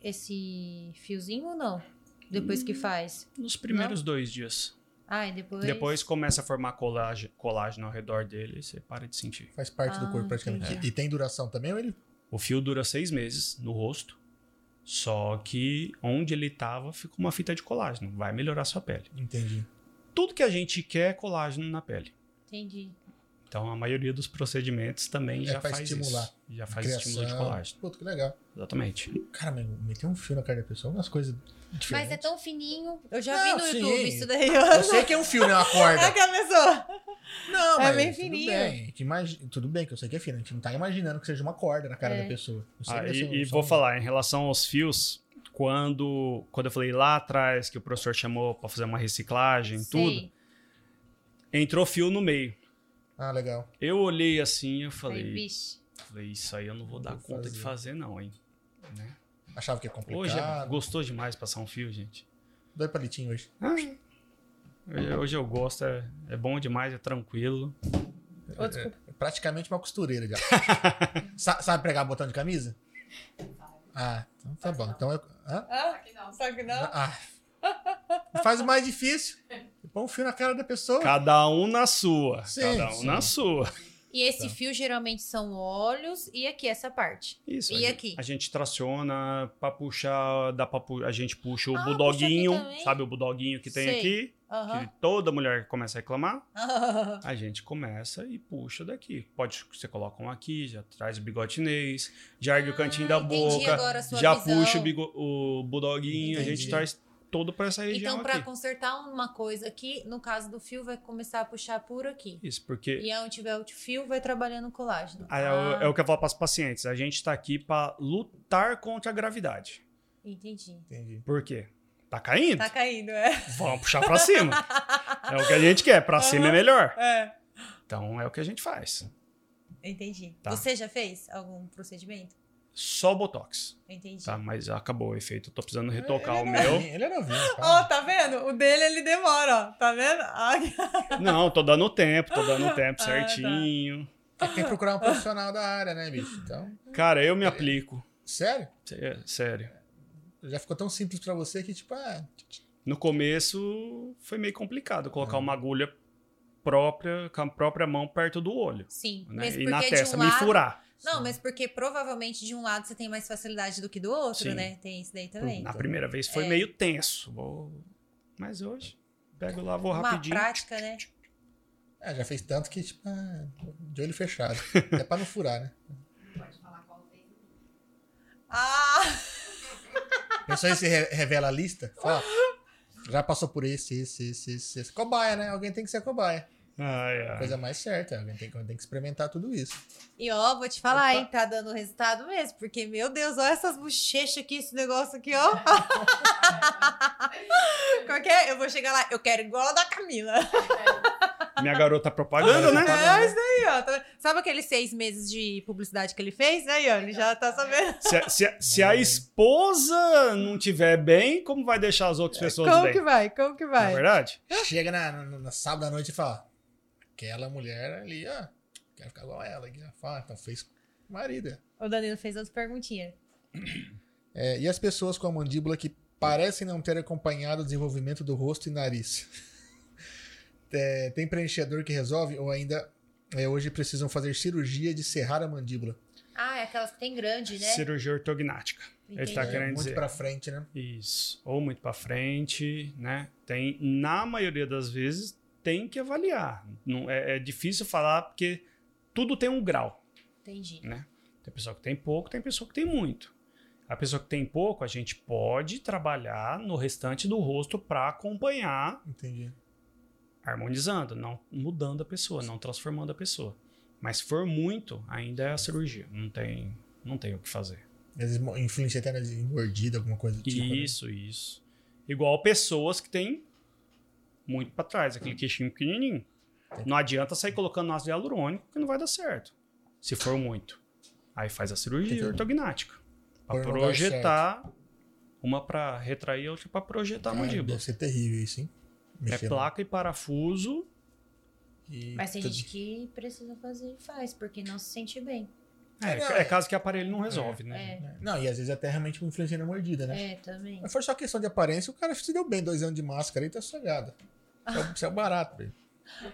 Speaker 1: esse fiozinho ou não? Depois que faz?
Speaker 3: Nos primeiros dois dias.
Speaker 1: Ah, e depois...
Speaker 3: Depois começa a formar colágeno, colágeno ao redor dele e você para de sentir.
Speaker 2: Faz parte
Speaker 1: Ah,
Speaker 2: do corpo praticamente.
Speaker 3: entendi.
Speaker 2: E, e tem duração também ou ele
Speaker 3: O fio dura seis meses no rosto, só que onde ele estava ficou uma fita de colágeno, vai melhorar sua pele.
Speaker 2: Entendi.
Speaker 3: Tudo que a gente quer é colágeno na pele.
Speaker 1: Entendi.
Speaker 3: Então a maioria dos procedimentos também
Speaker 2: É
Speaker 3: já
Speaker 2: pra
Speaker 3: faz
Speaker 2: estimular.
Speaker 3: isso. Já faz estímulo de
Speaker 2: Criação.
Speaker 3: colágeno.
Speaker 2: Puta, que legal.
Speaker 3: Exatamente.
Speaker 2: Cara, mas meter um fio na cara da pessoa, é umas coisas
Speaker 1: Mas
Speaker 2: diferentes.
Speaker 1: é tão fininho. Eu já
Speaker 2: Não,
Speaker 1: vi no
Speaker 2: sim.
Speaker 1: YouTube isso daí.
Speaker 2: Eu sei que é um fio, né? Uma corda.
Speaker 1: Aquela pessoa.
Speaker 2: Não,
Speaker 1: É
Speaker 2: mas
Speaker 1: bem
Speaker 2: tudo
Speaker 1: fininho.
Speaker 2: bem, a gente imagi- Tudo bem que eu sei que é fino. A gente não tá imaginando que seja uma corda na cara
Speaker 1: É.
Speaker 2: da pessoa. Eu sei
Speaker 3: Ah,
Speaker 2: que
Speaker 3: e
Speaker 2: deve ser um-
Speaker 3: e
Speaker 2: só
Speaker 3: vou
Speaker 2: um-
Speaker 3: falar, em relação aos fios, quando, quando eu falei lá atrás que o professor chamou para fazer uma reciclagem, tudo,
Speaker 1: Sei.
Speaker 3: entrou fio no meio.
Speaker 2: Ah, legal.
Speaker 3: Eu olhei assim, eu
Speaker 1: Falei,
Speaker 3: falei,
Speaker 1: vixe.
Speaker 3: Falei, isso aí eu não vou
Speaker 2: Não
Speaker 3: dar
Speaker 2: vou
Speaker 3: conta de
Speaker 2: fazer.
Speaker 3: fazer, não, hein?
Speaker 2: Achava que é
Speaker 3: Hoje é-
Speaker 2: complicado.
Speaker 3: gostou demais passar um fio, gente.
Speaker 2: Dois palitinhos hoje.
Speaker 3: Hoje- Hoje eu gosto, é, é bom demais, é tranquilo.
Speaker 1: Ô, desculpa.
Speaker 2: É praticamente uma costureira já. Sa- sabe pregar botão de camisa? Ah, então tá bom. Então eu. Hã?
Speaker 5: Só que não.
Speaker 1: Só que não.
Speaker 2: Ah. Faz o mais difícil. Põe um fio na cara da pessoa.
Speaker 3: Cada um na sua.
Speaker 2: Sim,
Speaker 3: cada um
Speaker 2: sim.
Speaker 3: na sua.
Speaker 1: E esse
Speaker 2: Tá.
Speaker 1: fio geralmente são olhos e aqui essa parte.
Speaker 3: Isso.
Speaker 1: E
Speaker 3: a gente-
Speaker 1: aqui?
Speaker 3: A gente traciona pra puxar, dá pra pu- a gente puxa o
Speaker 1: Ah,
Speaker 3: budoguinho,
Speaker 1: puxa aqui também.
Speaker 3: sabe o budoguinho que tem
Speaker 1: Sei.
Speaker 3: aqui?
Speaker 1: Aham.
Speaker 3: Que toda mulher começa a reclamar. A gente começa e puxa daqui. Pode, você coloca um aqui, já traz o bigode chinês, já ergue o cantinho da
Speaker 1: Ah, entendi
Speaker 3: boca,
Speaker 1: agora a sua
Speaker 3: já
Speaker 1: visão.
Speaker 3: puxa o, bigo, o budoguinho, a
Speaker 2: Entendi.
Speaker 3: gente traz todo pra essa região
Speaker 1: Então, pra
Speaker 3: aqui.
Speaker 1: consertar uma coisa aqui, no caso do fio, vai começar a puxar por aqui.
Speaker 3: Isso, porque
Speaker 1: E onde tiver o fio, vai trabalhando o colágeno. Ah,
Speaker 3: é, o- é o que eu falo pras pacientes. A gente tá aqui pra lutar contra a gravidade.
Speaker 1: Entendi.
Speaker 2: Entendi.
Speaker 3: Por quê? Tá caindo?
Speaker 1: Tá caindo, é.
Speaker 3: Vamos puxar pra cima. é o que a gente quer. Pra cima é melhor.
Speaker 1: É.
Speaker 3: Então é o que a gente faz.
Speaker 1: Entendi.
Speaker 3: Tá.
Speaker 1: Você já fez algum procedimento?
Speaker 3: Só Botox.
Speaker 1: Entendi.
Speaker 3: Tá? Mas acabou o efeito. Eu tô precisando retocar
Speaker 1: É
Speaker 2: Ele
Speaker 3: o
Speaker 2: era
Speaker 3: meu.
Speaker 2: novinho, Ele era novinho.
Speaker 1: Ó,
Speaker 2: calma.
Speaker 1: tá vendo? O dele ele demora, ó. Tá vendo? Ah,
Speaker 3: Não, tô dando tempo, tô dando tempo
Speaker 1: Ah,
Speaker 3: certinho.
Speaker 2: É que Tem que procurar um profissional da área, né, bicho? Então.
Speaker 3: Cara, eu me aplico.
Speaker 2: Sério?
Speaker 3: Sé- Sério.
Speaker 2: Já ficou tão simples pra você que, tipo, ah,
Speaker 3: No começo foi meio complicado colocar uma agulha própria, com a própria mão perto do olho.
Speaker 1: Sim,
Speaker 3: Né?
Speaker 1: mesmo
Speaker 3: E
Speaker 1: porque
Speaker 3: na
Speaker 1: de
Speaker 3: testa,
Speaker 1: um
Speaker 3: me
Speaker 1: lado,
Speaker 3: furar.
Speaker 1: Não, mas porque provavelmente de um lado você tem mais facilidade do que do outro,
Speaker 3: Sim.
Speaker 1: né? Tem isso daí também.
Speaker 3: Na primeira vez
Speaker 1: É.
Speaker 3: foi meio tenso. vou- Mas hoje, pego lá, vou
Speaker 1: Uma
Speaker 3: rapidinho.
Speaker 1: prática, né?
Speaker 2: Ah, já fez tanto que, tipo, ah, de olho fechado. É pra não furar, né?
Speaker 5: Pode falar qual vez.
Speaker 1: Ah!
Speaker 2: Pensou em se re- revela a lista? Fala, ó, já passou por esse, esse, esse, esse, esse. Cobaia, né? Alguém tem que ser cobaia.
Speaker 3: Ai, ai.
Speaker 2: Coisa mais certa. Alguém tem, que- tem que experimentar tudo isso.
Speaker 1: E ó, vou te falar,
Speaker 2: Opa.
Speaker 1: hein? Tá dando resultado mesmo, porque, meu Deus, olha essas bochechas aqui, esse negócio aqui, ó. Qual que é? Eu vou chegar lá, eu quero igual a da Camila.
Speaker 3: Minha garota propaganda, né?
Speaker 1: É, isso daí, ó. Tá- Sabe aqueles seis meses de publicidade que ele fez? Aí, ó, ele já tá sabendo
Speaker 3: Se, a- se a- se a esposa não tiver bem, como vai deixar as outras pessoas
Speaker 1: É, como
Speaker 3: bem?
Speaker 1: que vai, como que
Speaker 3: Não é
Speaker 1: vai.
Speaker 3: verdade?
Speaker 2: Chega na, na, na sábado à noite e fala, aquela mulher ali, ó, quero ficar igual ela. E já fala, então fez marida.
Speaker 1: O Danilo fez outras perguntinhas.
Speaker 2: É, e as pessoas com a mandíbula que parecem não ter acompanhado o desenvolvimento do rosto e nariz? É, tem preenchedor que resolve ou ainda é, hoje precisam fazer cirurgia de serrar a mandíbula?
Speaker 1: Ah, é aquelas que tem grande,
Speaker 3: Cirurgia ortognática. Ele tá
Speaker 1: Entendi.
Speaker 3: querendo
Speaker 2: muito
Speaker 3: dizer.
Speaker 2: pra frente, né?
Speaker 3: Isso. Ou muito pra frente, né? Tem, na maioria das vezes, tem que avaliar. Não, é, é difícil falar porque tudo tem um grau.
Speaker 1: Entendi.
Speaker 3: Tem pessoa que tem pouco, tem pessoa que tem muito. A pessoa que tem pouco, a gente pode trabalhar no restante do rosto pra acompanhar,
Speaker 2: Entendi.
Speaker 3: harmonizando, não mudando a pessoa, não transformando a pessoa. Mas se for muito, ainda é a cirurgia. Não tem, não tem o que fazer.
Speaker 2: Às vezes mo- influencia até na mordida, alguma coisa do tipo. né?
Speaker 3: Isso, isso. Igual pessoas que têm muito pra trás, aquele queixinho pequenininho.
Speaker 2: É.
Speaker 3: Não adianta sair colocando ácido hialurônico que não vai dar certo. Se for muito. Aí faz a cirurgia
Speaker 2: Entendi.
Speaker 3: ortognática. Pra
Speaker 2: Por não dar
Speaker 3: projetar, uma pra retrair, outra pra projetar a
Speaker 2: Cara,
Speaker 3: mandíbula.
Speaker 2: Deve ser terrível isso, hein?
Speaker 3: É placa e parafuso.
Speaker 2: E
Speaker 1: Mas tem
Speaker 2: tudo.
Speaker 1: gente que precisa fazer e faz, porque não se sente bem.
Speaker 3: É,
Speaker 2: não,
Speaker 3: é
Speaker 2: é-
Speaker 3: caso que aparelho não resolve, né?
Speaker 1: É,
Speaker 2: Não, e às vezes até realmente influencia na mordida, né?
Speaker 1: é, também.
Speaker 2: Mas foi só questão de aparência, o cara se deu bem, dois anos de máscara e tá sossegado.
Speaker 1: Ah.
Speaker 2: Isso é o- Isso é o barato, velho.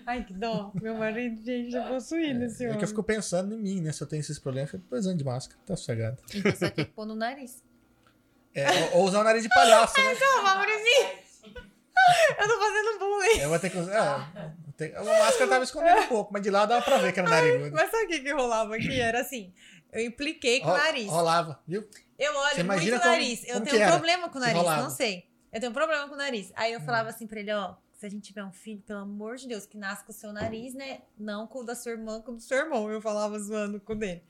Speaker 1: Ai, que dó. Meu marido, gente, já possuindo esse
Speaker 2: É que eu fico pensando em mim, né? Se eu tenho esses problemas, eu fico dois anos de máscara, tá sossegado.
Speaker 1: Então você vai ter que pôr no nariz.
Speaker 2: É, ou, ou usar o nariz de palhaço, né?
Speaker 1: Não, Maurizinho! Ah, Eu tô fazendo bullying.
Speaker 2: Eu vou ter que usar. É, vou ter- a máscara tava escondendo um pouco, mas de lá dava pra ver que era o nariz.
Speaker 1: Mas sabe o que, que rolava aqui? Era assim, eu impliquei com o nariz.
Speaker 2: Rolava, viu?
Speaker 1: Eu olho
Speaker 2: Você
Speaker 1: muito
Speaker 2: imagina
Speaker 1: o
Speaker 2: como-
Speaker 1: nariz. eu
Speaker 2: como
Speaker 1: tenho
Speaker 2: que
Speaker 1: um
Speaker 2: era?
Speaker 1: problema com o
Speaker 2: Se
Speaker 1: nariz,
Speaker 2: rolava. Hum.
Speaker 1: não sei. Eu tenho um problema com o nariz. Aí eu falava assim pra ele, ó, se a gente tiver um filho, pelo amor de Deus, que nasce com o seu nariz, né? Não com o da sua irmã, com o do seu irmão. Eu falava zoando com o dele.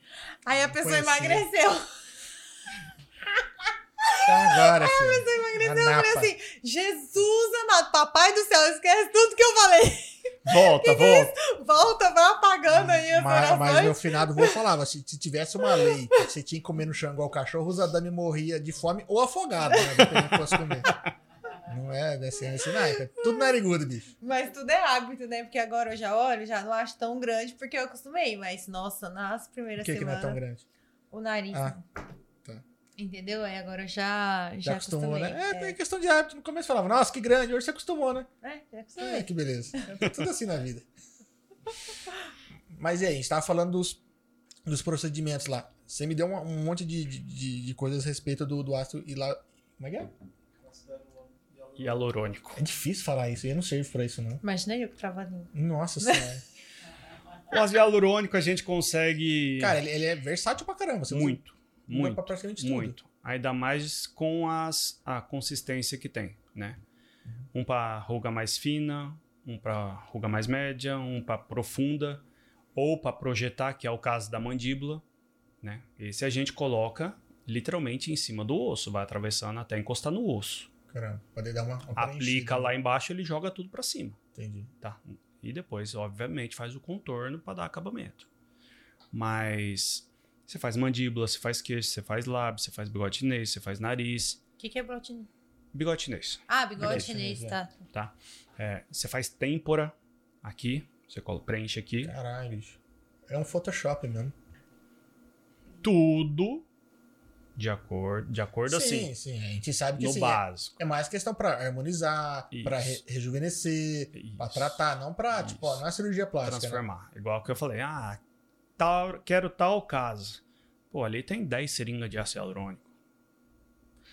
Speaker 1: Aí a pessoa
Speaker 2: conhecia.
Speaker 1: emagreceu.
Speaker 2: Tá agora, filho. Mas eu
Speaker 1: Ah, Eu falei assim, Jesus amado, papai do céu, esquece tudo que eu falei.
Speaker 2: Tá
Speaker 3: Volta, volta.
Speaker 1: Volta, vai apagando aí as
Speaker 2: Mas, mas
Speaker 1: orações.
Speaker 2: meu finado vô falava: se, se tivesse uma lei que você tinha que comer no chão igual cachorro, os Adame morria de fome ou afogado, né? Dependendo do que fosse comer. Não é desse esse naipe. É tudo narigudo, bicho.
Speaker 1: Mas tudo é hábito, né? Porque agora eu já olho, já não acho tão grande, porque eu acostumei. Mas, nossa, nas
Speaker 2: Por
Speaker 1: primeiras
Speaker 2: que, que não é
Speaker 1: semanas,
Speaker 2: tão grande?
Speaker 1: o nariz.
Speaker 2: Ah, tá.
Speaker 1: Entendeu? Aí agora eu já, já,
Speaker 2: Já, acostumou,
Speaker 1: acostumei.
Speaker 2: né? É, é questão de hábito. No começo falava: nossa, que grande. Hoje você acostumou, né?
Speaker 1: É, é, já acostumei.
Speaker 2: É, que beleza. É tudo assim na vida. Mas e aí, a gente tava falando dos, dos procedimentos lá. Você me deu um, um monte de, de- de, de coisas a respeito do, do ácido e lá. Como é que é?
Speaker 3: Hialurônico.
Speaker 2: É difícil falar isso, eu não sirvo pra isso, não.
Speaker 1: Imagina eu que travadinho.
Speaker 2: Nossa senhora.
Speaker 3: O ácido hialurônico a gente consegue
Speaker 2: Cara, ele, ele é versátil pra caramba. Você usa
Speaker 3: muito,
Speaker 2: pra
Speaker 3: muito.
Speaker 2: praticamente tudo.
Speaker 3: Muito. Ainda mais com as, a consistência que tem, né? Um para ruga mais fina, um para ruga mais média, um para profunda, ou para projetar, que é o caso da mandíbula, né? Esse a gente coloca literalmente em cima do osso, vai atravessando até encostar no osso.
Speaker 2: Caramba, pode dar uma, uma
Speaker 3: Aplica
Speaker 2: preenchida.
Speaker 3: lá embaixo, ele joga tudo para cima.
Speaker 2: Entendi.
Speaker 3: Tá. E depois, obviamente, faz o contorno para dar acabamento. Mas você faz mandíbula, você faz queixo, você faz lábio, você faz bigode chinês, você faz nariz.
Speaker 1: O que, que é brotinho?
Speaker 3: Bigode chinês,
Speaker 1: Ah, bigode
Speaker 2: Bigode
Speaker 1: chinês,
Speaker 2: chinês,
Speaker 1: tá.
Speaker 3: tá? É, você faz têmpora aqui, você colo- preenche aqui.
Speaker 2: Caralho, bicho. É um Photoshop mesmo.
Speaker 3: Tudo de acordo, de acordo assim,
Speaker 2: sim, sim. A gente sabe que
Speaker 3: no
Speaker 2: sim. é-
Speaker 3: básico.
Speaker 2: É mais questão pra harmonizar,
Speaker 3: Isso.
Speaker 2: pra re- rejuvenescer, pra
Speaker 3: Isso.
Speaker 2: tratar, não pra, tipo, ó,
Speaker 3: Isso.
Speaker 2: não é cirurgia plástica. né?
Speaker 3: transformar. Igual que eu falei, ah, tal, quero tal caso. Pô, ali tem 10 seringas de ácido hialurônico.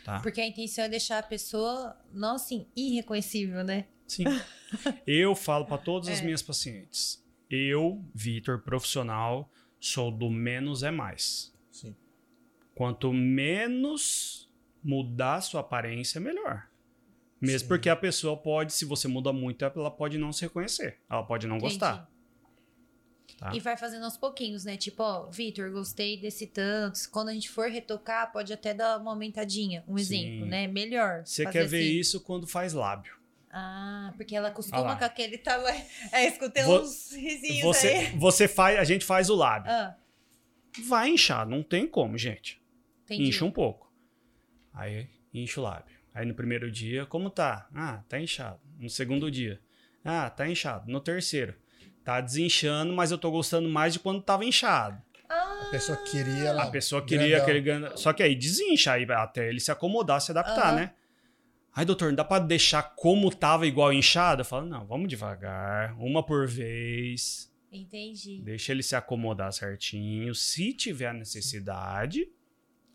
Speaker 3: Tá?
Speaker 1: Porque a intenção é deixar a pessoa, não assim, irreconhecível, né?
Speaker 3: Sim. Eu falo para todas as
Speaker 1: É.
Speaker 3: minhas pacientes. Eu, Vitor, profissional, sou do menos é mais.
Speaker 2: Sim.
Speaker 3: Quanto menos mudar sua aparência, melhor. Mesmo
Speaker 2: Sim.
Speaker 3: porque a pessoa pode, se você muda muito, ela pode não se reconhecer. Ela pode não gostar. Tá?
Speaker 1: E vai fazendo aos pouquinhos, né? Tipo, ó, Vitor, gostei desse tanto. Quando a gente for retocar, pode até dar uma aumentadinha. Um
Speaker 3: Sim.
Speaker 1: exemplo, né? Melhor.
Speaker 3: Você
Speaker 1: fazer
Speaker 3: quer ver
Speaker 1: assim.
Speaker 3: isso quando faz lábio.
Speaker 1: Ah, porque ela
Speaker 3: Ah
Speaker 1: costuma
Speaker 3: lá.
Speaker 1: com aquele tamanho. É, escutei
Speaker 3: Vo-
Speaker 1: uns risinhos aí.
Speaker 3: Você, você faz, a gente faz o lábio.
Speaker 1: Ah,
Speaker 3: Vai inchar, não tem como, gente.
Speaker 1: entendi.
Speaker 3: Incha um pouco. Aí incha o lábio. Aí no primeiro dia, como tá? Ah, tá inchado. No segundo dia, ah, tá inchado. No terceiro, tá desinchando, mas eu tô gostando mais de quando tava inchado.
Speaker 1: Ah,
Speaker 2: A pessoa queria lá.
Speaker 3: A pessoa queria
Speaker 2: grandão.
Speaker 3: aquele gan- Só que aí desincha, aí até ele se acomodar, se adaptar,
Speaker 1: Aham.
Speaker 3: né? Aí, doutor, não dá pra deixar como tava igual inchado? Eu falo, não, vamos devagar, uma por vez.
Speaker 1: entendi.
Speaker 3: Deixa ele se acomodar certinho. Se tiver necessidade,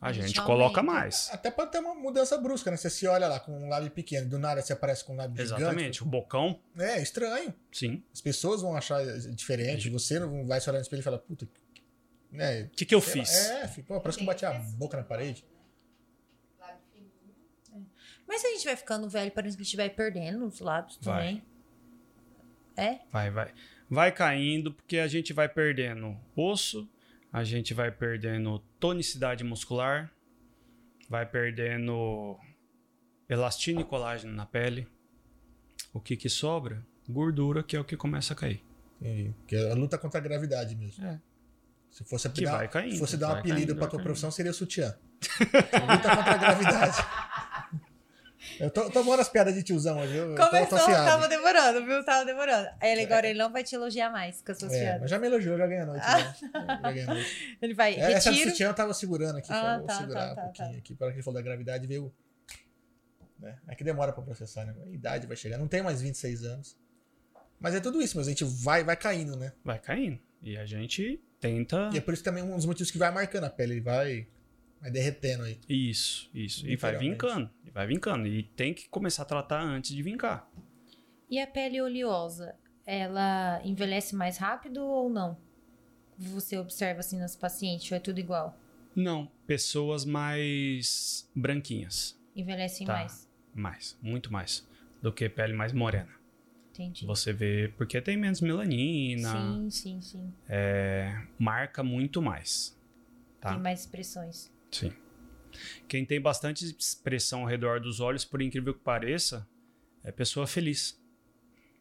Speaker 3: a,
Speaker 1: A
Speaker 3: gente,
Speaker 1: gente
Speaker 3: coloca
Speaker 1: aumenta.
Speaker 3: mais.
Speaker 2: Até pode ter uma mudança brusca, né? Você se olha lá com um lábio pequeno, do nada você aparece com um lábio
Speaker 3: Exatamente. O bocão,
Speaker 2: gigante. É estranho.
Speaker 3: sim.
Speaker 2: As pessoas vão achar diferente. Você não vai se olhar no espelho e falar, puta, que- né?
Speaker 3: O que, que eu
Speaker 2: sei
Speaker 3: fiz?
Speaker 2: lá. É, pô, parece que eu bati a boca na parede.
Speaker 5: Lábio fininho.
Speaker 1: Mas se a gente vai ficando velho, parece que a gente vai perdendo os lados
Speaker 3: Vai.
Speaker 1: também. É?
Speaker 3: Vai, vai. Vai caindo, porque a gente vai perdendo osso, a gente vai perdendo tonicidade muscular, vai perdendo elastina e colágeno na pele. O que que sobra? Gordura, que é o que começa a cair.
Speaker 2: Entendi. Que é a luta contra a gravidade mesmo.
Speaker 3: É.
Speaker 2: Se fosse,
Speaker 3: Que
Speaker 2: dar,
Speaker 3: vai caindo,
Speaker 2: fosse dar um
Speaker 3: vai
Speaker 2: apelido
Speaker 3: caindo,
Speaker 2: pra
Speaker 3: vai
Speaker 2: tua
Speaker 3: caindo.
Speaker 2: profissão, seria sutiã. luta contra a gravidade. Eu tô, tô morando as piadas de tiozão hoje. Eu, eu tô- eu tô
Speaker 1: Começou,
Speaker 2: afiado. É,
Speaker 1: tava demorando, viu? Tava demorando. Ele agora
Speaker 3: É.
Speaker 1: ele não vai te elogiar mais com as suas
Speaker 2: É,
Speaker 1: piadas.
Speaker 2: mas já me elogiou, já ganhei a noite.
Speaker 1: Ah.
Speaker 2: né? Já ganhei a noite.
Speaker 1: Ele vai,
Speaker 2: É, Essa do
Speaker 1: retiro.
Speaker 2: sutiã eu tava segurando aqui,
Speaker 1: Ah,
Speaker 2: falei, vou
Speaker 1: tá,
Speaker 2: segurar
Speaker 1: tá, tá,
Speaker 2: um pouquinho aqui. Para que ele falou da gravidade, veio. Né? É que demora pra processar, né? A idade vai chegar. Não tem mais 26 anos. Mas é tudo isso, mas a gente vai, vai caindo, né?
Speaker 3: Vai caindo. E a gente tenta.
Speaker 2: E
Speaker 1: Ah.
Speaker 2: é por isso também um dos motivos que vai marcando a pele, vai, vai derretendo aí.
Speaker 3: Isso, isso. E vai
Speaker 2: é Literalmente.
Speaker 3: vincando. E vai vincando. E tem que começar a tratar antes de vincar.
Speaker 1: E a pele oleosa, ela envelhece mais rápido ou não? Você observa assim nas pacientes, ou é tudo igual?
Speaker 3: Não, pessoas mais branquinhas.
Speaker 1: Envelhecem
Speaker 3: Tá.
Speaker 1: mais.
Speaker 3: Mais, muito mais. Do que pele mais morena.
Speaker 1: Entendi.
Speaker 3: Você vê porque tem menos melanina,
Speaker 1: Sim, sim, sim.
Speaker 3: marca muito mais. Tá.
Speaker 1: Tem mais expressões.
Speaker 3: Sim. Quem tem bastante expressão ao redor dos olhos, por incrível que pareça, é pessoa feliz.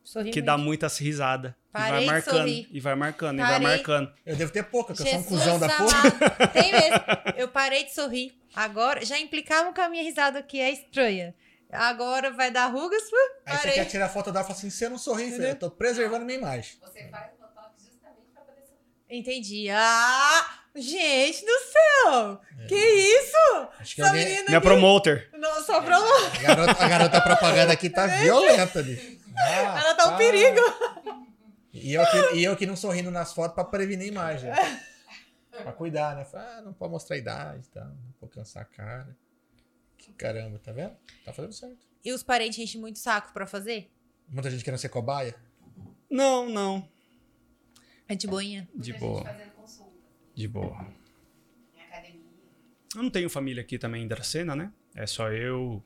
Speaker 1: Sorri
Speaker 3: Que
Speaker 1: muito.
Speaker 3: dá muitas risadas.
Speaker 1: Parei
Speaker 3: e vai
Speaker 1: de
Speaker 3: marcando.
Speaker 1: sorrir.
Speaker 3: E vai marcando, e
Speaker 1: Parei.
Speaker 3: vai marcando.
Speaker 2: Eu devo ter pouca, que eu sou um
Speaker 1: Jesus
Speaker 2: cuzão da porra.
Speaker 1: amado. Tem mesmo. Eu parei de sorrir. Agora, já implicavam com a minha risada que é estranha. Agora vai dar rugas. uh,
Speaker 2: Aí você
Speaker 1: Parei.
Speaker 2: quer tirar foto dela e fala assim: você não sorri, filho, eu tô preservando minha imagem.
Speaker 5: Você faz botox justamente pra poder sorrir.
Speaker 1: Entendi. Ah, gente do céu! Que isso?
Speaker 2: Acho que
Speaker 1: Essa
Speaker 2: alguém.
Speaker 1: menina
Speaker 3: Minha promoter.
Speaker 1: não, só pra
Speaker 2: A garota, a garota propaganda aqui tá violenta ali. Ah,
Speaker 1: Ela tá um perigo.
Speaker 2: E eu, que, e eu que não sorrindo nas fotos pra prevenir a imagem. pra cuidar, né? Fala, ah, não pode mostrar a idade e tal, não pode cansar a cara. Que caramba, tá vendo? Tá fazendo certo.
Speaker 1: E os parentes enchem muito saco pra fazer?
Speaker 2: Muita gente querendo ser cobaia.
Speaker 3: Não, não.
Speaker 1: É de boinha.
Speaker 5: Muita
Speaker 3: De
Speaker 5: gente
Speaker 3: boa,
Speaker 5: fazendo consulta
Speaker 3: de boa.
Speaker 5: em academia.
Speaker 3: Eu não tenho família aqui também em Dracena, né? É só eu,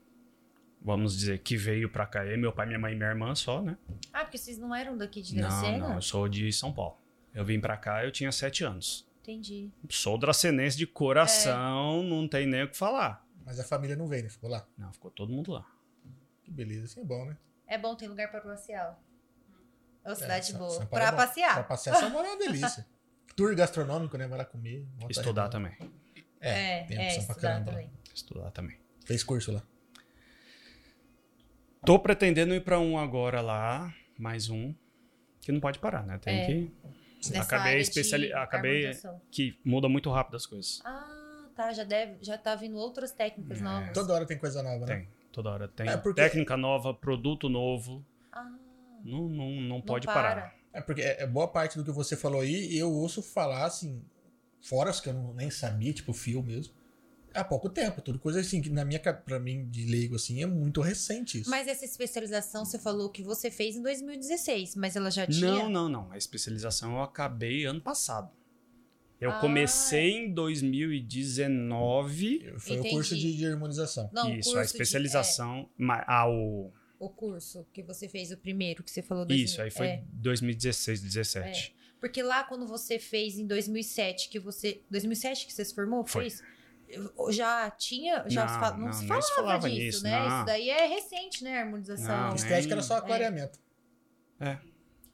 Speaker 3: vamos dizer, que veio pra cá. É meu pai, minha mãe e minha irmã só, né?
Speaker 1: Ah, porque vocês não eram daqui de
Speaker 3: Não, não,
Speaker 1: Dracena?
Speaker 3: eu sou de São Paulo. Eu vim pra cá, eu tinha sete anos.
Speaker 1: Entendi.
Speaker 3: Sou dracenense de
Speaker 1: É.
Speaker 3: coração, não tem nem o que falar.
Speaker 2: Mas a família não veio, né? Ficou lá.
Speaker 3: Não, ficou todo mundo lá.
Speaker 2: Que beleza, assim é bom, né?
Speaker 1: É bom ter lugar pra passear. É uma cidade
Speaker 2: São-
Speaker 1: boa.
Speaker 2: São Paulo
Speaker 1: pra
Speaker 2: é bom.
Speaker 1: passear.
Speaker 2: Pra passear, São Paulo é uma delícia. Tour gastronômico, né? Vai lá comer. volta
Speaker 3: Estudar
Speaker 2: redonda.
Speaker 3: também.
Speaker 2: É, tem opção pra
Speaker 1: estudar
Speaker 2: caramba. lá.
Speaker 1: também.
Speaker 3: Estudar também.
Speaker 2: Fez curso lá.
Speaker 3: Tô pretendendo ir pra um agora lá, mais um, que não pode parar, né? Tem
Speaker 1: É.
Speaker 3: que.
Speaker 1: Nessa
Speaker 3: Acabei
Speaker 1: área de
Speaker 3: especiali- acabei-
Speaker 1: harmonização.
Speaker 3: Que muda muito rápido as coisas.
Speaker 1: Ah, tá. Já, deve, já tá vindo outras técnicas
Speaker 3: É.
Speaker 1: novas.
Speaker 2: Toda hora tem coisa nova, né?
Speaker 3: Tem, toda hora tem.
Speaker 2: É, porque-
Speaker 3: Técnica nova, produto novo.
Speaker 1: Ah,
Speaker 3: Não, não, não,
Speaker 1: não
Speaker 3: pode
Speaker 1: para.
Speaker 3: parar.
Speaker 2: É porque é é boa parte do que você falou aí, eu ouço falar assim, fora as que eu não, nem sabia, tipo fio mesmo, há pouco tempo. Tudo coisa assim, que na minha, ca- pra mim, de leigo, assim, é muito recente isso.
Speaker 1: Mas essa especialização você falou que você fez em 2016, mas ela já tinha.
Speaker 3: Não, não, não. A especialização eu acabei ano passado. Eu
Speaker 1: Ah,
Speaker 3: comecei em 2019.
Speaker 2: Foi
Speaker 1: Entendi.
Speaker 2: o curso de, de harmonização.
Speaker 1: Não, o
Speaker 3: isso,
Speaker 1: Então, curso
Speaker 3: a
Speaker 1: de-
Speaker 3: especialização. ma- ah, o,
Speaker 1: é, o curso que você fez, o primeiro que você falou. dois
Speaker 3: isso,
Speaker 1: mil-
Speaker 3: aí foi
Speaker 1: é,
Speaker 3: 2016, 17.
Speaker 1: porque lá quando você fez em 2007, que você... 2007 que você se formou?
Speaker 3: Foi.
Speaker 1: Fez? Eu- Já tinha... Já
Speaker 3: Não,
Speaker 1: se fa- não,
Speaker 3: não,
Speaker 1: se
Speaker 3: nem
Speaker 1: falava,
Speaker 3: se falava
Speaker 1: disso,
Speaker 3: nisso,
Speaker 1: né?
Speaker 3: não.
Speaker 1: Isso daí é recente, né? A harmonização.
Speaker 3: Não, né?
Speaker 2: Estética era só
Speaker 1: É.
Speaker 2: aquareamento.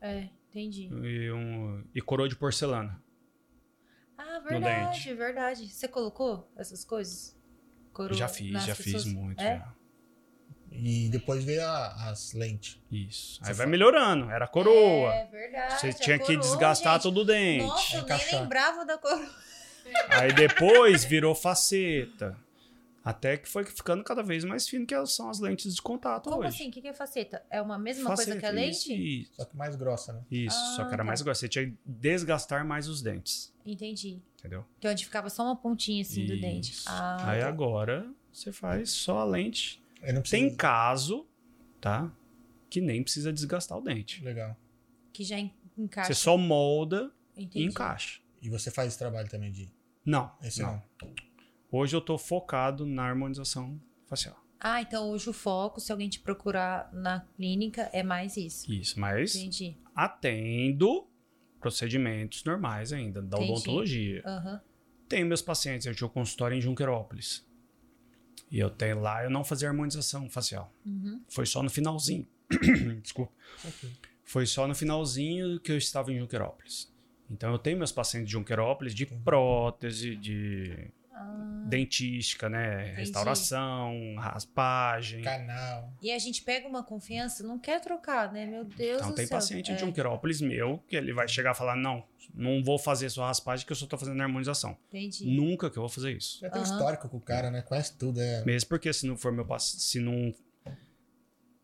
Speaker 1: É, entendi.
Speaker 3: E, um, e coroa de porcelana.
Speaker 1: Ah,
Speaker 3: dente.
Speaker 1: verdade, verdade. Você colocou essas coisas? Coroa
Speaker 3: já fiz,
Speaker 1: nas
Speaker 3: já
Speaker 1: pessoas?
Speaker 3: fiz muito.
Speaker 1: É?
Speaker 3: já.
Speaker 2: E depois veio a- as lentes.
Speaker 3: Isso.
Speaker 2: Você
Speaker 3: Aí vai
Speaker 2: fa-
Speaker 3: melhorando. Era coroa.
Speaker 1: É verdade.
Speaker 3: Você
Speaker 1: a
Speaker 3: tinha que
Speaker 1: coroa,
Speaker 3: desgastar
Speaker 1: gente.
Speaker 3: todo o dente.
Speaker 1: Nossa, eu nem
Speaker 2: encaixar.
Speaker 1: lembrava da coroa.
Speaker 3: Aí depois virou faceta. Até que foi ficando cada vez mais fino, que elas são as lentes de contato
Speaker 1: Como
Speaker 3: hoje.
Speaker 1: assim? O que que é faceta? É uma mesma coisa que a
Speaker 3: Faceta,
Speaker 1: lente?
Speaker 3: isso, Isso,
Speaker 2: Só que mais grossa, né?
Speaker 3: isso, só que
Speaker 1: Ah, tá.
Speaker 3: era mais grossa. Você tinha que desgastar mais os dentes,
Speaker 1: Entendi.
Speaker 3: entendeu?
Speaker 1: Que é onde ficava só uma pontinha assim do dente.
Speaker 3: Isso.
Speaker 1: Ah,
Speaker 3: Aí
Speaker 1: tá.
Speaker 3: agora você faz só a lente.
Speaker 2: Eu não
Speaker 3: Tem
Speaker 2: preciso.
Speaker 3: caso, tá? Que nem precisa desgastar o dente.
Speaker 2: Legal.
Speaker 1: que já en- encaixa.
Speaker 3: Você só molda
Speaker 1: Entendi.
Speaker 3: e encaixa.
Speaker 2: E você faz esse trabalho também de.
Speaker 3: Não,
Speaker 2: Esse
Speaker 3: não.
Speaker 2: não.
Speaker 3: Hoje eu tô focado na harmonização facial.
Speaker 1: Ah, então hoje o foco, se alguém te procurar na clínica, é mais isso.
Speaker 3: Isso, mas
Speaker 1: Entendi.
Speaker 3: atendo procedimentos normais ainda, da
Speaker 1: Entendi.
Speaker 3: odontologia.
Speaker 1: Aham.
Speaker 3: Tenho meus pacientes, eu tinha um consultório em Junquerópolis. E eu tenho lá, eu não fazia harmonização facial.
Speaker 1: Uhum.
Speaker 3: Foi só no finalzinho. Desculpa. Foi só no finalzinho que eu estava em Junquerópolis. Então eu tenho meus pacientes de Junquerópolis de prótese, de
Speaker 1: Ah.
Speaker 3: dentística, né? Restauração, raspagem.
Speaker 2: Canal.
Speaker 1: E a gente pega uma confiança, não quer trocar, né? Meu Deus
Speaker 3: Então
Speaker 1: do
Speaker 3: tem
Speaker 1: céu.
Speaker 3: paciente
Speaker 1: é.
Speaker 3: de Junquerópolis meu que ele vai chegar e falar: não, não vou fazer sua raspagem que eu só tô fazendo harmonização.
Speaker 1: Entendi.
Speaker 3: Nunca que eu vou fazer isso.
Speaker 2: Já tem um
Speaker 1: Aham.
Speaker 2: histórico com o cara, né? Quase tudo. É...
Speaker 3: Mesmo porque se não for meu paciente, se não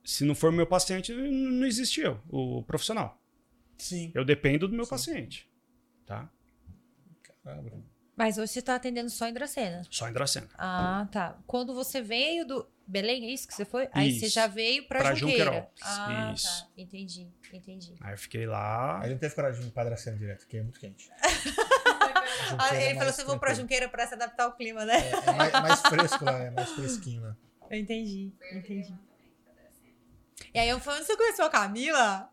Speaker 3: se não for meu paciente, n- não existe eu, o profissional.
Speaker 2: Sim.
Speaker 3: Eu dependo do meu
Speaker 2: Sim.
Speaker 3: paciente, tá?
Speaker 2: Caramba.
Speaker 1: Mas hoje você tá atendendo só em Dracena.
Speaker 3: Só em Dracena.
Speaker 1: Ah, tá. Quando você veio do Belém, é isso que você foi? Aí você
Speaker 3: Isso.
Speaker 1: já veio pra,
Speaker 3: Pra
Speaker 1: Junqueira.
Speaker 3: Junqueirópolis,
Speaker 1: Ah,
Speaker 3: isso.
Speaker 1: tá. Entendi, entendi.
Speaker 3: Aí eu fiquei lá.
Speaker 2: A gente teve coragem de empadrar sendo direto, porque é muito quente. é
Speaker 1: Ah, ele falou assim, vou pra
Speaker 2: Junqueira.
Speaker 1: Junqueira pra se adaptar ao clima, né?
Speaker 2: é mais tranquilo. É, é mais, mais fresco lá, é mais fresquinho lá.
Speaker 1: Eu entendi, entendi. E aí eu falando, você conheceu a Camila?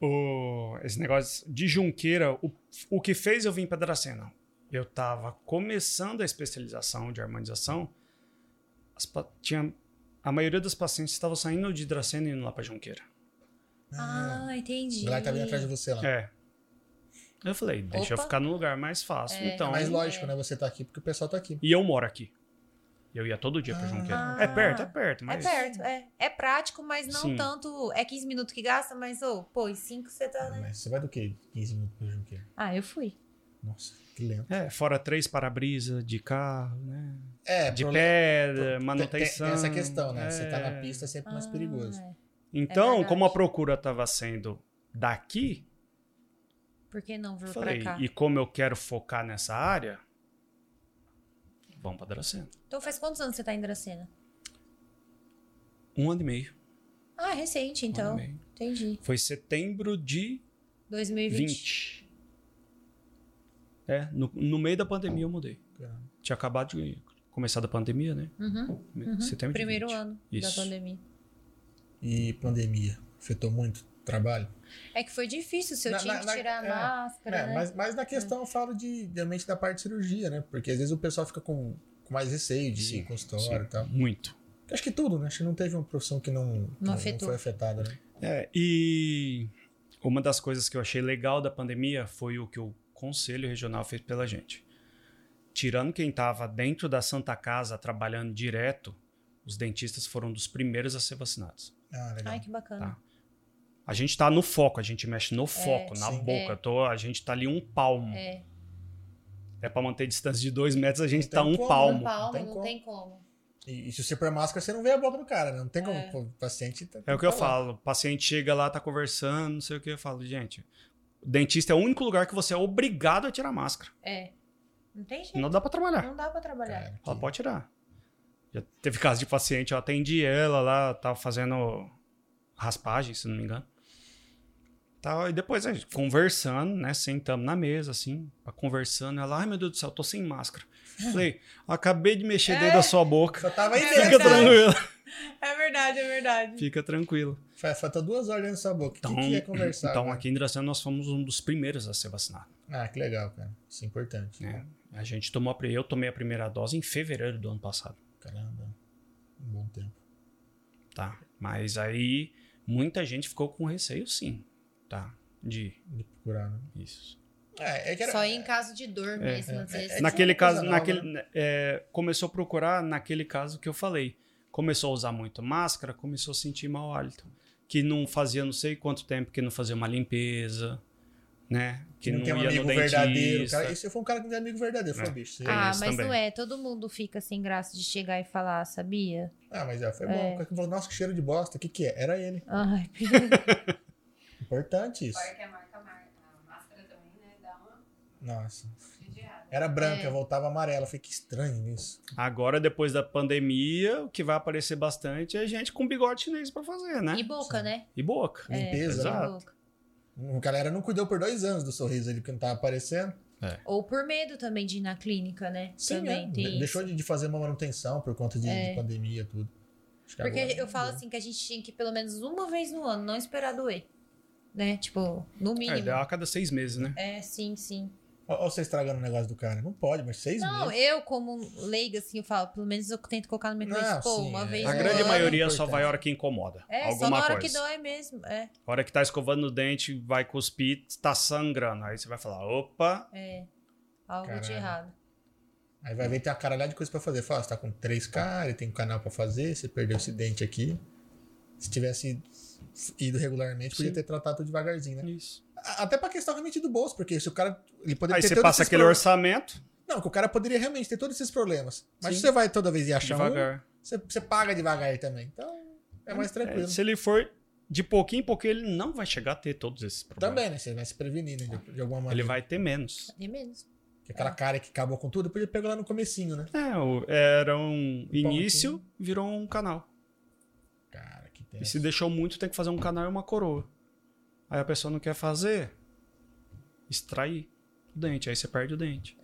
Speaker 3: O- esse negócio de Junqueira, o, o que fez eu vir para Dracena? Eu tava começando a especialização de harmonização. as pa- tinha, a maioria dos pacientes estavam saindo de Dracena e indo lá pra Junqueira.
Speaker 1: Ah, entendi.
Speaker 2: O Lá tá bem atrás de você lá.
Speaker 3: É. Eu falei, deixa
Speaker 1: Opa.
Speaker 3: eu ficar num lugar mais fácil.
Speaker 1: É.
Speaker 3: Então,
Speaker 2: Mas lógico, né? Você tá aqui porque o pessoal tá aqui.
Speaker 3: E eu moro aqui. Eu ia todo dia pra
Speaker 2: Ah.
Speaker 3: Junqueira.
Speaker 1: Ah.
Speaker 3: É perto, é perto,
Speaker 1: É
Speaker 3: mas.
Speaker 1: perto, é. É prático, mas não
Speaker 3: Sim.
Speaker 1: tanto. É 15 minutos que gasta, mas, ô, pô, em 5 você tá, né?
Speaker 2: Mas você vai do quê? 15 minutos pra Junqueira.
Speaker 1: Ah, eu fui.
Speaker 2: Nossa, que lento.
Speaker 3: É, fora três para-brisa de carro, né?
Speaker 2: É,
Speaker 3: De
Speaker 2: pro-
Speaker 3: pedra,
Speaker 2: tem- tem-
Speaker 3: manutenção.
Speaker 2: Tem essa questão, né? Você tá
Speaker 3: é.
Speaker 2: na pista é sempre mais perigoso.
Speaker 1: Ah, é.
Speaker 3: Então,
Speaker 1: verdade.
Speaker 3: como a procura estava sendo daqui,
Speaker 1: Por que não vir
Speaker 3: falei,
Speaker 1: pra cá?
Speaker 3: e como eu quero focar nessa área, vamos para Dracena.
Speaker 1: Então faz quantos anos você tá em Dracena?
Speaker 3: Um ano e meio.
Speaker 1: Ah, recente,
Speaker 3: um ano
Speaker 1: então.
Speaker 3: e meio.
Speaker 1: Entendi.
Speaker 3: Foi setembro de
Speaker 1: 2020.
Speaker 3: 20. É, no, no meio da pandemia eu mudei.
Speaker 2: Caramba.
Speaker 3: Tinha acabado de começar a pandemia, né?
Speaker 1: Uhum. uhum.
Speaker 3: Setembro de
Speaker 1: Primeiro
Speaker 3: 20.
Speaker 1: ano
Speaker 3: Isso.
Speaker 1: da pandemia.
Speaker 2: E pandemia. Afetou muito o trabalho?
Speaker 1: É que foi difícil, se eu
Speaker 2: Na-
Speaker 1: tinha
Speaker 2: na-
Speaker 1: que
Speaker 2: na-
Speaker 1: tirar
Speaker 2: é.
Speaker 1: a máscara,
Speaker 2: É,
Speaker 1: né?
Speaker 2: mas, mas na questão eu falo de realmente da parte de cirurgia, né? Porque às vezes o pessoal fica com, com mais receio de
Speaker 3: Sim,
Speaker 2: ir consultório
Speaker 3: sim.
Speaker 2: e tal.
Speaker 3: Muito.
Speaker 2: Eu Acho que tudo, né? Acho que não teve uma profissão que não, que não
Speaker 1: afetou.
Speaker 2: foi afetada, né?
Speaker 3: É, e uma das coisas que eu achei legal da pandemia foi o que o Conselho Regional fez pela gente. Tirando quem estava dentro da Santa Casa trabalhando direto, os dentistas foram dos primeiros a ser vacinados.
Speaker 2: Ah, legal.
Speaker 1: Ai, que
Speaker 3: Tá.
Speaker 1: bacana.
Speaker 3: A gente está no foco, a gente mexe no foco, na
Speaker 2: sim.
Speaker 3: boca. Tô- a gente tá ali um palmo. É,
Speaker 1: É.
Speaker 3: pra para manter distância de dois metros, a gente
Speaker 2: Não
Speaker 3: tá
Speaker 2: tem
Speaker 3: um
Speaker 2: como,
Speaker 1: Palmo, palmo,
Speaker 3: palmo.
Speaker 2: tem
Speaker 1: não
Speaker 2: como.
Speaker 1: tem como.
Speaker 2: E, e se você pôr máscara, você não vê a boca do cara, né? Não tem como. pô, O paciente. tá-
Speaker 1: Então
Speaker 3: É o que eu
Speaker 2: tá lá.
Speaker 3: falo. O paciente chega lá, tá conversando, não sei o que. Eu falo, gente, o dentista é o único lugar que você é obrigado a tirar a máscara.
Speaker 1: É. Não tem jeito.
Speaker 3: Não dá pra trabalhar.
Speaker 1: Não dá pra trabalhar.
Speaker 2: Cara,
Speaker 3: Ela
Speaker 2: que-
Speaker 3: pode tirar. Já teve caso de paciente, eu atendi ela lá, tava fazendo raspagem, se não me engano. Tal, e depois a gente conversando, né? Sentamos na mesa, assim, conversando. Ela, ai meu Deus do céu, eu tô sem máscara. Falei, acabei de mexer dentro
Speaker 1: É.
Speaker 3: da sua boca.
Speaker 2: Só tava aí
Speaker 1: É
Speaker 2: dentro.
Speaker 3: Fica
Speaker 1: verdade.
Speaker 2: né?
Speaker 3: tranquila.
Speaker 1: É verdade, é verdade.
Speaker 3: Fica tranquila.
Speaker 2: Fa- Falta duas horas dentro da sua boca. O que,
Speaker 3: Então,
Speaker 2: que é conversar?
Speaker 3: então
Speaker 2: né?
Speaker 3: aqui em Dracena nós fomos um dos primeiros a ser vacinado.
Speaker 2: Ah, que legal, cara. Isso é importante.
Speaker 3: É. A gente tomou, a pri- eu tomei a primeira dose em fevereiro do ano passado.
Speaker 2: Caramba. Um bom tempo.
Speaker 3: tá? Mas aí muita gente ficou com receio, sim, tá? De
Speaker 2: De procurar, né?
Speaker 3: isso.
Speaker 2: É, é que era-
Speaker 1: Só em caso de dor mesmo. às vezes.
Speaker 2: É que
Speaker 3: naquele
Speaker 2: é uma coisa
Speaker 3: caso,
Speaker 2: nova,
Speaker 3: naquele é, começou a procurar naquele caso que eu falei, começou a usar muito máscara, começou a sentir mau hálito, que não fazia não sei quanto tempo que não fazia uma limpeza, né?
Speaker 2: Que não, tem um
Speaker 3: ia no
Speaker 2: amigo
Speaker 3: dentista.
Speaker 2: verdadeiro. Cara. Esse foi um cara que não tem amigo verdadeiro. Foi
Speaker 3: É.
Speaker 2: bicho. você-
Speaker 3: Tem
Speaker 6: Ah,
Speaker 3: isso
Speaker 6: mas
Speaker 3: também.
Speaker 6: não é. Todo mundo fica sem graça de chegar e falar, sabia?
Speaker 2: Ah, mas é, foi bom. O cara falou, Nossa, que cheiro de bosta. O que, que é? Era ele.
Speaker 6: Ai,
Speaker 2: Importante isso.
Speaker 5: Fora que a marca, mar- a máscara também, né? Dá uma
Speaker 2: Nossa.
Speaker 5: judiada.
Speaker 2: Era branca, voltava amarela. Eu Falei, que estranho isso.
Speaker 3: Agora depois da pandemia, o que vai aparecer bastante é gente com bigode chinês pra fazer, né?
Speaker 6: e boca,
Speaker 2: Sim.
Speaker 6: né?
Speaker 3: E boca.
Speaker 1: É,
Speaker 2: Limpeza. né?
Speaker 3: exato.
Speaker 6: E
Speaker 3: Ah.
Speaker 6: boca.
Speaker 2: O galera não cuidou por dois anos do sorriso ali, porque não tava aparecendo.
Speaker 6: Ou por medo também de ir na clínica, né? também
Speaker 1: é.
Speaker 2: né?
Speaker 6: tem
Speaker 2: De- Deixou
Speaker 6: isso.
Speaker 2: de de fazer uma manutenção por conta de,
Speaker 6: É.
Speaker 2: de pandemia tudo. Acho que
Speaker 1: Porque
Speaker 2: agora- é.
Speaker 1: eu falo assim que a gente tinha que ir pelo menos uma vez no ano, não esperar doer. Né? Tipo, no
Speaker 3: É,
Speaker 1: mínimo.
Speaker 3: dá a cada seis meses, né?
Speaker 1: É, sim, sim.
Speaker 2: Ó, ó você estragando o negócio do cara. Não pode, mas seis
Speaker 1: Não,
Speaker 2: meses.
Speaker 1: eu, como leiga, assim, eu falo, pelo menos eu tento colocar no meu
Speaker 2: Não,
Speaker 1: cliente, pô,
Speaker 2: sim,
Speaker 1: uma
Speaker 2: é.
Speaker 1: vez
Speaker 3: Ah, A
Speaker 1: no
Speaker 3: grande
Speaker 1: ano.
Speaker 3: maioria só
Speaker 2: importante.
Speaker 3: vai a hora que incomoda.
Speaker 1: É,
Speaker 3: alguma
Speaker 1: só na hora
Speaker 3: coisa.
Speaker 1: que dói mesmo. É,
Speaker 3: A hora que tá escovando o dente, vai cuspir, tá sangrando. Aí você vai falar, opa,
Speaker 1: é. Algo de
Speaker 2: Caralho.
Speaker 1: errado.
Speaker 2: Aí vai ver tem uma caralhada de coisa pra fazer. Fala, ó, você tá com três caras, tem um canal pra fazer, você perdeu esse dente aqui. Se tivesse ido regularmente, podia
Speaker 3: Sim.
Speaker 2: ter tratado devagarzinho, né?
Speaker 3: isso.
Speaker 2: A- Até pra questão realmente do bolso, porque se o cara. Ele poderia
Speaker 3: Aí
Speaker 2: ter
Speaker 3: você
Speaker 2: todos
Speaker 3: passa
Speaker 2: esses
Speaker 3: aquele
Speaker 2: pro-
Speaker 3: orçamento,
Speaker 2: Não, que o cara poderia realmente ter todos esses problemas. Mas
Speaker 3: Sim.
Speaker 2: se você vai toda vez e achar um,
Speaker 3: devagar.
Speaker 2: você, você paga devagar também. Então, é mais
Speaker 3: É,
Speaker 2: tranquilo.
Speaker 3: se ele for de pouquinho em pouquinho, ele não vai chegar a ter todos esses problemas.
Speaker 2: Também, né? Você vai se prevenir, né? De, de alguma maneira.
Speaker 3: Ele vai ter menos.
Speaker 1: De menos.
Speaker 2: Porque aquela cara que acabou com tudo, podia pegar lá no comecinho, né?
Speaker 3: É, o- era um início, virou um canal.
Speaker 2: Cara, que
Speaker 3: E
Speaker 2: tenso.
Speaker 3: se deixou muito, tem que fazer um canal e uma coroa. Aí a pessoa não quer fazer, extrair o dente. Aí você perde o dente.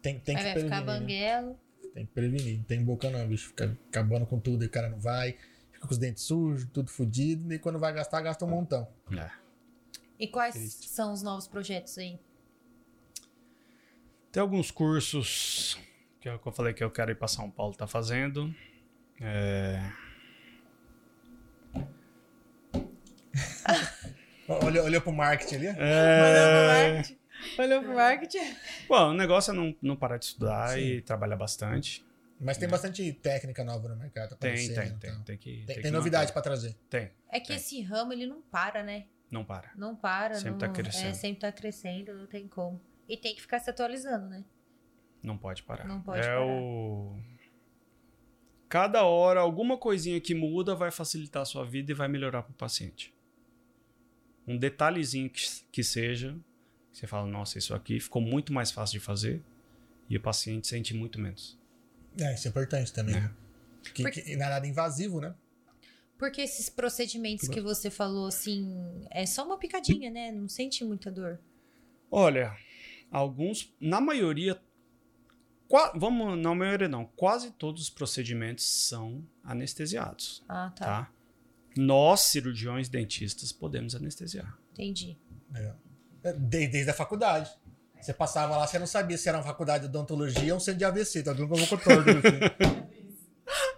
Speaker 2: Tem, tem que
Speaker 6: Aí vai ficar
Speaker 2: prevenir.
Speaker 3: um
Speaker 2: né?
Speaker 6: banguelo.
Speaker 2: Tem que prevenir. Não tem boca não, bicho. Fica acabando com tudo e o cara não vai. Fica com os dentes sujos, tudo fodido. E quando vai gastar, gasta um montão.
Speaker 1: É.
Speaker 3: É.
Speaker 1: E quais
Speaker 2: Triste.
Speaker 1: são os novos projetos aí?
Speaker 3: Tem alguns cursos que eu, que eu falei que eu quero ir para São Paulo, tá fazendo.
Speaker 2: Ó, Olhou, olhou pro marketing ali? ó.
Speaker 3: É...
Speaker 1: Olhou pro marketing.
Speaker 3: Bom, o negócio é não, não parar de estudar
Speaker 2: Sim.
Speaker 3: e trabalhar bastante.
Speaker 2: Mas tem bastante técnica nova no mercado.
Speaker 3: Tem,
Speaker 2: aparecendo,
Speaker 3: tem,
Speaker 2: então.
Speaker 3: tem, tem que.
Speaker 2: É. Tem,
Speaker 3: que
Speaker 2: tem novidade
Speaker 3: manter.
Speaker 2: pra trazer.
Speaker 3: Tem,
Speaker 1: É que
Speaker 3: É.
Speaker 1: esse ramo, ele não para, né?
Speaker 3: não para.
Speaker 1: Não para.
Speaker 3: Sempre
Speaker 1: não...
Speaker 3: tá crescendo.
Speaker 1: É, sempre tá crescendo, não tem como. E tem que ficar se atualizando, né?
Speaker 3: Não pode parar.
Speaker 1: Não pode
Speaker 3: é
Speaker 1: parar.
Speaker 3: o. Cada hora, alguma coisinha que muda vai facilitar a sua vida e vai melhorar para o paciente. Um detalhezinho que, que seja, que você fala, nossa, isso aqui ficou muito mais fácil de fazer e o paciente sente muito menos.
Speaker 2: É, isso é importante também. né? Que,
Speaker 1: Porque-
Speaker 2: que não é nada invasivo, né?
Speaker 1: Porque esses procedimentos que você falou, assim, é só uma picadinha, né? Não sente muita dor.
Speaker 3: Olha, alguns, na maioria, qua- vamos, na maioria não, quase todos os procedimentos são anestesiados,
Speaker 1: Ah, tá.
Speaker 3: tá? Nós, cirurgiões dentistas, podemos anestesiar.
Speaker 1: Entendi.
Speaker 2: Legal. É, Desde, desde a faculdade. Você passava lá, você não sabia se era uma faculdade de odontologia ou um centro de AVC. Todo mundo com a boca torta. assim.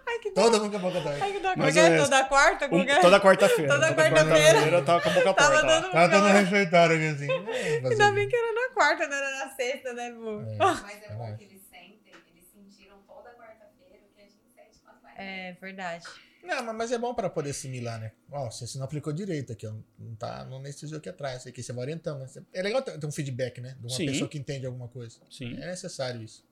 Speaker 1: Ai, que
Speaker 2: Todo mundo com a boca torta.
Speaker 1: que dá
Speaker 3: Mas é é?
Speaker 1: toda quarta,
Speaker 3: Um- toda quarta-feira.
Speaker 1: Toda quarta-feira.
Speaker 3: eu tava tá com a boca torta lá.
Speaker 2: Ela tá no refeitório aqui assim. É, fazer-
Speaker 1: que era na quarta, não era na sexta, né, Bu?
Speaker 5: Mas é bom que eles sentem, eles sentiram toda quarta-feira o que a gente sente na quarta.
Speaker 1: É verdade.
Speaker 2: Não, mas- mas é bom para poder assimilar, né? Ó, você, você não aplicou direito aqui, ó. Não tá, não anestesiou aqui atrás. Isso aqui você vai orientando, né? Você- É legal ter, ter um feedback, né? De uma
Speaker 3: Sim.
Speaker 2: pessoa que entende alguma coisa.
Speaker 3: Sim.
Speaker 2: É necessário isso.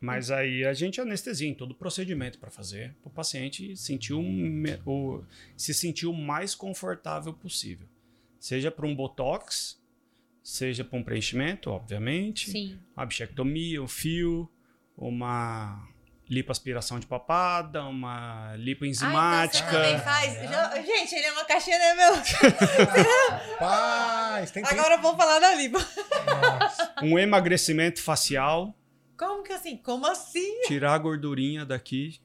Speaker 3: Mas aí a gente anestesia em todo o procedimento para fazer para o paciente sentir o me- o- se sentir o mais confortável possível. Seja para um botox, seja para um preenchimento, obviamente,
Speaker 1: Sim.
Speaker 3: uma bichectomia, um fio, uma lipoaspiração de papada, uma
Speaker 1: Ah, então
Speaker 7: você também
Speaker 3: lipoenzimática.
Speaker 7: faz. Já- gente, ele é uma caixinha, né, meu?
Speaker 2: Paz, tem, Ah, tem...
Speaker 7: Agora eu vou falar da Liba.
Speaker 2: Nossa.
Speaker 3: um emagrecimento facial,
Speaker 7: Como que assim? Como assim?
Speaker 3: tirar a gordurinha daqui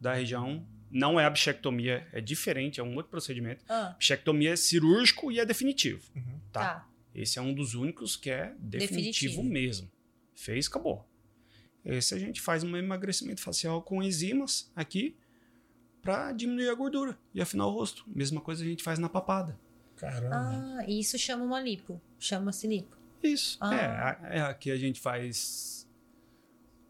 Speaker 3: da região. Não é a bichectomia, é diferente, é um outro procedimento.
Speaker 7: Ah,
Speaker 3: Bichectomia é cirúrgico e é definitivo.
Speaker 2: Uhum.
Speaker 3: Tá. Esse é um dos únicos que é definitivo,
Speaker 1: Definitivo.
Speaker 3: mesmo. Fez, acabou. Esse a gente faz um emagrecimento facial com enzimas aqui para diminuir a gordura e afinar o rosto. Mesma coisa a gente faz na papada.
Speaker 2: Caramba.
Speaker 1: Ah, isso chama uma lipo. Chama-se lipo.
Speaker 3: Isso.
Speaker 1: Ah.
Speaker 3: É, a- é, aqui a gente faz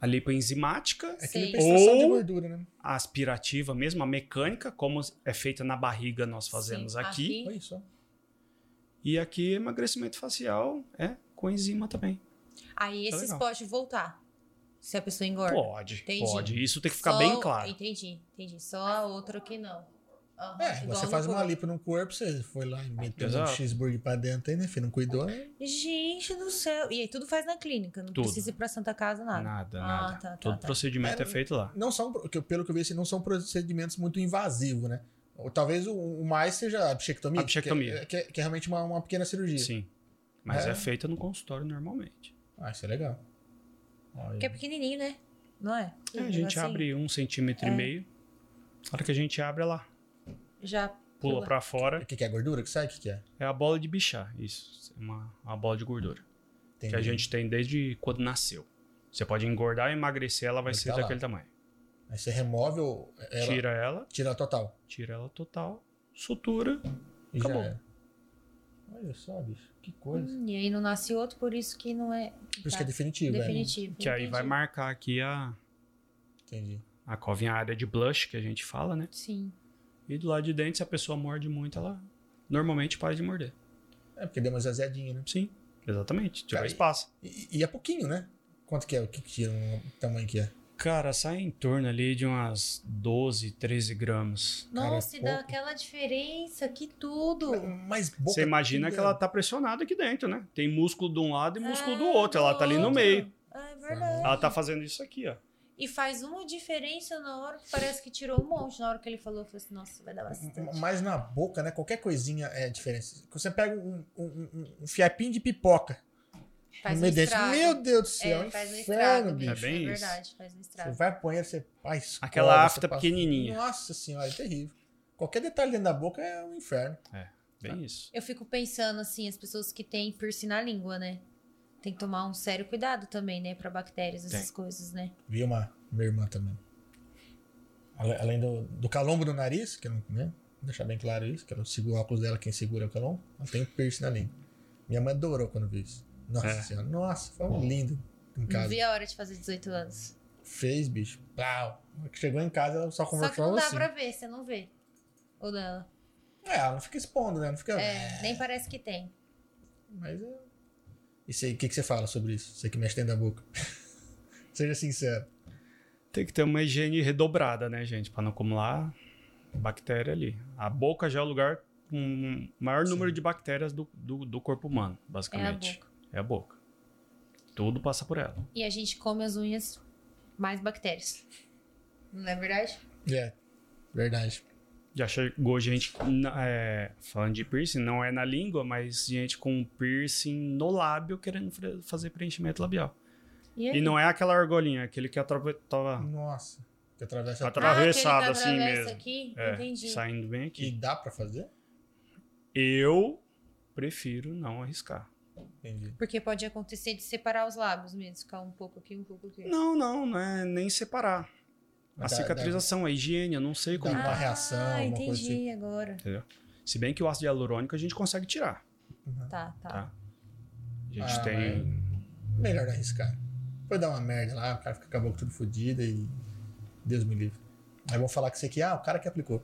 Speaker 3: a lipoenzimática,
Speaker 2: é que ele
Speaker 1: Sim.
Speaker 2: pensa só de
Speaker 3: Ou-
Speaker 2: gordura, né?
Speaker 3: a aspirativa mesmo, a mecânica, como é feita na barriga nós fazemos
Speaker 1: Sim,
Speaker 3: aqui.
Speaker 2: Olha só.
Speaker 3: E aqui emagrecimento facial é com enzima também.
Speaker 1: Aí esses
Speaker 3: Tá legal.
Speaker 1: pode voltar. Se a pessoa engorda.
Speaker 3: Pode,
Speaker 1: Entendi.
Speaker 3: pode. Isso tem que ficar
Speaker 1: Só-
Speaker 3: bem claro.
Speaker 1: Entendi, entendi. Só a outra que não. Aham,
Speaker 2: É,
Speaker 1: igual
Speaker 2: você
Speaker 1: no
Speaker 2: faz uma
Speaker 1: corpo.
Speaker 2: lipo no corpo, você foi lá e meteu um
Speaker 3: Exato.
Speaker 2: cheeseburger pra dentro aí, né, filho? Não cuidou, né?
Speaker 1: Gente do céu. E aí tudo faz na clínica. Não
Speaker 3: Tudo.
Speaker 1: precisa ir pra Santa Casa, nada.
Speaker 3: Nada,
Speaker 1: Ah,
Speaker 3: nada.
Speaker 1: tá, tá,
Speaker 3: Todo
Speaker 1: tá.
Speaker 3: procedimento é,
Speaker 2: É,
Speaker 3: feito lá.
Speaker 2: Não são, que eu- pelo que eu vi, assim, não são procedimentos muito invasivos, né? Ou talvez o, o mais seja a bichectomia.
Speaker 3: A
Speaker 2: Que, é-
Speaker 3: bichectomia.
Speaker 2: que é, que é realmente uma, uma pequena cirurgia.
Speaker 3: Sim. Mas
Speaker 2: É.
Speaker 3: é, feita no consultório normalmente.
Speaker 2: Ah, isso é legal. Olha.
Speaker 1: Porque é pequenininho, né? Não é?
Speaker 3: É, a gente abre um centímetro
Speaker 1: É.
Speaker 3: e meio. Na hora que a gente abre, ela
Speaker 1: Já
Speaker 3: pula
Speaker 1: Pula.
Speaker 3: pra
Speaker 2: O
Speaker 3: fora.
Speaker 2: que, que é gordura? Que sai? O que, que é?
Speaker 3: É a bola de bichar, isso. É Uma, uma bola de gordura.
Speaker 2: Tem
Speaker 3: Que a gente tem desde quando nasceu. Você pode engordar, emagrecer, ela vai
Speaker 2: Mas
Speaker 3: ser
Speaker 2: tá lá.
Speaker 3: daquele tamanho.
Speaker 2: Aí você remove ou ela, tira.
Speaker 3: Tira ela,
Speaker 2: tira total.
Speaker 3: tira ela total, sutura.
Speaker 2: E
Speaker 3: Acabou.
Speaker 2: já era. Olha só, bicho. Que coisa.
Speaker 1: Hum, e aí não nasce outro, por isso que não é
Speaker 2: Por isso
Speaker 1: tá
Speaker 2: que é definitivo, é.
Speaker 1: definitivo.
Speaker 3: né? Que aí vai
Speaker 1: Entendi.
Speaker 3: marcar aqui a,
Speaker 2: Entendi.
Speaker 3: a covinha a área de blush, que a gente fala, né?
Speaker 1: Sim.
Speaker 3: E do lado de dentro, se a pessoa morde muito, ela normalmente para de morder.
Speaker 2: É porque deu uma zazedinha, né?
Speaker 3: Sim, exatamente. Tirar
Speaker 2: Cara, e-
Speaker 3: espaço.
Speaker 2: E, e é pouquinho, né? Quanto que é? O que, que tira? O tamanho que é?
Speaker 3: Cara, sai em torno ali de umas 12, 13 gramas.
Speaker 2: Cara, é
Speaker 1: Nossa, e dá
Speaker 2: pouco.
Speaker 1: aquela diferença, que tudo.
Speaker 2: Mas boca.
Speaker 3: Você imagina que ela tá pressionada aqui dentro, né? Tem músculo de um lado e músculo do outro. Ela tá ali no
Speaker 1: outro.
Speaker 3: meio.
Speaker 1: Ah, É verdade.
Speaker 3: Ela tá fazendo isso aqui, ó.
Speaker 1: E faz uma diferença na hora que parece que tirou um monte. Na hora que ele falou, eu falei assim, nossa, vai dar bastante.
Speaker 2: Mas na boca, né? Qualquer coisinha é diferença. Quando Você pega um, um, um- um fiapinho de pipoca.
Speaker 1: Faz
Speaker 2: no
Speaker 1: um
Speaker 2: meio desse,
Speaker 1: estrago.
Speaker 2: Meu Deus do céu.
Speaker 1: É, faz um estrago,
Speaker 2: inferno,
Speaker 1: bicho.
Speaker 2: bicho.
Speaker 1: É,
Speaker 3: É bem isso.
Speaker 1: verdade, faz um
Speaker 2: Você
Speaker 1: estrago.
Speaker 2: vai pro banheiro, você vai. escola,
Speaker 3: Aquela
Speaker 2: você
Speaker 3: afta
Speaker 2: passa-
Speaker 3: pequenininha.
Speaker 2: Nossa senhora, é terrível. Qualquer detalhe dentro da boca é um inferno.
Speaker 3: Bem isso.
Speaker 1: Eu fico pensando, assim, as pessoas que têm piercing na língua, né? Tem que tomar um sério cuidado também, né? Pra bactérias, essas coisas, né?
Speaker 2: Vi uma minha irmã também. Ale- Além do, do calombo do nariz, que eu não, né? Vou deixar bem claro isso, que ela segura o óculos dela, quem segura é o calombo. Ela tem um piercing na língua. Minha mãe adorou quando viu isso. Nossa
Speaker 3: É.
Speaker 2: senhora, nossa, foi um lindo em
Speaker 1: Não
Speaker 2: casa.
Speaker 1: vi a hora de fazer 18 anos.
Speaker 2: Fez, bicho. Pau. Na hora que Chegou em casa, ela só
Speaker 1: Só que
Speaker 2: conversou
Speaker 1: não dá
Speaker 2: assim.
Speaker 1: pra ver, você não vê. O dela.
Speaker 2: É, ela não fica expondo, né? Não fica.
Speaker 1: É, nem parece que tem.
Speaker 2: Mas é. E você- o que, que você fala sobre isso? Você que mexe dentro da boca. Seja sincero.
Speaker 3: Tem que ter uma higiene redobrada, né, gente? Pra não acumular bactéria ali. A boca já é o lugar com o maior
Speaker 2: Sim.
Speaker 3: número de bactérias do, do, do corpo humano,
Speaker 1: É a
Speaker 3: basicamente.
Speaker 1: boca.
Speaker 3: É a boca. Tudo passa por ela.
Speaker 1: E a gente come as unhas, mais bactérias. Não é verdade?
Speaker 2: É, verdade.
Speaker 3: Já chegou gente, na- é, falando de piercing, não é na língua, mas gente com piercing no lábio querendo fre- fazer preenchimento labial.
Speaker 1: E, aí?
Speaker 3: E
Speaker 6: Ah,
Speaker 3: não é aquela argolinha, aquele que atrava- tava
Speaker 2: Nossa. Que atravessa.
Speaker 3: Atra- atravessado
Speaker 1: aquele que
Speaker 3: assim
Speaker 1: atravessa
Speaker 3: mesmo.
Speaker 1: Aqui,
Speaker 3: é,
Speaker 1: Entendi.
Speaker 3: saindo bem aqui.
Speaker 2: E dá pra fazer?
Speaker 3: Eu prefiro não arriscar.
Speaker 2: Entendi.
Speaker 1: Porque pode acontecer de separar os lábios mesmo, ficar um pouco aqui, um pouco aqui.
Speaker 3: Não, não, não é nem separar. A
Speaker 2: Dá-
Speaker 3: cicatrização, a higiene, eu não sei
Speaker 2: dá-
Speaker 3: como. tá.
Speaker 2: dá uma reação,
Speaker 1: ah,
Speaker 2: alguma
Speaker 1: entendi
Speaker 2: coisa assim.
Speaker 1: agora.
Speaker 3: Se bem que o ácido hialurônico a gente consegue tirar,
Speaker 2: Uhum.
Speaker 1: Tá, tá.
Speaker 3: tá? A gente
Speaker 2: Ah,
Speaker 3: tem.
Speaker 2: Melhor não arriscar. Foi dar uma merda lá, o cara fica com a boca tudo fodida e. Deus me livre. Aí vão falar que você que, ah, o cara que aplicou.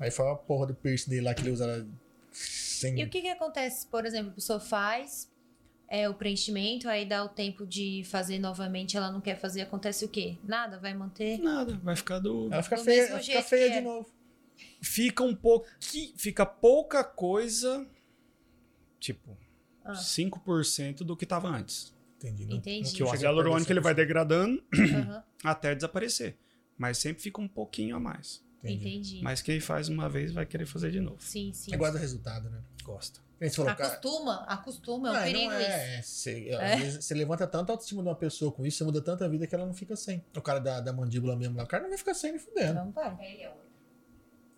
Speaker 2: Aí foi a porra do piercing dele lá que ele usa lá sem.
Speaker 1: E o que que acontece, por exemplo, a pessoa faz,
Speaker 6: é, o preenchimento, aí dá o tempo de fazer novamente, ela não quer fazer, acontece o quê? Nada, vai manter?
Speaker 3: Nada, vai ficar do.
Speaker 2: Ela fica
Speaker 6: Do
Speaker 2: feia,
Speaker 6: mesmo
Speaker 2: ela fica
Speaker 6: jeito
Speaker 2: feia
Speaker 6: que
Speaker 2: de
Speaker 6: é.
Speaker 2: novo.
Speaker 3: Fica um pouquinho. Fica pouca coisa. Tipo,
Speaker 6: Ah.
Speaker 3: 5% do que tava antes.
Speaker 2: Entendi.
Speaker 6: Entendi.
Speaker 3: é Que o
Speaker 2: chega a
Speaker 3: ácido
Speaker 2: perder
Speaker 3: hialurônico ele vai
Speaker 2: 100%.
Speaker 3: degradando
Speaker 6: Aham,
Speaker 3: até desaparecer. Mas sempre fica um pouquinho a mais.
Speaker 2: Entendi.
Speaker 6: Entendi.
Speaker 3: Mas quem faz uma vez vai querer fazer de novo.
Speaker 6: Sim, sim.
Speaker 2: Você guarda o resultado, né?
Speaker 3: Gosta.
Speaker 2: A gente
Speaker 6: Tá
Speaker 2: falou, cara.
Speaker 6: Acostuma, acostuma, é um
Speaker 2: ah,
Speaker 6: perigo
Speaker 2: não
Speaker 6: isso.
Speaker 2: é, você, às vezes você levanta tanto a autoestima de uma pessoa com isso, você muda tanta vida que ela não fica sem. O cara da, da mandíbula mesmo lá, o cara não vai ficar sem nem fudendo.
Speaker 6: Então vai.
Speaker 5: pele é outra.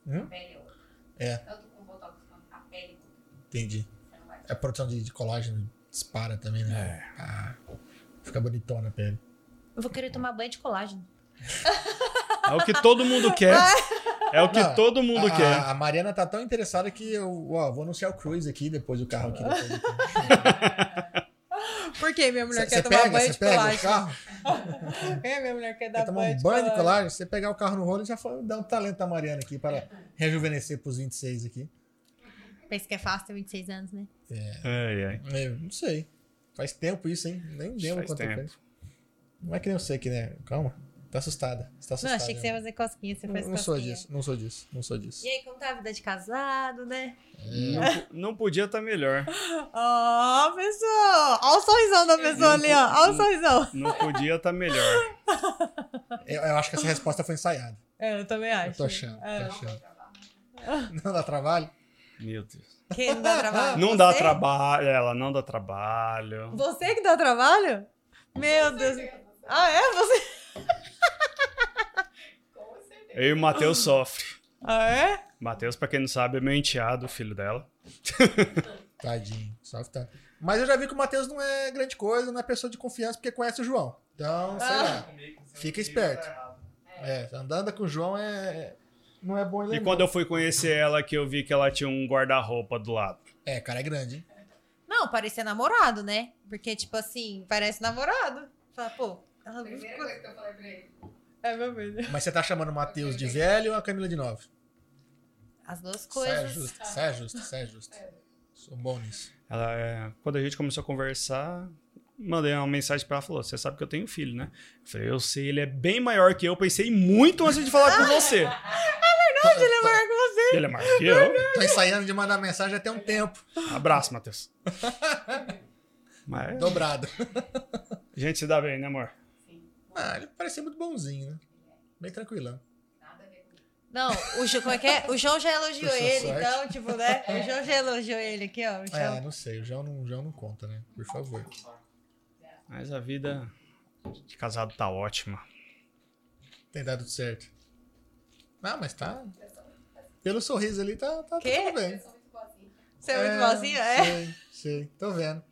Speaker 2: Hum?
Speaker 5: A pele é outra.
Speaker 2: É.
Speaker 5: Tanto com botox quanto a pele muda.
Speaker 2: Entendi.
Speaker 5: Você não vai
Speaker 2: A produção de, de colágeno dispara também, né?
Speaker 3: É.
Speaker 2: Ah, fica bonitona a pele.
Speaker 6: Eu vou querer tomar banho de colágeno.
Speaker 3: É o que todo mundo quer. É o que
Speaker 2: Não,
Speaker 3: todo mundo
Speaker 2: a,
Speaker 3: quer.
Speaker 2: a- a Mariana tá tão interessada que eu ó, vou anunciar o Cruise aqui depois do carro aqui.
Speaker 1: Ah.
Speaker 2: Depois do carro.
Speaker 1: Por que minha mulher quer
Speaker 2: Cê- cê
Speaker 1: tomar banho
Speaker 2: cê
Speaker 1: de
Speaker 2: pega
Speaker 1: colágeno?
Speaker 2: o carro,
Speaker 1: Por que minha mulher quer
Speaker 2: quer
Speaker 1: dar
Speaker 2: tomar um
Speaker 1: banho de
Speaker 2: banho de
Speaker 1: colágeno?
Speaker 2: colágeno, você pegar o carro no rolo já foi dar um talento da Mariana aqui para rejuvenescer pros 26 aqui.
Speaker 6: Pensa que é fácil ter 26 anos, né?
Speaker 3: Ai, ai.
Speaker 2: Eu não sei. Faz tempo isso, hein? Nem lembro
Speaker 3: É, Faz
Speaker 2: quanto
Speaker 3: tempo.
Speaker 2: tempo. Não é que nem eu sei que, né? Calma. Tá assustada. Você tá
Speaker 6: Não,
Speaker 2: assustada.
Speaker 6: achei que você ia fazer cosquinha, você
Speaker 2: não,
Speaker 6: faz
Speaker 2: não sou
Speaker 6: cosquinha.
Speaker 2: disso, não sou disso, não sou disso.
Speaker 6: E aí, como tá a vida de casado, né?
Speaker 2: É.
Speaker 3: Não, po- não podia estar melhor.
Speaker 1: Ó, pessoa! Ó o sorrisão da pessoa
Speaker 2: um
Speaker 1: ali, ó. Ó o sorrisão.
Speaker 3: Não podia estar melhor.
Speaker 2: Eu, eu acho que essa resposta foi ensaiada.
Speaker 1: É, eu também acho.
Speaker 2: Eu tô achando,
Speaker 1: É.
Speaker 2: tô
Speaker 5: não vai
Speaker 2: achando.
Speaker 5: trabalhar.
Speaker 2: Não dá trabalho?
Speaker 3: Meu Deus.
Speaker 1: Quem não dá trabalho?
Speaker 3: Não dá
Speaker 1: Você?
Speaker 3: trabalho. Ela não dá trabalho.
Speaker 1: Você que dá trabalho? Meu Deus. Ah, é? Você?
Speaker 5: Com certeza.
Speaker 3: Eu e o Matheus sofre.
Speaker 1: Ah, é?
Speaker 3: Matheus, pra quem não sabe, é meu enteado, filho dela.
Speaker 2: Tadinho, só que tá. Mas eu já vi que o Matheus não é grande coisa, não é pessoa de confiança, porque conhece o João. Então, sei lá. Fica esperto.
Speaker 4: tá
Speaker 2: É, andando com o João é. Não é bom ele.
Speaker 3: E quando eu fui conhecer ela, que eu vi que ela tinha um guarda-roupa do lado.
Speaker 2: É, cara, é grande, hein?
Speaker 1: Não, parecia namorado, né? Porque, tipo assim, parece namorado. Fala, pô, ela
Speaker 5: Primeira coisa que eu falei pra ele.
Speaker 1: É meu mesmo.
Speaker 2: Mas você tá chamando o Matheus de velho ou a Camila de nove?
Speaker 1: As duas
Speaker 2: Sai
Speaker 1: coisas.
Speaker 2: é justo, sai justo, sai justo. Sou bom nisso.
Speaker 3: Ela, é, quando a gente começou a conversar, mandei uma mensagem pra ela, falou, você sabe que eu tenho filho, né? Eu falei, eu sei, ele é bem maior que eu, pensei muito antes de falar com você.
Speaker 2: Verdade, ele é
Speaker 3: Ele é maior que eu?
Speaker 2: Tô ensaiando de mandar mensagem até um tempo.
Speaker 3: Abraço, Matheus. Mas
Speaker 2: Dobrado.
Speaker 3: a gente se dá bem, né, amor?
Speaker 5: Sim.
Speaker 2: Ah, ele parecia muito bonzinho, né? Bem tranquilão.
Speaker 5: Nada a ver comigo.
Speaker 1: Não, o João, como é que é? O João já elogiou
Speaker 2: Por sua
Speaker 1: ele,
Speaker 2: é sorte.
Speaker 1: então, tipo, né? O João já elogiou ele aqui, ó. O
Speaker 2: Ah,
Speaker 1: João.
Speaker 2: não sei, o João não, o João não conta, né? Por favor.
Speaker 3: Mas a vida de casado tá ótima.
Speaker 2: Tem dado certo. Ah, mas tá.
Speaker 5: Eu sou muito,
Speaker 2: Pelo sorriso ali, tá, tá, tá
Speaker 1: Quê?
Speaker 2: tudo
Speaker 5: eu
Speaker 2: bem.
Speaker 5: sou muito boazinha.
Speaker 1: Você é muito boazinho? É?
Speaker 2: Sei, sei. Tô vendo.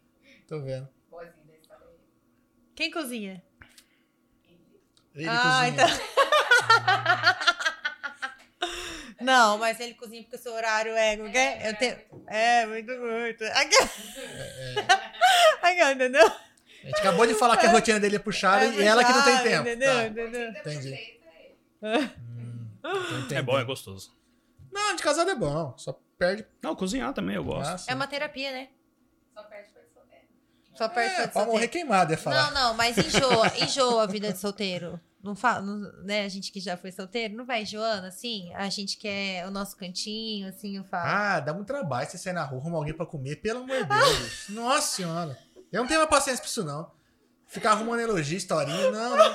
Speaker 2: Tô vendo.
Speaker 5: Boazinha da história dele.
Speaker 1: Quem cozinha?
Speaker 2: Ele
Speaker 1: Ah,
Speaker 2: cozinha.
Speaker 1: Não, mas ele cozinha porque o seu horário é. Como que é? Eu tenho... é muito, muito. Aqui, Aqui, entendeu?
Speaker 2: A gente acabou de falar que a rotina dele é puxada
Speaker 1: É
Speaker 2: e ela que não tem
Speaker 1: puxado,
Speaker 2: tempo.
Speaker 1: Entendeu?
Speaker 2: Tá.
Speaker 1: entendeu?
Speaker 2: Entendi.
Speaker 5: Perfeito é ele.
Speaker 2: Tô entendendo.
Speaker 3: É bom, é gostoso.
Speaker 2: Não, de casado é bom. Só perde
Speaker 3: Não, cozinhar também eu gosto.
Speaker 2: massa.
Speaker 6: É uma terapia, né?
Speaker 5: Só perde pra É, ele solteiro.
Speaker 1: Só perto
Speaker 2: É,
Speaker 1: de
Speaker 2: pra morrer
Speaker 1: solteiro.
Speaker 2: queimado, é falar.
Speaker 1: Não, não, mas enjoa, enjoa a vida de solteiro. Não fala, não- né? A gente que já foi solteiro, não vai enjoando, assim? A gente quer o nosso cantinho, assim, eu falo.
Speaker 2: Ah, dá muito trabalho você sair na rua, arrumar alguém pra comer, pelo amor de
Speaker 1: Ah.
Speaker 2: Deus. Nossa senhora. Eu não tenho mais paciência pra isso, não. Ficar arrumando elogio, historinha, não, não.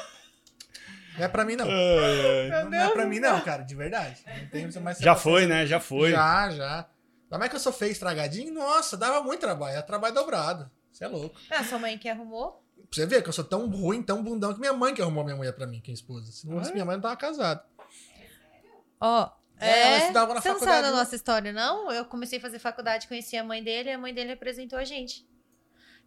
Speaker 2: Não é pra mim, não. Não, é pra mim, não, cara, de verdade. Não tenho mais
Speaker 3: Já
Speaker 2: paciência.
Speaker 3: foi, né? Já foi.
Speaker 2: Já, já. Ainda mais que eu sou feio estragadinho, nossa, dava muito trabalho. É trabalho dobrado. Você é louco. Pra
Speaker 6: Ah, sua mãe que arrumou.
Speaker 2: você ver que eu sou tão ruim, tão bundão, que minha mãe que arrumou minha mulher pra mim, que é esposa. Se não fosse minha mãe, eu não tava casado.
Speaker 1: Ó.
Speaker 2: É, ela
Speaker 1: É,
Speaker 2: estudava na
Speaker 1: você não
Speaker 2: faculdade,
Speaker 1: sabe da
Speaker 2: né?
Speaker 1: nossa história, não? Eu comecei a fazer faculdade, conheci a mãe dele, e a mãe dele apresentou a gente.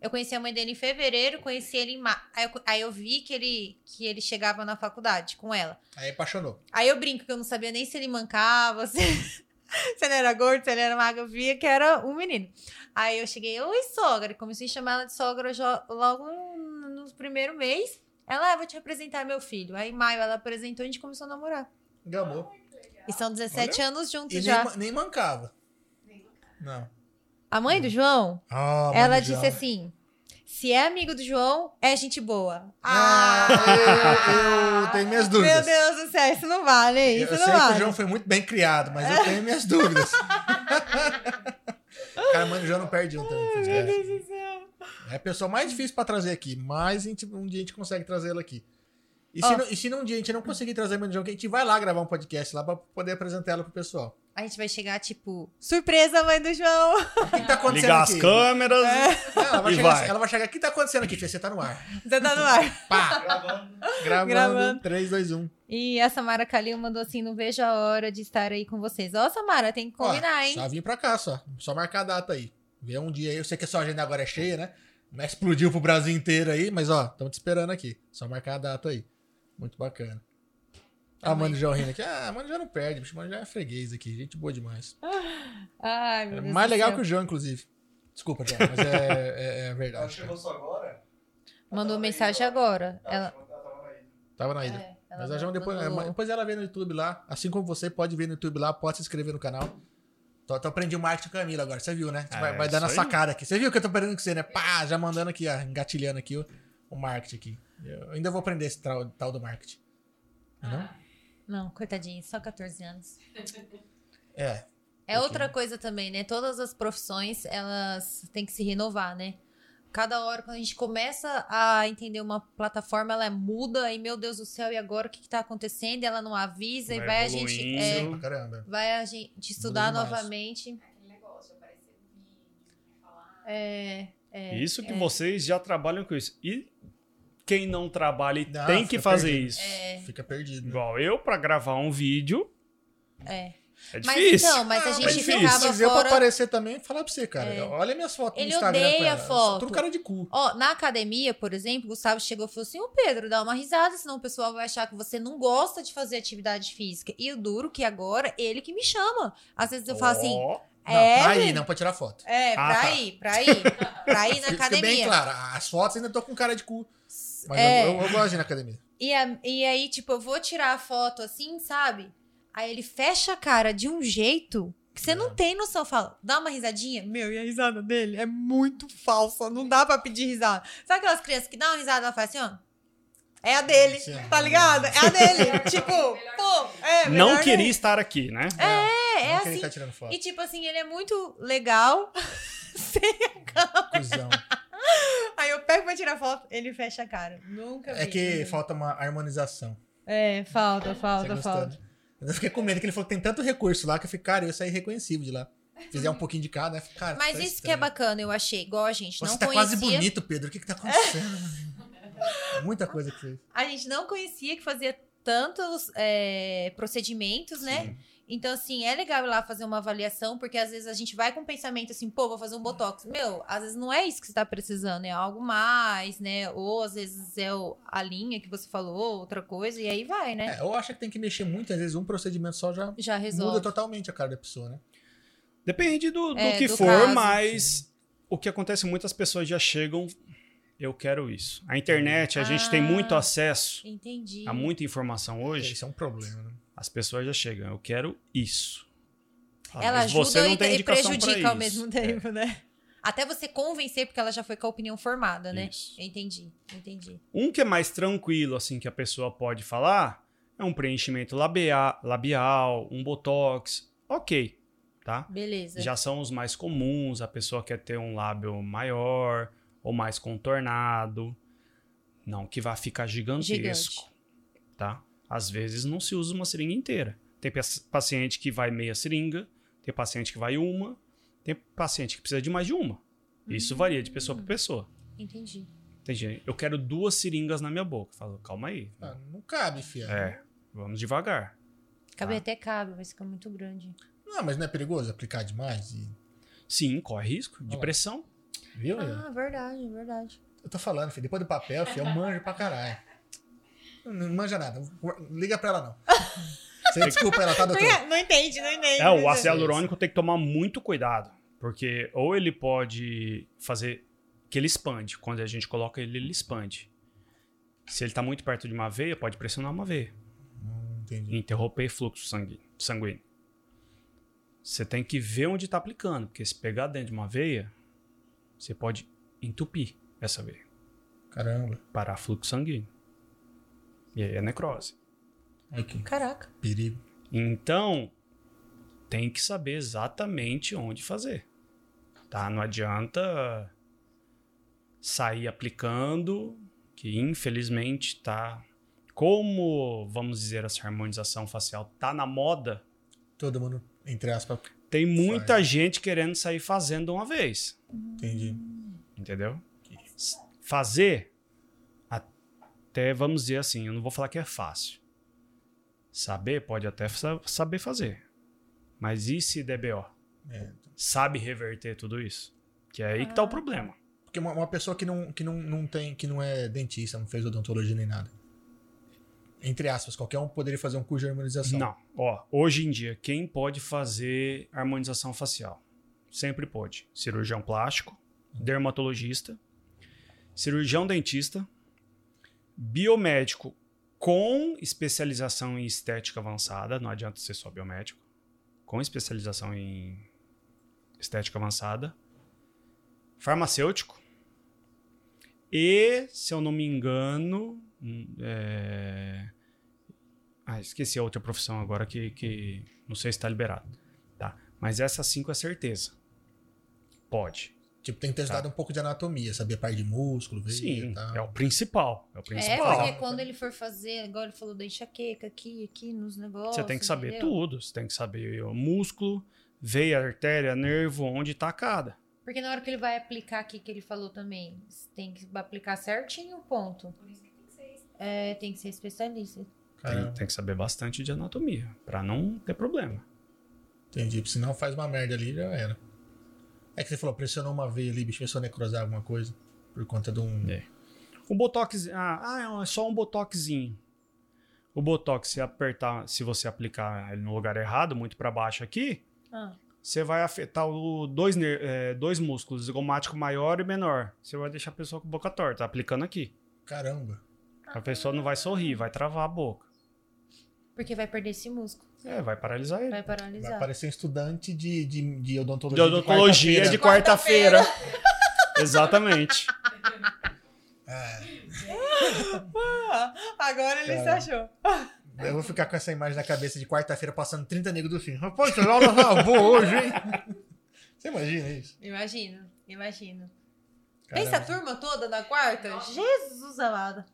Speaker 1: Eu conheci a mãe dele em fevereiro, conheci ele em março. Aí, eu co- aí eu vi que ele, que ele chegava na faculdade com ela.
Speaker 2: Aí apaixonou.
Speaker 1: Aí eu brinco que eu não sabia nem se ele mancava, se, se ele era gordo, se ele era magro, eu via que era um menino. Aí eu cheguei, oi, sogra. Comecei a chamar ela de sogra jo- logo no no primeiro mês. Ela, ah, vou te apresentar meu filho. Aí em maio ela apresentou e a gente começou a namorar.
Speaker 2: Engamou.
Speaker 1: E são 17 anos juntos
Speaker 2: E nem,
Speaker 1: já.
Speaker 2: ma- nem mancava.
Speaker 5: Nem nunca.
Speaker 2: Não.
Speaker 1: A mãe do João,
Speaker 2: Ah,
Speaker 1: ela
Speaker 2: mano,
Speaker 1: disse
Speaker 2: já.
Speaker 1: assim:
Speaker 8: Se é amigo do João, é gente boa.
Speaker 2: Ah, eu, eu tenho minhas dúvidas.
Speaker 8: Meu Deus do céu, isso não vale, hein? Isso
Speaker 2: eu
Speaker 8: não
Speaker 2: sei que
Speaker 8: vale.
Speaker 2: o João foi muito bem criado, mas eu tenho minhas dúvidas. Cara, mano, o João não perde um também. fez graça.
Speaker 8: Meu Deus do céu.
Speaker 2: É a pessoa mais difícil pra trazer aqui, mas a gente- um dia a gente consegue trazê-la aqui. E
Speaker 8: Ó.
Speaker 2: se, não, e se num dia a gente não conseguir trazer a Mano João, que a gente vai lá gravar um podcast lá pra poder apresentar ela pro pessoal.
Speaker 8: A gente vai chegar, tipo, surpresa, mãe do João.
Speaker 2: O que, que tá acontecendo
Speaker 3: Ligar
Speaker 2: aqui? É.
Speaker 3: as câmeras.
Speaker 2: Não, ela, vai
Speaker 3: E
Speaker 2: chegar,
Speaker 3: vai.
Speaker 2: ela vai chegar, o que tá acontecendo aqui? Fê? Você tá no ar.
Speaker 8: Você tá no ar.
Speaker 2: Pá!
Speaker 4: Gravando.
Speaker 2: Gravando. um.
Speaker 8: Gravando.
Speaker 2: 3, 2, 1.
Speaker 8: E a Samara Calil mandou assim: não vejo a hora de estar aí com vocês. Ó, Samara, tem que combinar, hein?
Speaker 2: Só vim pra cá, só. Só marcar a data aí. Vê um dia aí. Eu sei que a sua agenda agora é cheia, né? Mas explodiu pro Brasil inteiro aí, mas ó, estamos te esperando aqui. Só marcar a data aí. Muito bacana. A Mano João rindo aqui. Ah, a Mano já não perde, bicho. Mano já é freguês aqui. Gente boa demais.
Speaker 8: Ai, meu
Speaker 2: É
Speaker 8: Deus. do
Speaker 2: mais legal
Speaker 8: céu.
Speaker 2: que o João, inclusive. Desculpa, João, mas é, é- é
Speaker 4: Ela
Speaker 2: verdade. cara.
Speaker 4: chegou só agora?
Speaker 1: Mandou mensagem agora. Ela,
Speaker 4: Ela tá tava aí.
Speaker 2: Tava na ilha.
Speaker 1: é, ela
Speaker 2: É. mas a João depois,
Speaker 1: mandou-
Speaker 2: é, depois ela vê no YouTube lá. Assim como você pode ver no YouTube lá, pode se inscrever no canal. Tô, tô aprendi o marketing com a Camila agora, você viu, né? Você vai,
Speaker 3: É,
Speaker 2: vai dando a
Speaker 3: isso aí.
Speaker 2: sua cara aqui. Você viu que eu tô aprendendo com você, né? Pá, já mandando aqui, ó, engatilhando aqui o, o marketing aqui. Eu ainda vou aprender esse tal, tal do marketing. Não?
Speaker 5: ah,
Speaker 1: Não, coitadinha, só 14 anos.
Speaker 2: É.
Speaker 1: É
Speaker 2: Ok.
Speaker 1: outra coisa também, né? Todas as profissões, elas têm que se renovar, né? Cada hora, quando a gente começa a entender uma plataforma, ela muda e, meu Deus do céu, e agora o que, que tá acontecendo? Ela não avisa e
Speaker 3: Vai
Speaker 1: vai a gente.
Speaker 3: evoluindo.
Speaker 1: é,
Speaker 2: Pra caramba.
Speaker 1: vai a gente estudar
Speaker 2: demais.
Speaker 1: novamente.
Speaker 5: Aquele negócio, aparecer vídeo, né, falar.
Speaker 1: É, é.
Speaker 3: Isso que vocês já trabalham com isso. E quem não trabalha e
Speaker 2: Não,
Speaker 3: tem que
Speaker 2: fica
Speaker 3: fazer
Speaker 2: perdido.
Speaker 3: isso.
Speaker 2: Fica perdido. né?
Speaker 3: Igual eu, pra gravar um vídeo.
Speaker 1: É.
Speaker 3: É
Speaker 1: Mas
Speaker 3: difícil.
Speaker 1: então, mas a
Speaker 2: Ah,
Speaker 1: gente
Speaker 3: mas difícil.
Speaker 1: ficava
Speaker 2: Mas eu pra
Speaker 1: fora. É.
Speaker 2: aparecer também, falar pra você, cara. Olha minhas fotos
Speaker 1: Ele
Speaker 2: no Instagram com
Speaker 1: odeia
Speaker 2: ela.
Speaker 1: foto.
Speaker 2: Tudo cara de cu.
Speaker 1: Ó, na academia, por exemplo, o Gustavo chegou e falou assim: Ô Pedro, dá uma risada, senão o pessoal vai achar que você não gosta de fazer atividade física. E o duro que agora, ele que me chama. Às vezes eu falo assim:
Speaker 3: Ó, tá
Speaker 2: Não,
Speaker 1: É,
Speaker 2: pra ir,
Speaker 1: menino.
Speaker 2: não pra tirar foto.
Speaker 1: É,
Speaker 3: Ah,
Speaker 1: pra
Speaker 3: tá.
Speaker 1: ir, pra ir. pra ir na
Speaker 2: Fica bem
Speaker 1: academia.
Speaker 2: claro, as fotos ainda tô com cara de cu. Mas
Speaker 1: É.
Speaker 2: eu, eu- eu gosto de ir na academia.
Speaker 1: E, a- e aí, tipo, eu vou tirar a foto assim, sabe? Aí ele fecha a cara de um jeito que você
Speaker 2: É.
Speaker 1: não tem noção. Fala, dá uma risadinha. Meu, e a risada dele é muito falsa. Não dá pra pedir risada. Sabe aquelas crianças que dão uma risada, ela faz assim, ó? É a dele,
Speaker 2: Sim.
Speaker 1: tá ligado? É a dele. tipo,
Speaker 5: Melhor
Speaker 1: pô, é
Speaker 3: não
Speaker 1: melhor
Speaker 3: queria estar aqui, né?
Speaker 1: É, é
Speaker 2: Não que ele
Speaker 1: assim.
Speaker 2: tá tirando foto.
Speaker 1: E tipo assim, ele é muito legal. Então,
Speaker 2: Cusão.
Speaker 1: Aí eu pego pra tirar foto, ele fecha a cara. Nunca
Speaker 2: É
Speaker 1: vi.
Speaker 2: que falta uma harmonização.
Speaker 1: É, falta,
Speaker 2: Você
Speaker 1: falta,
Speaker 2: gostou,
Speaker 1: falta.
Speaker 2: né? Mas eu fiquei com medo que ele falou que tem tanto recurso lá que eu fiquei, cara, eu ia sair reconhecível de lá. Fizer um pouquinho de cada, né? Cara,
Speaker 1: Uhum. Mas
Speaker 2: tá
Speaker 1: isso que é
Speaker 2: estranho.
Speaker 1: bacana, eu achei. Igual a gente
Speaker 2: Você
Speaker 1: não
Speaker 2: tá
Speaker 1: conhecia.
Speaker 2: quase bonito, Pedro. O que que tá acontecendo? Muita coisa que você...
Speaker 1: A gente não conhecia que fazia tantos é, procedimentos, né? Então, assim, é legal ir lá fazer uma avaliação, porque às vezes a gente vai com o pensamento assim, pô, vou fazer um Botox. Meu, às vezes não é isso que você tá precisando, é algo mais, né? Ou às vezes é o- a linha que você falou, outra coisa, e aí vai, né?
Speaker 2: É, eu acho que tem que mexer muito. Às vezes um procedimento só já
Speaker 1: Já
Speaker 2: muda
Speaker 1: resolve.
Speaker 2: totalmente a cara da pessoa, né?
Speaker 3: Depende do, do
Speaker 1: É,
Speaker 3: que
Speaker 1: do
Speaker 3: for,
Speaker 1: caso.
Speaker 3: mas o que acontece, muitas pessoas já chegam. Eu quero isso. A internet, a gente tem
Speaker 1: Ah.
Speaker 3: muito acesso
Speaker 1: Entendi.
Speaker 3: a muita informação hoje.
Speaker 2: Isso é um problema, né?
Speaker 3: As pessoas já chegam. Eu quero isso. Ah,
Speaker 1: ela
Speaker 3: mas você
Speaker 1: ajuda
Speaker 3: não
Speaker 1: e,
Speaker 3: tem
Speaker 1: e
Speaker 3: indicação pra
Speaker 1: prejudica ao
Speaker 3: isso. É.
Speaker 1: mesmo tempo, né? Até você convencer, porque ela já foi com a opinião formada,
Speaker 3: É,
Speaker 1: né?
Speaker 3: isso.
Speaker 1: Eu entendi, eu entendi.
Speaker 3: Um que é mais tranquilo, assim, que a pessoa pode falar, é um preenchimento labea- labial, um botox. Ok, tá?
Speaker 1: Beleza.
Speaker 3: Já são os mais comuns, a pessoa quer ter um lábio maior ou mais contornado. Não que vá ficar gigantesco, tá? Às vezes não se usa uma seringa inteira. Tem paci- paciente que vai meia seringa, tem paciente que vai uma, tem paciente que precisa de mais de uma. Isso varia de pessoa para pessoa.
Speaker 1: Entendi.
Speaker 3: Tem gente, eu quero duas seringas na minha boca. Falo, calma aí.
Speaker 2: Ah, não cabe, fia.
Speaker 3: É, vamos devagar.
Speaker 1: Cabe
Speaker 3: Tá.
Speaker 1: até cabe, mas fica muito grande.
Speaker 2: Não, mas não é perigoso aplicar demais? E...
Speaker 3: Sim, corre risco de
Speaker 2: Olha lá.
Speaker 3: pressão.
Speaker 2: Viu?
Speaker 1: Ah, verdade, verdade.
Speaker 2: Eu tô falando, filho. Depois do papel, filho, eu manjo pra caralho. Não manja nada. Liga pra ela, não. Você desculpa ela, tá, doutor?
Speaker 1: Não entende, não entende.
Speaker 3: É, o ácido hialurônico tem que tomar muito cuidado, porque ou ele pode fazer que ele expande, quando a gente coloca ele, ele expande. Se ele tá muito perto de uma veia, pode pressionar uma veia
Speaker 2: Hum,
Speaker 3: e
Speaker 2: Entendi.
Speaker 3: interromper fluxo sangue- sanguíneo. Você tem que ver onde tá aplicando, porque se pegar dentro de uma veia, você pode entupir. essa veia.
Speaker 2: Caramba.
Speaker 3: Parar fluxo sanguíneo. E aí é necrose.
Speaker 2: Olha que
Speaker 6: Caraca.
Speaker 2: perigo.
Speaker 3: Então, tem que saber exatamente onde fazer. Tá? Não adianta sair aplicando, que infelizmente tá. Como, vamos dizer, essa harmonização facial tá na moda,
Speaker 2: Todo mundo, entre aspas,
Speaker 3: tem muita gente querendo sair fazendo uma vez.
Speaker 2: entendi.
Speaker 3: Entendeu? S- Fazer, até vamos dizer assim, eu não vou falar que é fácil. Saber, pode até sa- saber fazer. Mas e se der BO?
Speaker 2: É.
Speaker 3: Sabe reverter tudo isso? Que é aí que tá o problema.
Speaker 2: Porque uma, uma pessoa que, não, que não, não tem, que não é dentista, não fez odontologia nem nada. Entre aspas, qualquer um poderia fazer um curso de harmonização.
Speaker 3: Não, ó, hoje em dia, quem pode fazer harmonização facial? Sempre pode. Cirurgião plástico, dermatologista, cirurgião dentista, biomédico com especialização em estética avançada, não adianta ser só biomédico, com especialização em estética avançada, farmacêutico e, se eu não me engano, hum, é, ah, esqueci a outra profissão agora que, que não sei se está liberado. Tá. Mas essas cinco é certeza. Pode.
Speaker 2: Tipo, tem que ter estudado um pouco de anatomia, saber parte de músculo, veia
Speaker 3: Tá. Sim,
Speaker 2: e tal.
Speaker 3: é o principal. É o
Speaker 6: É,
Speaker 3: principal.
Speaker 6: porque quando ele for fazer, igual ele falou da enxaqueca aqui, aqui nos negócios.
Speaker 3: Você tem que saber
Speaker 6: é entendeu?
Speaker 3: tudo. Você tem que saber o músculo, veia, artéria, nervo, onde tá cada.
Speaker 6: Porque na hora que ele vai aplicar aqui, que ele falou também, você tem que aplicar certinho o ponto.
Speaker 5: Por isso que tem que ser isso.
Speaker 6: É, tem que ser especialista.
Speaker 3: Tem,
Speaker 2: Caramba,
Speaker 3: tem que saber bastante de anatomia, pra não ter problema.
Speaker 2: entendi. Porque senão faz uma merda ali, já era. É que você falou, pressionou uma veia ali, bicho, pensou necrosar alguma coisa. Por conta de um.
Speaker 3: É. O botox, ah, ah, é só um botoxinho. O botox, se apertar, se você aplicar ele no lugar errado, muito pra baixo aqui,
Speaker 6: Ah,
Speaker 3: você vai afetar o dois, ner- eh, dois músculos, zigomático maior e menor. Você vai deixar a pessoa com a boca torta, tá aplicando aqui.
Speaker 2: Caramba.
Speaker 3: A pessoa não vai sorrir, vai travar a boca.
Speaker 6: porque vai perder esse músculo.
Speaker 3: É, vai paralisar ele.
Speaker 6: Vai paralisar.
Speaker 2: Vai parecer um estudante de, de, de odontologia.
Speaker 3: Odontologia de
Speaker 2: quarta-feira.
Speaker 3: quarta-feira. Exatamente.
Speaker 2: Ah,
Speaker 6: agora
Speaker 2: ele se Cara.
Speaker 6: achou.
Speaker 2: eu vou ficar com essa imagem na cabeça de quarta-feira passando 30 negros do fim. Rapaz, eu aula travou hoje, hein? Você imagina isso?
Speaker 6: Imagino, imagino. Pensa a
Speaker 2: Caramba.
Speaker 6: turma toda na quarta?
Speaker 5: Nossa.
Speaker 6: Jesus amado.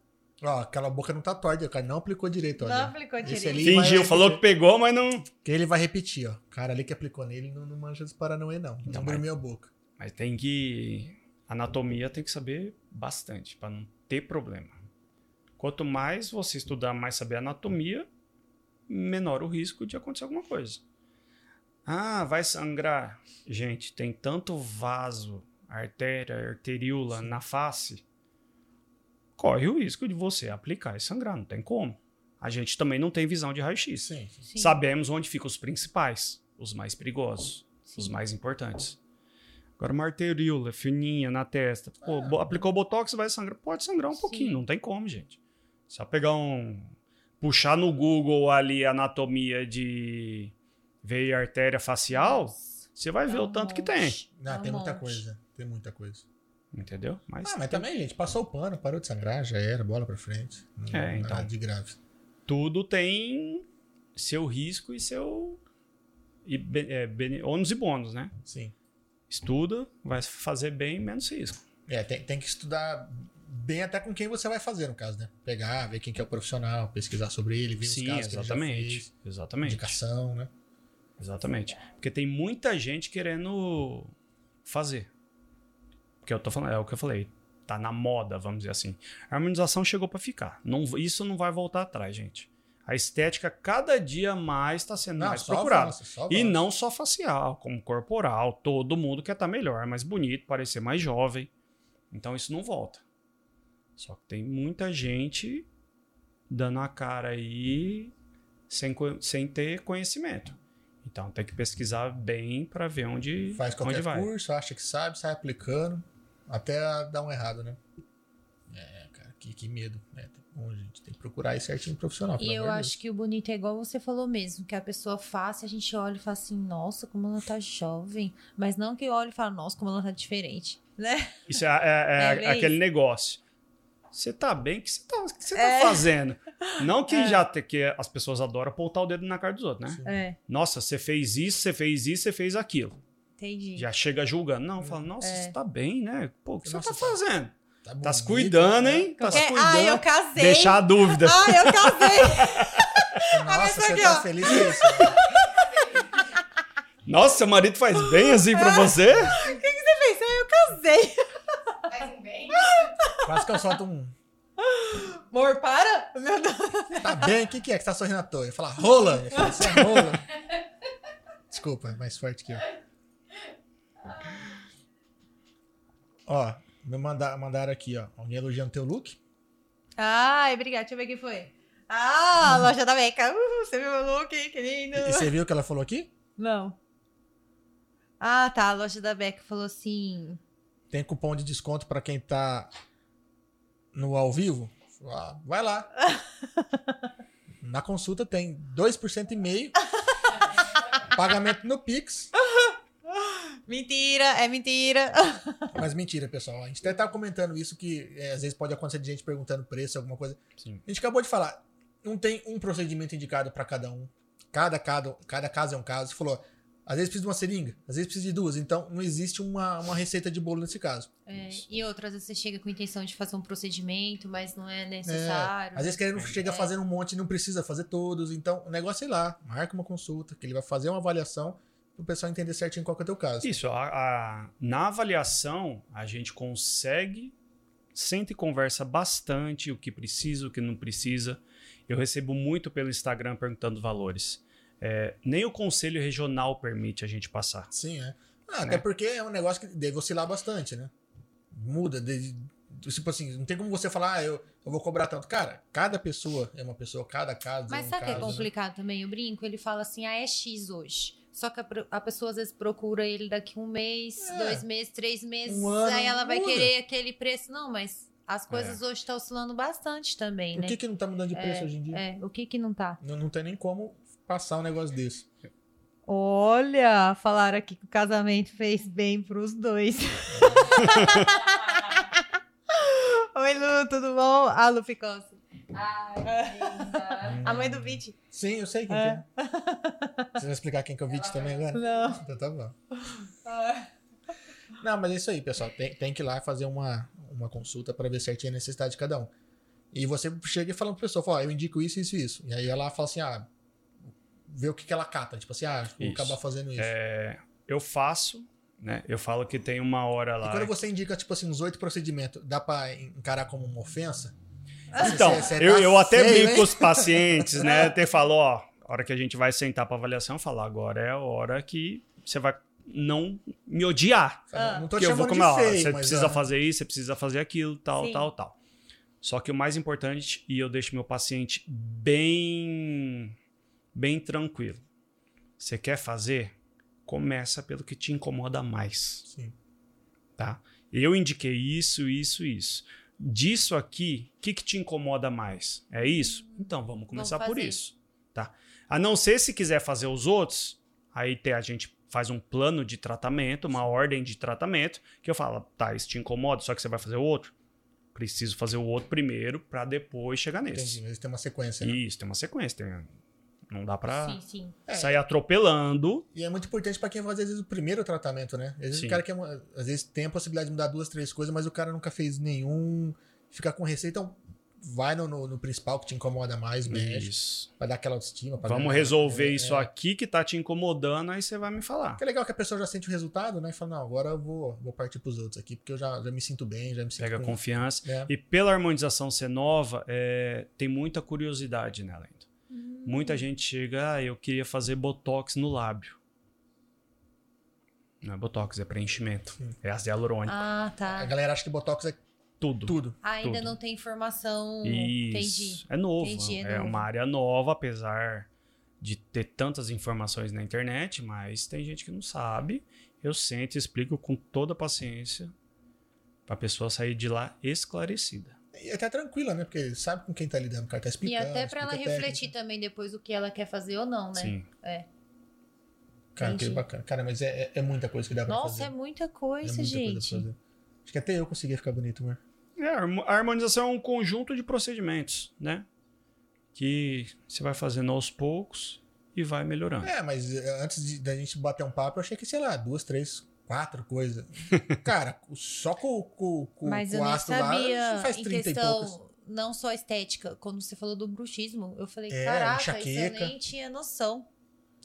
Speaker 2: Ó, aquela boca não tá torta, o cara não aplicou direito, olha.
Speaker 6: Não aplicou
Speaker 2: Esse
Speaker 6: direito.
Speaker 2: ali vai
Speaker 3: Fingiu,
Speaker 2: repetir.
Speaker 3: falou que pegou, mas não.
Speaker 2: Que ele vai repetir, ó. O cara ali que aplicou nele não, não manja dos Paranauê, não.
Speaker 3: Então,
Speaker 2: não
Speaker 3: mas-
Speaker 2: dormiu a boca.
Speaker 3: Mas tem que. Anatomia tem que saber bastante, pra não ter problema. Quanto mais você estudar, mais saber anatomia, menor o risco de acontecer alguma coisa. Ah, vai sangrar. Gente, tem tanto vaso, artéria, arteríola na face. Corre o risco de você aplicar e sangrar, não tem como. A gente também não tem visão de raio-x.
Speaker 2: Sim.
Speaker 6: Sim.
Speaker 3: Sabemos onde ficam os principais, os mais perigosos, os
Speaker 6: Sim.
Speaker 3: mais importantes. Agora, uma arteríola fininha na testa.
Speaker 2: Ah.
Speaker 3: Pô, bo- aplicou botox, vai sangrar. Pode sangrar um
Speaker 6: Sim.
Speaker 3: pouquinho, não tem como, gente. Só pegar um. Puxar no Google ali anatomia de veia e artéria facial,
Speaker 6: Nossa,
Speaker 3: você vai ver
Speaker 6: dá
Speaker 3: o
Speaker 6: um
Speaker 3: tanto que tem.
Speaker 6: monte,
Speaker 2: Não,
Speaker 6: dá um
Speaker 2: Ah, tem muita
Speaker 6: monte.
Speaker 2: coisa. Tem muita coisa.
Speaker 3: Entendeu? Mas,
Speaker 2: Ah, mas também, gente, passou o pano, parou de sangrar, já era, bola pra frente. Não,
Speaker 3: É, então.
Speaker 2: Nada de grave.
Speaker 3: tudo tem seu risco e seu. E, be- é, bene- ônus e bônus, né?
Speaker 2: Sim.
Speaker 3: Estuda, vai fazer bem, menos risco.
Speaker 2: É, tem, tem que estudar bem até com quem você vai fazer, no caso, né? Pegar, ver quem que é o profissional, pesquisar sobre ele, ver os
Speaker 3: Sim,
Speaker 2: casos que ele já fez,
Speaker 3: exatamente. Exatamente.
Speaker 2: indicação, né?
Speaker 3: Exatamente. Porque tem muita gente querendo fazer. Porque eu tô falando, é o que eu falei, tá na moda, vamos dizer assim. A harmonização chegou pra ficar. Não, isso não vai voltar atrás, gente. A estética cada dia mais tá sendo mais
Speaker 2: só
Speaker 3: procurada.
Speaker 2: avança, só
Speaker 3: E
Speaker 2: avança.
Speaker 3: não só facial, como corporal, todo mundo quer estar melhor, mais bonito, parecer mais jovem. Então isso não volta. Só que tem muita gente dando a cara aí sem, co- sem ter conhecimento. Então tem que pesquisar bem para ver onde,
Speaker 2: Faz
Speaker 3: onde
Speaker 2: qualquer
Speaker 3: vai.
Speaker 2: curso, acha que sabe, sai aplicando, até dar um errado, né? É, cara, que, que medo. né? Tá bom, gente, tem que procurar aí certinho profissional.
Speaker 6: E eu acho que o bonito é igual você falou mesmo, que a pessoa faça, a gente olha e fala assim, nossa, como ela tá jovem. Mas não que olhe e fala, nossa, como ela tá diferente.
Speaker 1: Né?
Speaker 3: Isso é, é- é
Speaker 1: É, bem
Speaker 3: aquele
Speaker 1: isso.
Speaker 3: negócio. Você tá bem? O que você tá, o que você tá
Speaker 1: É.
Speaker 3: fazendo? Não que já te- que as pessoas adoram apontar o dedo na cara dos outros, né?
Speaker 2: Sim.
Speaker 1: É,
Speaker 3: Nossa, você fez isso, você fez isso, você fez aquilo.
Speaker 1: entendi.
Speaker 3: Já chega julgando. Não, fala, nossa, você tá bem, né? Pô, o que
Speaker 2: Nossa,
Speaker 3: você tá fazendo? Tá se
Speaker 2: bonito,
Speaker 3: cuidando,
Speaker 2: né?
Speaker 3: hein? Tá se
Speaker 1: É,
Speaker 3: cuidando.
Speaker 1: ai, eu casei.
Speaker 3: Deixar a dúvida.
Speaker 1: Ai, eu casei.
Speaker 2: Nossa,
Speaker 1: pessoa
Speaker 2: você
Speaker 1: aqui,
Speaker 2: tá
Speaker 1: ó.
Speaker 2: feliz com isso. né?
Speaker 3: Nossa, seu marido faz bem assim pra você?
Speaker 1: Casei.
Speaker 5: Faz um bem?
Speaker 2: Quase que eu solto um.
Speaker 1: Amor, para. Meu Deus.
Speaker 2: Tá bem, o que, que é que você tá sorrindo à toa? Eu falo, rola! Eu falo, você é rola. Desculpa, é mais forte que eu. Ó, me manda- mandaram aqui, ó. Alguém elogiando teu look.
Speaker 1: Ai, obrigada. Deixa eu ver quem foi. Ah, a loja da Meca. Uh, você viu meu look, que
Speaker 2: E,
Speaker 1: lindo.
Speaker 2: e você viu o que ela falou aqui?
Speaker 1: Não. Ah, tá. A loja da Beca falou assim.
Speaker 2: Tem cupom de desconto pra quem tá no ao vivo? Ah, vai lá. Na consulta tem 2% e meio. Pagamento no Pix.
Speaker 1: Mentira, é mentira.
Speaker 2: Mas mentira, pessoal. A gente até tava comentando isso que é, às vezes pode acontecer de gente perguntando preço, alguma coisa.
Speaker 3: Sim.
Speaker 2: A gente acabou de falar, não tem um procedimento indicado pra cada um. Cada, cada, cada caso é um caso. Você falou, às vezes precisa de uma seringa, às vezes precisa de duas. Então, não existe uma, uma receita de bolo nesse caso.
Speaker 1: É, e outras vezes você chega com a intenção de fazer um procedimento, mas não é necessário.
Speaker 2: Às vezes querendo chega
Speaker 1: É.
Speaker 2: fazendo um monte e não precisa fazer todos. Então, o negócio é ir lá, marca uma consulta, que ele vai fazer uma avaliação pro pessoal entender certinho qual que é o teu caso.
Speaker 3: Isso, a- a- na avaliação, a gente consegue, senta e conversa bastante o que precisa, o que não precisa. Eu recebo muito pelo Instagram perguntando valores. É, nem o conselho regional permite a gente passar.
Speaker 2: Sim, é. Ah, até
Speaker 3: Né?
Speaker 2: porque é um negócio que deve oscilar bastante, né? Muda. De, de- tipo assim, não tem como você falar, ah, eu, eu vou cobrar tanto. Cara, cada pessoa é uma pessoa, cada caso
Speaker 1: Mas
Speaker 2: é um
Speaker 1: sabe o que é
Speaker 2: caso, né?
Speaker 1: complicado também? O brinco, ele fala assim, ah, é X hoje. Só que a, pro- a pessoa às vezes procura ele daqui um mês,
Speaker 2: É.
Speaker 1: dois meses, três meses.
Speaker 2: Um ano,
Speaker 1: aí ela vai
Speaker 2: muda.
Speaker 1: querer aquele preço. Não, mas as coisas hoje estão oscilando bastante também,
Speaker 2: Por
Speaker 1: né?
Speaker 2: que, que não tá mudando de preço hoje em dia?
Speaker 1: É, o que que não tá?
Speaker 2: Não, não tem nem como passar um negócio desse.
Speaker 1: Olha, falaram aqui que o casamento fez bem pros dois. Oi, Lu, tudo bom? A Lu Picossi.
Speaker 5: Ai, que linda.
Speaker 1: A mãe do Vit.
Speaker 2: Sim, eu sei quem que é. Você vai explicar quem que é o vídeo também agora?
Speaker 1: Não.
Speaker 2: Então tá bom. Não, mas é isso aí, pessoal. Tem, tem que ir lá fazer uma, uma consulta pra ver certinho a necessidade de cada um. E você chega e fala pro pessoal, fala, ó, eu indico isso, isso e isso. E aí ela fala assim, ah, vê o que, que ela cata. Tipo assim, ah, vou
Speaker 3: Isso. É,
Speaker 2: acabar fazendo isso.
Speaker 3: Eu faço, né? Eu falo que tem uma hora
Speaker 2: E
Speaker 3: lá.
Speaker 2: quando você indica, tipo assim, uns oito procedimentos, dá pra encarar como uma ofensa?
Speaker 3: Então,
Speaker 2: Você- você
Speaker 3: eu,
Speaker 2: tá
Speaker 3: eu até
Speaker 2: feio,
Speaker 3: brinco
Speaker 2: hein?
Speaker 3: com os pacientes, né? Até falo, ó, a hora que a gente vai sentar pra avaliação, eu falo, agora é a hora que você vai não me odiar.
Speaker 2: Fala, Não tô te
Speaker 3: Porque eu vou
Speaker 2: chamando de
Speaker 3: comer, ó,
Speaker 2: feio,
Speaker 3: você
Speaker 2: mas, é."
Speaker 3: precisa
Speaker 2: ó,
Speaker 3: fazer isso, você precisa fazer aquilo, tal,
Speaker 1: Sim.
Speaker 3: tal, tal. Só que o mais importante, e eu deixo meu paciente bem, bem tranquilo. Você quer fazer? Começa pelo que te incomoda mais.
Speaker 2: Sim.
Speaker 3: Tá? Eu indiquei isso, isso, isso. Disso aqui, o que, que te incomoda mais? É isso? Então vamos começar por
Speaker 1: fazer.
Speaker 3: isso. Tá? A não ser se quiser fazer os outros, aí tem- a gente faz um plano de tratamento, uma ordem de tratamento, que eu falo, tá, isso te incomoda, só que você vai fazer o outro? Preciso fazer o outro primeiro pra depois chegar
Speaker 2: Entendi,
Speaker 3: nesse.
Speaker 2: mas tem uma sequência. né?
Speaker 3: Isso, tem uma sequência. tem- Não dá pra
Speaker 1: Sim, sim.
Speaker 2: É.
Speaker 3: sair atropelando.
Speaker 2: E é muito importante pra quem faz, às vezes, o primeiro tratamento, né? Às vezes
Speaker 3: Sim.
Speaker 2: o cara quer, uma- às vezes tem a possibilidade de mudar duas, três coisas, mas o cara nunca fez nenhum, fica com receio, então vai no, no- no principal que te incomoda mais, mexe,
Speaker 3: Isso.
Speaker 2: pra dar aquela autoestima. pra
Speaker 3: Vamos
Speaker 2: dar-
Speaker 3: resolver
Speaker 2: é,
Speaker 3: isso aqui que tá te incomodando, aí você vai me falar.
Speaker 2: Que é legal que a pessoa já sente o resultado, né? E fala, não, agora eu vou, vou partir pros outros aqui, porque eu já, já me sinto bem, já me
Speaker 1: Tipo
Speaker 2: sinto...
Speaker 3: Pega
Speaker 2: com-
Speaker 3: confiança.
Speaker 2: É.
Speaker 3: E pela harmonização ser nova, é, tem muita curiosidade nela ainda.
Speaker 1: Hum.
Speaker 3: Muita gente chega, ah, eu queria fazer botox no lábio. Não é botox, é preenchimento.
Speaker 2: Sim.
Speaker 3: É ácido hialurônico.
Speaker 1: Ah,
Speaker 2: A
Speaker 1: tá.
Speaker 2: galera acha que Botox é
Speaker 3: tudo.
Speaker 2: tudo.
Speaker 1: Ainda
Speaker 3: tudo.
Speaker 1: não tem informação. Entendi.
Speaker 3: Isso. É novo.
Speaker 1: Entendi, é
Speaker 3: é
Speaker 1: novo.
Speaker 3: uma área nova, apesar de ter tantas informações na internet, mas tem gente que não sabe. Eu sento e explico com toda a paciência pra pessoa sair de lá esclarecida.
Speaker 2: E até tranquila, né? Porque sabe com quem tá lidando, o cara tá
Speaker 1: E
Speaker 2: explicando.
Speaker 1: até pra ela
Speaker 2: explica a técnica.
Speaker 1: refletir também depois o que ela quer fazer ou não, né?
Speaker 3: Sim.
Speaker 2: Cara, que
Speaker 1: Entendi.
Speaker 2: bacana. Cara, mas é, é- é muita coisa que dá pra
Speaker 1: Nossa, é
Speaker 2: fazer.
Speaker 1: muita
Speaker 2: É
Speaker 1: coisa,
Speaker 2: muita coisa pra
Speaker 1: gente.
Speaker 2: fazer. Acho que até eu conseguia ficar bonito, amor.
Speaker 3: É, a harmo- a harmonização é um conjunto de procedimentos, né? Que você vai fazendo aos poucos e vai melhorando.
Speaker 2: É, mas eh, antes de- da gente bater um papo, eu achei que, sei lá, duas, três, quatro coisas. Cara, só com, com, com,
Speaker 1: Mas
Speaker 2: com
Speaker 1: eu
Speaker 2: o
Speaker 1: não
Speaker 2: astro
Speaker 1: sabia
Speaker 2: lá, faz
Speaker 1: em
Speaker 2: 30 e poucas.
Speaker 1: questão não só estética, quando você falou do bruxismo, eu falei,
Speaker 2: É,
Speaker 1: caraca, isso
Speaker 2: enxaqueca.
Speaker 1: eu nem tinha noção.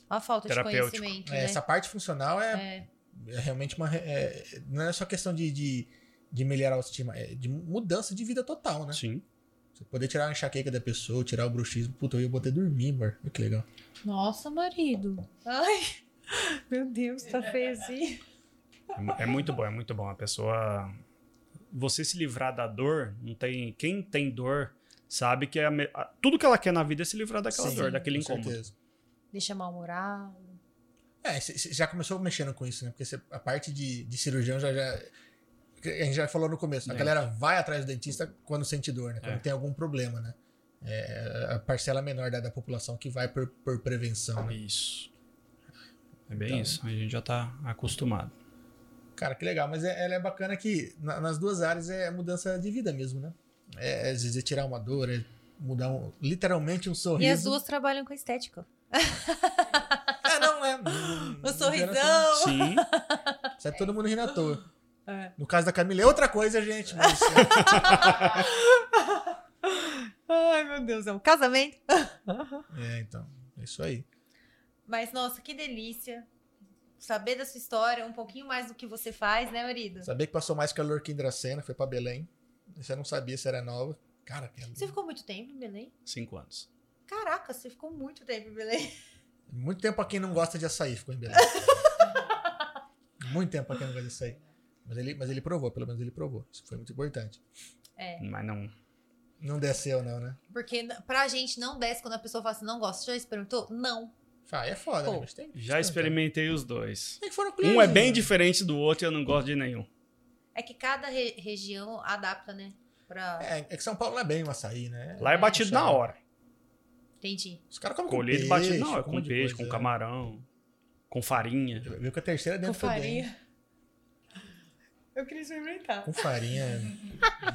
Speaker 1: A falta de
Speaker 3: Terapêutico.
Speaker 1: conhecimento,
Speaker 2: É,
Speaker 1: né?
Speaker 2: Essa parte funcional é,
Speaker 1: É.
Speaker 2: é realmente uma. re- é- não é só questão de, de, de melhorar a autoestima, é de mudança de vida total, né?
Speaker 3: Sim.
Speaker 2: Você poder tirar a enxaqueca da pessoa, tirar o bruxismo, puta, eu ia poder dormir, amor. Olha que legal.
Speaker 1: Nossa, marido. Ai, meu Deus, tá feio assim.
Speaker 3: É mu- É muito bom, é muito bom. A pessoa. Você se livrar da dor, não tem. Quem tem dor sabe que é a me- a- tudo que ela quer na vida é se livrar daquela
Speaker 2: Sim,
Speaker 3: dor, daquele
Speaker 2: com
Speaker 3: incômodo.
Speaker 2: certeza.
Speaker 1: Deixa mal-humorado.
Speaker 2: É, cê- cê já começou mexendo com isso, né? Porque cê- a parte de, de cirurgião já, já- que A gente já falou no começo. A
Speaker 3: É.
Speaker 2: galera vai atrás do dentista quando sente dor, né? Quando
Speaker 3: É.
Speaker 2: tem algum problema, né? É a parcela menor da, da população que vai por, por prevenção, né?
Speaker 3: Isso. É bem
Speaker 2: Então.
Speaker 3: isso. A gente já tá acostumado.
Speaker 2: Cara, que legal. Mas é- ela é bacana que na- nas duas áreas é mudança de vida mesmo, né? É, às vezes é tirar uma dor, é mudar um- literalmente um
Speaker 1: E
Speaker 2: sorriso.
Speaker 1: as duas trabalham com estética.
Speaker 2: É, não, é.
Speaker 1: O
Speaker 2: Sai
Speaker 1: Um sorrisão.
Speaker 3: Sim.
Speaker 2: todo mundo rindo à toa.
Speaker 1: É.
Speaker 2: No caso da Camila é outra coisa, gente. Mas, é,
Speaker 1: Ai, meu Deus, é um casamento.
Speaker 2: é, então. É isso aí.
Speaker 1: Mas, nossa, que delícia. Saber da sua história, um pouquinho mais do que você faz, né, marido?
Speaker 2: Sabia que passou mais calor que Indracena, foi pra Belém. Você não sabia se era nova. Cara, que é
Speaker 1: Você ficou muito tempo em Belém?
Speaker 3: Cinco anos.
Speaker 1: Caraca, você ficou muito tempo em Belém.
Speaker 2: muito tempo pra quem não gosta de açaí ficou em Belém. muito tempo pra quem não gosta de açaí. Mas ele, mas ele provou, pelo menos ele provou. Isso foi muito importante.
Speaker 3: Mas não.
Speaker 2: Não desceu, não, né?
Speaker 9: Porque n- pra gente não desce quando a pessoa fala assim, não gosto. Já experimentou? Não.
Speaker 2: Ah, é foda, né?
Speaker 9: Pô,
Speaker 2: Mas tem,
Speaker 3: Já experimentei os dois.
Speaker 2: Tem que foram
Speaker 3: Um é bem diferente do outro e eu não gosto de nenhum.
Speaker 1: É que cada re- região adapta, né? Pra...
Speaker 2: É, é que São Paulo não é bem um açaí, né?
Speaker 3: Lá é batido na hora.
Speaker 1: Entendi.
Speaker 2: Os caras comem com
Speaker 3: Colhido
Speaker 2: peixe.
Speaker 3: e batido na hora.
Speaker 2: um
Speaker 3: é Com
Speaker 2: monte de
Speaker 3: peixe, com
Speaker 2: coisa, né?
Speaker 3: camarão, com farinha.
Speaker 2: Viu que a terceira é dentro do dente.
Speaker 1: Eu queria experimentar.
Speaker 2: Com farinha.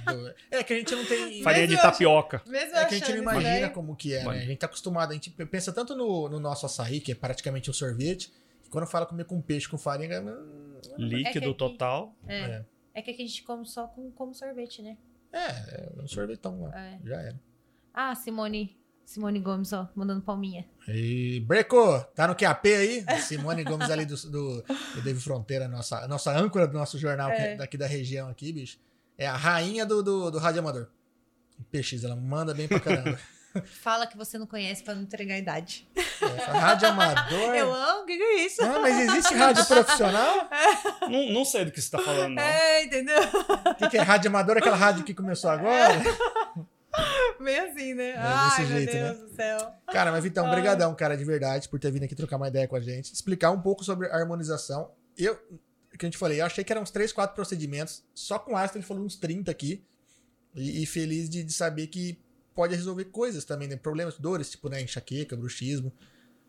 Speaker 2: Do- é que a gente não tem.
Speaker 3: Farinha de
Speaker 1: eu acho-
Speaker 3: tapioca.
Speaker 1: Mesmo
Speaker 2: É que a gente não imagina como que é, né?
Speaker 3: Mano.
Speaker 2: A gente tá acostumado, a gente pensa tanto no, no nosso açaí, que é praticamente um sorvete, que quando fala comer com peixe, com farinha, hum,
Speaker 3: Líquido
Speaker 1: aqui-
Speaker 3: total.
Speaker 1: É.
Speaker 2: É.
Speaker 1: É que aqui a gente come só com, como sorvete, né?
Speaker 2: é, é um sorvetão lá.
Speaker 1: É.
Speaker 2: Já era.
Speaker 1: Ah, Simone. Simone Gomes, ó, mandando palminha.
Speaker 2: E Breco, tá no QAP aí? Simone Gomes ali do, do, do Dave Fronteira, nossa, nossa âncora do nosso jornal
Speaker 1: É.
Speaker 2: que- daqui da região aqui, bicho. É a rainha do, do, do Rádio Amador. PX, ela manda bem pra caramba.
Speaker 1: Fala que você não conhece pra não entregar a idade.
Speaker 2: É, Essa Rádio Amador.
Speaker 1: Eu amo, o que, que é isso?
Speaker 2: Ah, mas existe rádio profissional?
Speaker 3: Não, não sei do que você tá falando, não.
Speaker 1: É, entendeu?
Speaker 2: O que, que é rádio amador? Aquela rádio que começou agora?
Speaker 1: Meio assim, né?
Speaker 2: É desse
Speaker 1: Ai, meu
Speaker 2: jeito, né?
Speaker 1: Deus do céu.
Speaker 2: Cara, mas Vitão,
Speaker 1: Ai.
Speaker 2: brigadão, cara, de verdade, por ter vindo aqui trocar uma ideia com a gente, explicar um pouco sobre a harmonização. Eu, que a gente falei, eu achei que eram uns 3, 4 procedimentos, só com ácido ele falou uns 30 aqui. E, e feliz de, de saber que pode resolver coisas também, né? Problemas, dores, tipo, né, enxaqueca, bruxismo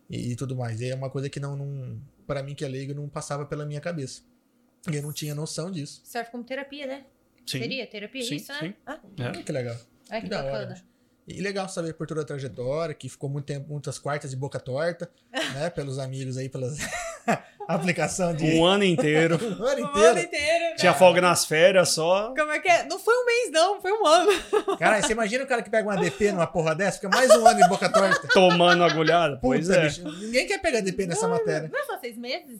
Speaker 2: e, e tudo mais. E é uma coisa que não, não para mim que é leigo, não passava pela minha cabeça. E eu não tinha noção disso.
Speaker 1: Serve como terapia, né?
Speaker 3: Sim.
Speaker 1: Seria terapia
Speaker 3: Sim,
Speaker 1: isso, né?
Speaker 3: sim.
Speaker 1: Ah,
Speaker 3: É.
Speaker 2: Olha que legal.
Speaker 1: ai, que,
Speaker 2: Da hora, né?
Speaker 1: bacana.
Speaker 2: bicho. E legal saber por toda a trajetória, que ficou muito tempo, muitas quartas de boca torta, né? Pelos amigos aí, pelas aplicação de
Speaker 3: Um ano inteiro.
Speaker 2: um ano
Speaker 1: O ano
Speaker 2: inteiro.
Speaker 1: inteiro. né?
Speaker 3: Tinha folga nas férias só.
Speaker 1: Como é que é? Não foi um mês, não, foi um ano.
Speaker 2: Caralho, você imagina o cara que pega uma DP numa porra dessa, fica mais um ano de boca torta.
Speaker 3: Tomando agulhada. Pois
Speaker 2: Puta,
Speaker 3: é.
Speaker 2: bicho, ninguém quer pegar DP nessa matéria.
Speaker 1: Não é só seis meses?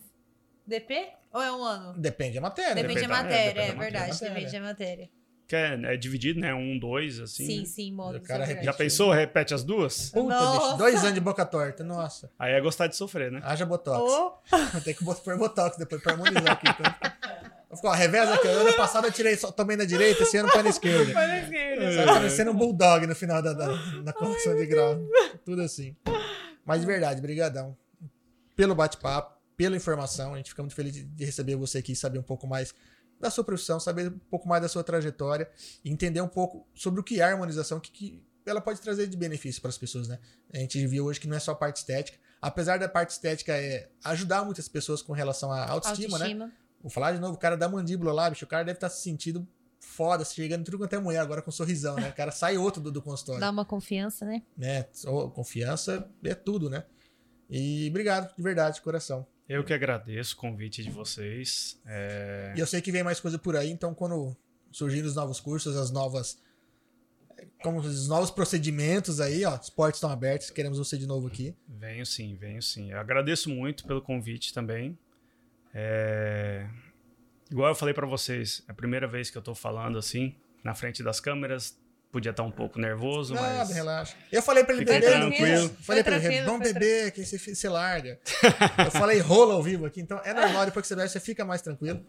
Speaker 1: DP? Ou é um ano?
Speaker 2: Depende da matéria. né?
Speaker 1: Depende
Speaker 3: Depende
Speaker 1: da
Speaker 3: da-
Speaker 1: matéria,
Speaker 3: é,
Speaker 1: é
Speaker 3: depende da
Speaker 1: verdade,
Speaker 2: matéria.
Speaker 1: depende da matéria.
Speaker 3: Que é, é dividido, né? Um, dois, assim.
Speaker 1: Sim,
Speaker 3: né?
Speaker 1: sim, modo.
Speaker 2: O cara
Speaker 1: isso é
Speaker 3: Já
Speaker 1: verdade.
Speaker 2: repete.
Speaker 3: pensou? Repete as duas?
Speaker 2: Puta, bicho,
Speaker 1: Nossa.
Speaker 2: dois anos de boca torta. Nossa,
Speaker 3: Aí é gostar de sofrer, né?
Speaker 2: haja botox.
Speaker 1: Ô,
Speaker 2: Tem que pôr botox depois pra harmonizar aqui. Então. Ficou, ó, reveza aqui. Ano passado eu tirei, só tomei na direita, esse ano põe na esquerda.
Speaker 1: foi na esquerda.
Speaker 2: Sabe, parecendo um bulldog no final da, da na correção de grau. Tudo assim. Mas de verdade, brigadão. Pelo bate-papo, pela informação. A gente fica muito feliz de- de receber você aqui e saber um pouco mais da sua profissão, saber um pouco mais da sua trajetória e entender um pouco sobre o que é a harmonização, o que, que ela pode trazer de benefício para as pessoas, né? A gente viu hoje que não é só a parte estética. Apesar da parte estética é ajudar muitas pessoas com relação à autoestima, né?
Speaker 1: Autoestima.
Speaker 2: Vou falar de novo, o cara da mandíbula lá, bicho, o cara deve estar se sentindo foda, se chegando em tudo quanto é mulher agora com um sorrisão, né? O cara sai outro do, do consultório.
Speaker 6: Dá uma confiança, né?
Speaker 2: Né? Só Confiança é tudo, né? E obrigado, de verdade, de coração.
Speaker 3: Eu que agradeço o convite de vocês. É,
Speaker 2: E eu sei que vem mais coisa por aí, então quando surgirem os novos cursos, as novas. Como os novos procedimentos aí, ó. Os portos estão abertos, queremos você de novo aqui.
Speaker 3: Venho sim, venho sim. Eu agradeço muito pelo convite também. É, Igual eu falei pra vocês, é a primeira vez que eu tô falando assim, na frente das câmeras. Podia estar um pouco nervoso,
Speaker 2: Nada,
Speaker 3: mas.
Speaker 2: Ah, relaxa. Eu falei pra ele
Speaker 3: Fica
Speaker 2: beber. né?
Speaker 3: tranquilo.
Speaker 2: Falei
Speaker 6: Foi
Speaker 2: pra ele,
Speaker 6: tranquilo,
Speaker 2: vamos
Speaker 6: foi
Speaker 2: beber, que você, fi- você larga. Eu falei rola ao vivo aqui, então é normal, depois que você bebe, você fica mais tranquilo.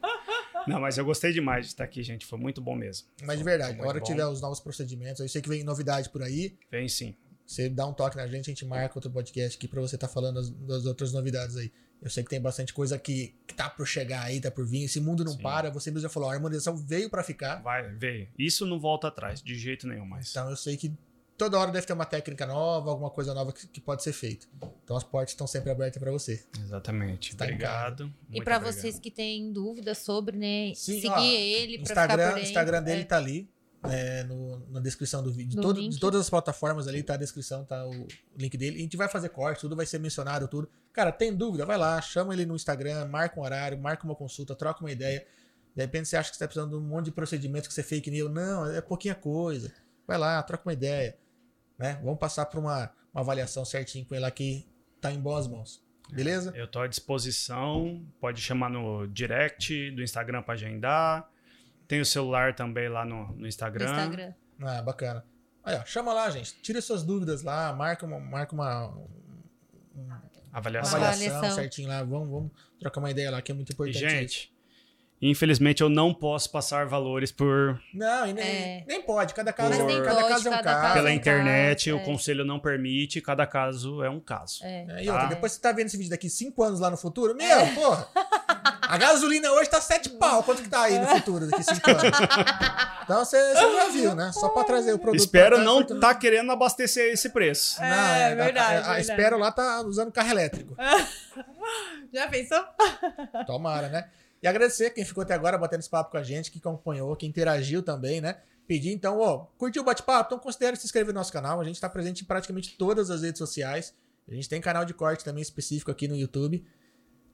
Speaker 3: Não, mas eu gostei demais de estar aqui, gente. Foi muito bom mesmo.
Speaker 2: Mas de verdade, na
Speaker 3: Muito
Speaker 2: hora que
Speaker 3: bom.
Speaker 2: tiver os novos procedimentos, eu sei que vem novidade por aí.
Speaker 3: Vem sim.
Speaker 2: Você dá um toque na gente, a gente marca outro podcast aqui pra você estar falando as- das outras novidades aí. Eu sei que tem bastante coisa que, que tá por chegar aí, tá por vir. Esse mundo não
Speaker 3: Sim.
Speaker 2: para. Você mesmo já falou, a harmonização veio pra ficar.
Speaker 3: Vai, veio. Isso não volta atrás, de jeito nenhum mais.
Speaker 2: Então eu sei que toda hora deve ter uma técnica nova, alguma coisa nova que, que pode ser feita. Então as portas estão sempre abertas pra você.
Speaker 3: Exatamente.
Speaker 2: Está tá em
Speaker 3: obrigado.
Speaker 6: e
Speaker 3: muito
Speaker 6: pra
Speaker 3: obrigado.
Speaker 6: vocês que têm dúvidas sobre, né?
Speaker 2: Sim,
Speaker 6: seguir
Speaker 2: ó,
Speaker 6: ele pra ficar por
Speaker 2: Instagram,
Speaker 6: dentro.
Speaker 2: Instagram dele
Speaker 6: É.
Speaker 2: tá ali. é, no- na descrição do vídeo. De,
Speaker 6: No
Speaker 2: todo-
Speaker 6: link.
Speaker 2: de todas as plataformas ali, tá a descrição, tá o link dele. A gente vai fazer corte, tudo vai ser mencionado, tudo. Cara, tem dúvida? Vai lá, chama ele no Instagram, marca um horário, marca uma consulta, troca uma ideia. De repente você acha que você tá precisando de um monte de procedimento que você é fake news. Não, é pouquinha coisa. Vai lá, troca uma ideia. Né? Vamos passar por uma, uma avaliação certinho com ele aqui. Tá em boas mãos. Beleza?
Speaker 3: Eu tô à disposição. Pode chamar no direct do Instagram pra agendar. Tem o celular também lá no, no
Speaker 6: No
Speaker 3: Instagram.
Speaker 6: Instagram.
Speaker 2: Ah, bacana. Aí, ó, chama lá, gente. Tira suas dúvidas lá, marca uma, marca uma,
Speaker 6: Avaliação.
Speaker 3: Avaliação.
Speaker 2: avaliação, certinho lá. Vamos, vamos trocar uma ideia lá, que é muito
Speaker 3: E,
Speaker 2: importante. isso.
Speaker 3: gente, infelizmente eu não posso passar valores por
Speaker 2: Não, e nem,
Speaker 6: É.
Speaker 2: nem pode. Cada caso,
Speaker 3: Mas nem
Speaker 2: cada
Speaker 6: pode,
Speaker 2: caso é um
Speaker 6: cada
Speaker 2: caso.
Speaker 6: caso
Speaker 3: pela
Speaker 6: é um
Speaker 3: internet.
Speaker 6: caso,
Speaker 3: O
Speaker 6: é.
Speaker 3: conselho não permite. Cada caso é um caso.
Speaker 6: É.
Speaker 2: É, e outra,
Speaker 3: Tá.
Speaker 2: depois você tá vendo esse vídeo daqui cinco anos lá no futuro, meu, porra. A gasolina hoje tá sete pau. Quanto que tá aí no
Speaker 6: É.
Speaker 2: futuro, daqui cinco anos? Então você você já viu, né? Só pra trazer o produto.
Speaker 3: Espero
Speaker 2: pra cá,
Speaker 3: não
Speaker 2: foi tudo-
Speaker 3: tá querendo abastecer esse preço.
Speaker 2: Não,
Speaker 6: É,
Speaker 2: é,
Speaker 6: verdade,
Speaker 2: verdade. A,
Speaker 6: verdade.
Speaker 2: Espero lá tá usando carro elétrico.
Speaker 6: Já pensou?
Speaker 2: Tomara, né? E agradecer quem ficou até agora batendo esse papo com a gente, que acompanhou, que interagiu também, né? Pedir, então, ó, curtiu o bate-papo? Então considere se inscrever no nosso canal. A gente tá presente em praticamente todas as redes sociais. A gente tem canal de corte também específico aqui no YouTube.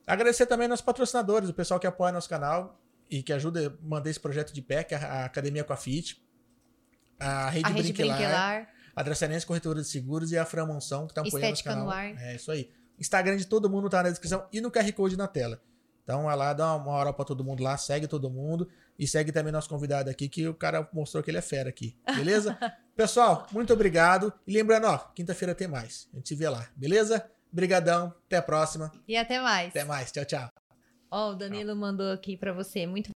Speaker 2: Agradecer também aos patrocinadores, o pessoal que apoia nosso canal e que ajuda a manter esse projeto de pé, que é a Academia com a Fit, a Rede,
Speaker 6: A Rede
Speaker 2: Brinquilar,
Speaker 6: Brinquelar.
Speaker 2: a Dracenense Corretora de Seguros e a Fran Monção, que tá apoiando nosso
Speaker 6: Estética
Speaker 2: canal.
Speaker 6: no ar.
Speaker 2: É isso aí. Instagram de todo mundo tá na descrição e no QR Code na tela. Então vai lá, dá uma moral pra todo mundo lá, segue todo mundo e segue também nosso convidado aqui, que o cara mostrou que ele é fera aqui, beleza? Pessoal, muito obrigado. E lembrando, ó, quinta-feira tem mais. A gente se vê lá, beleza? Brigadão, até a próxima.
Speaker 6: E até mais.
Speaker 2: Até mais, tchau, tchau.
Speaker 6: Ó, o Danilo mandou aqui pra você. Muito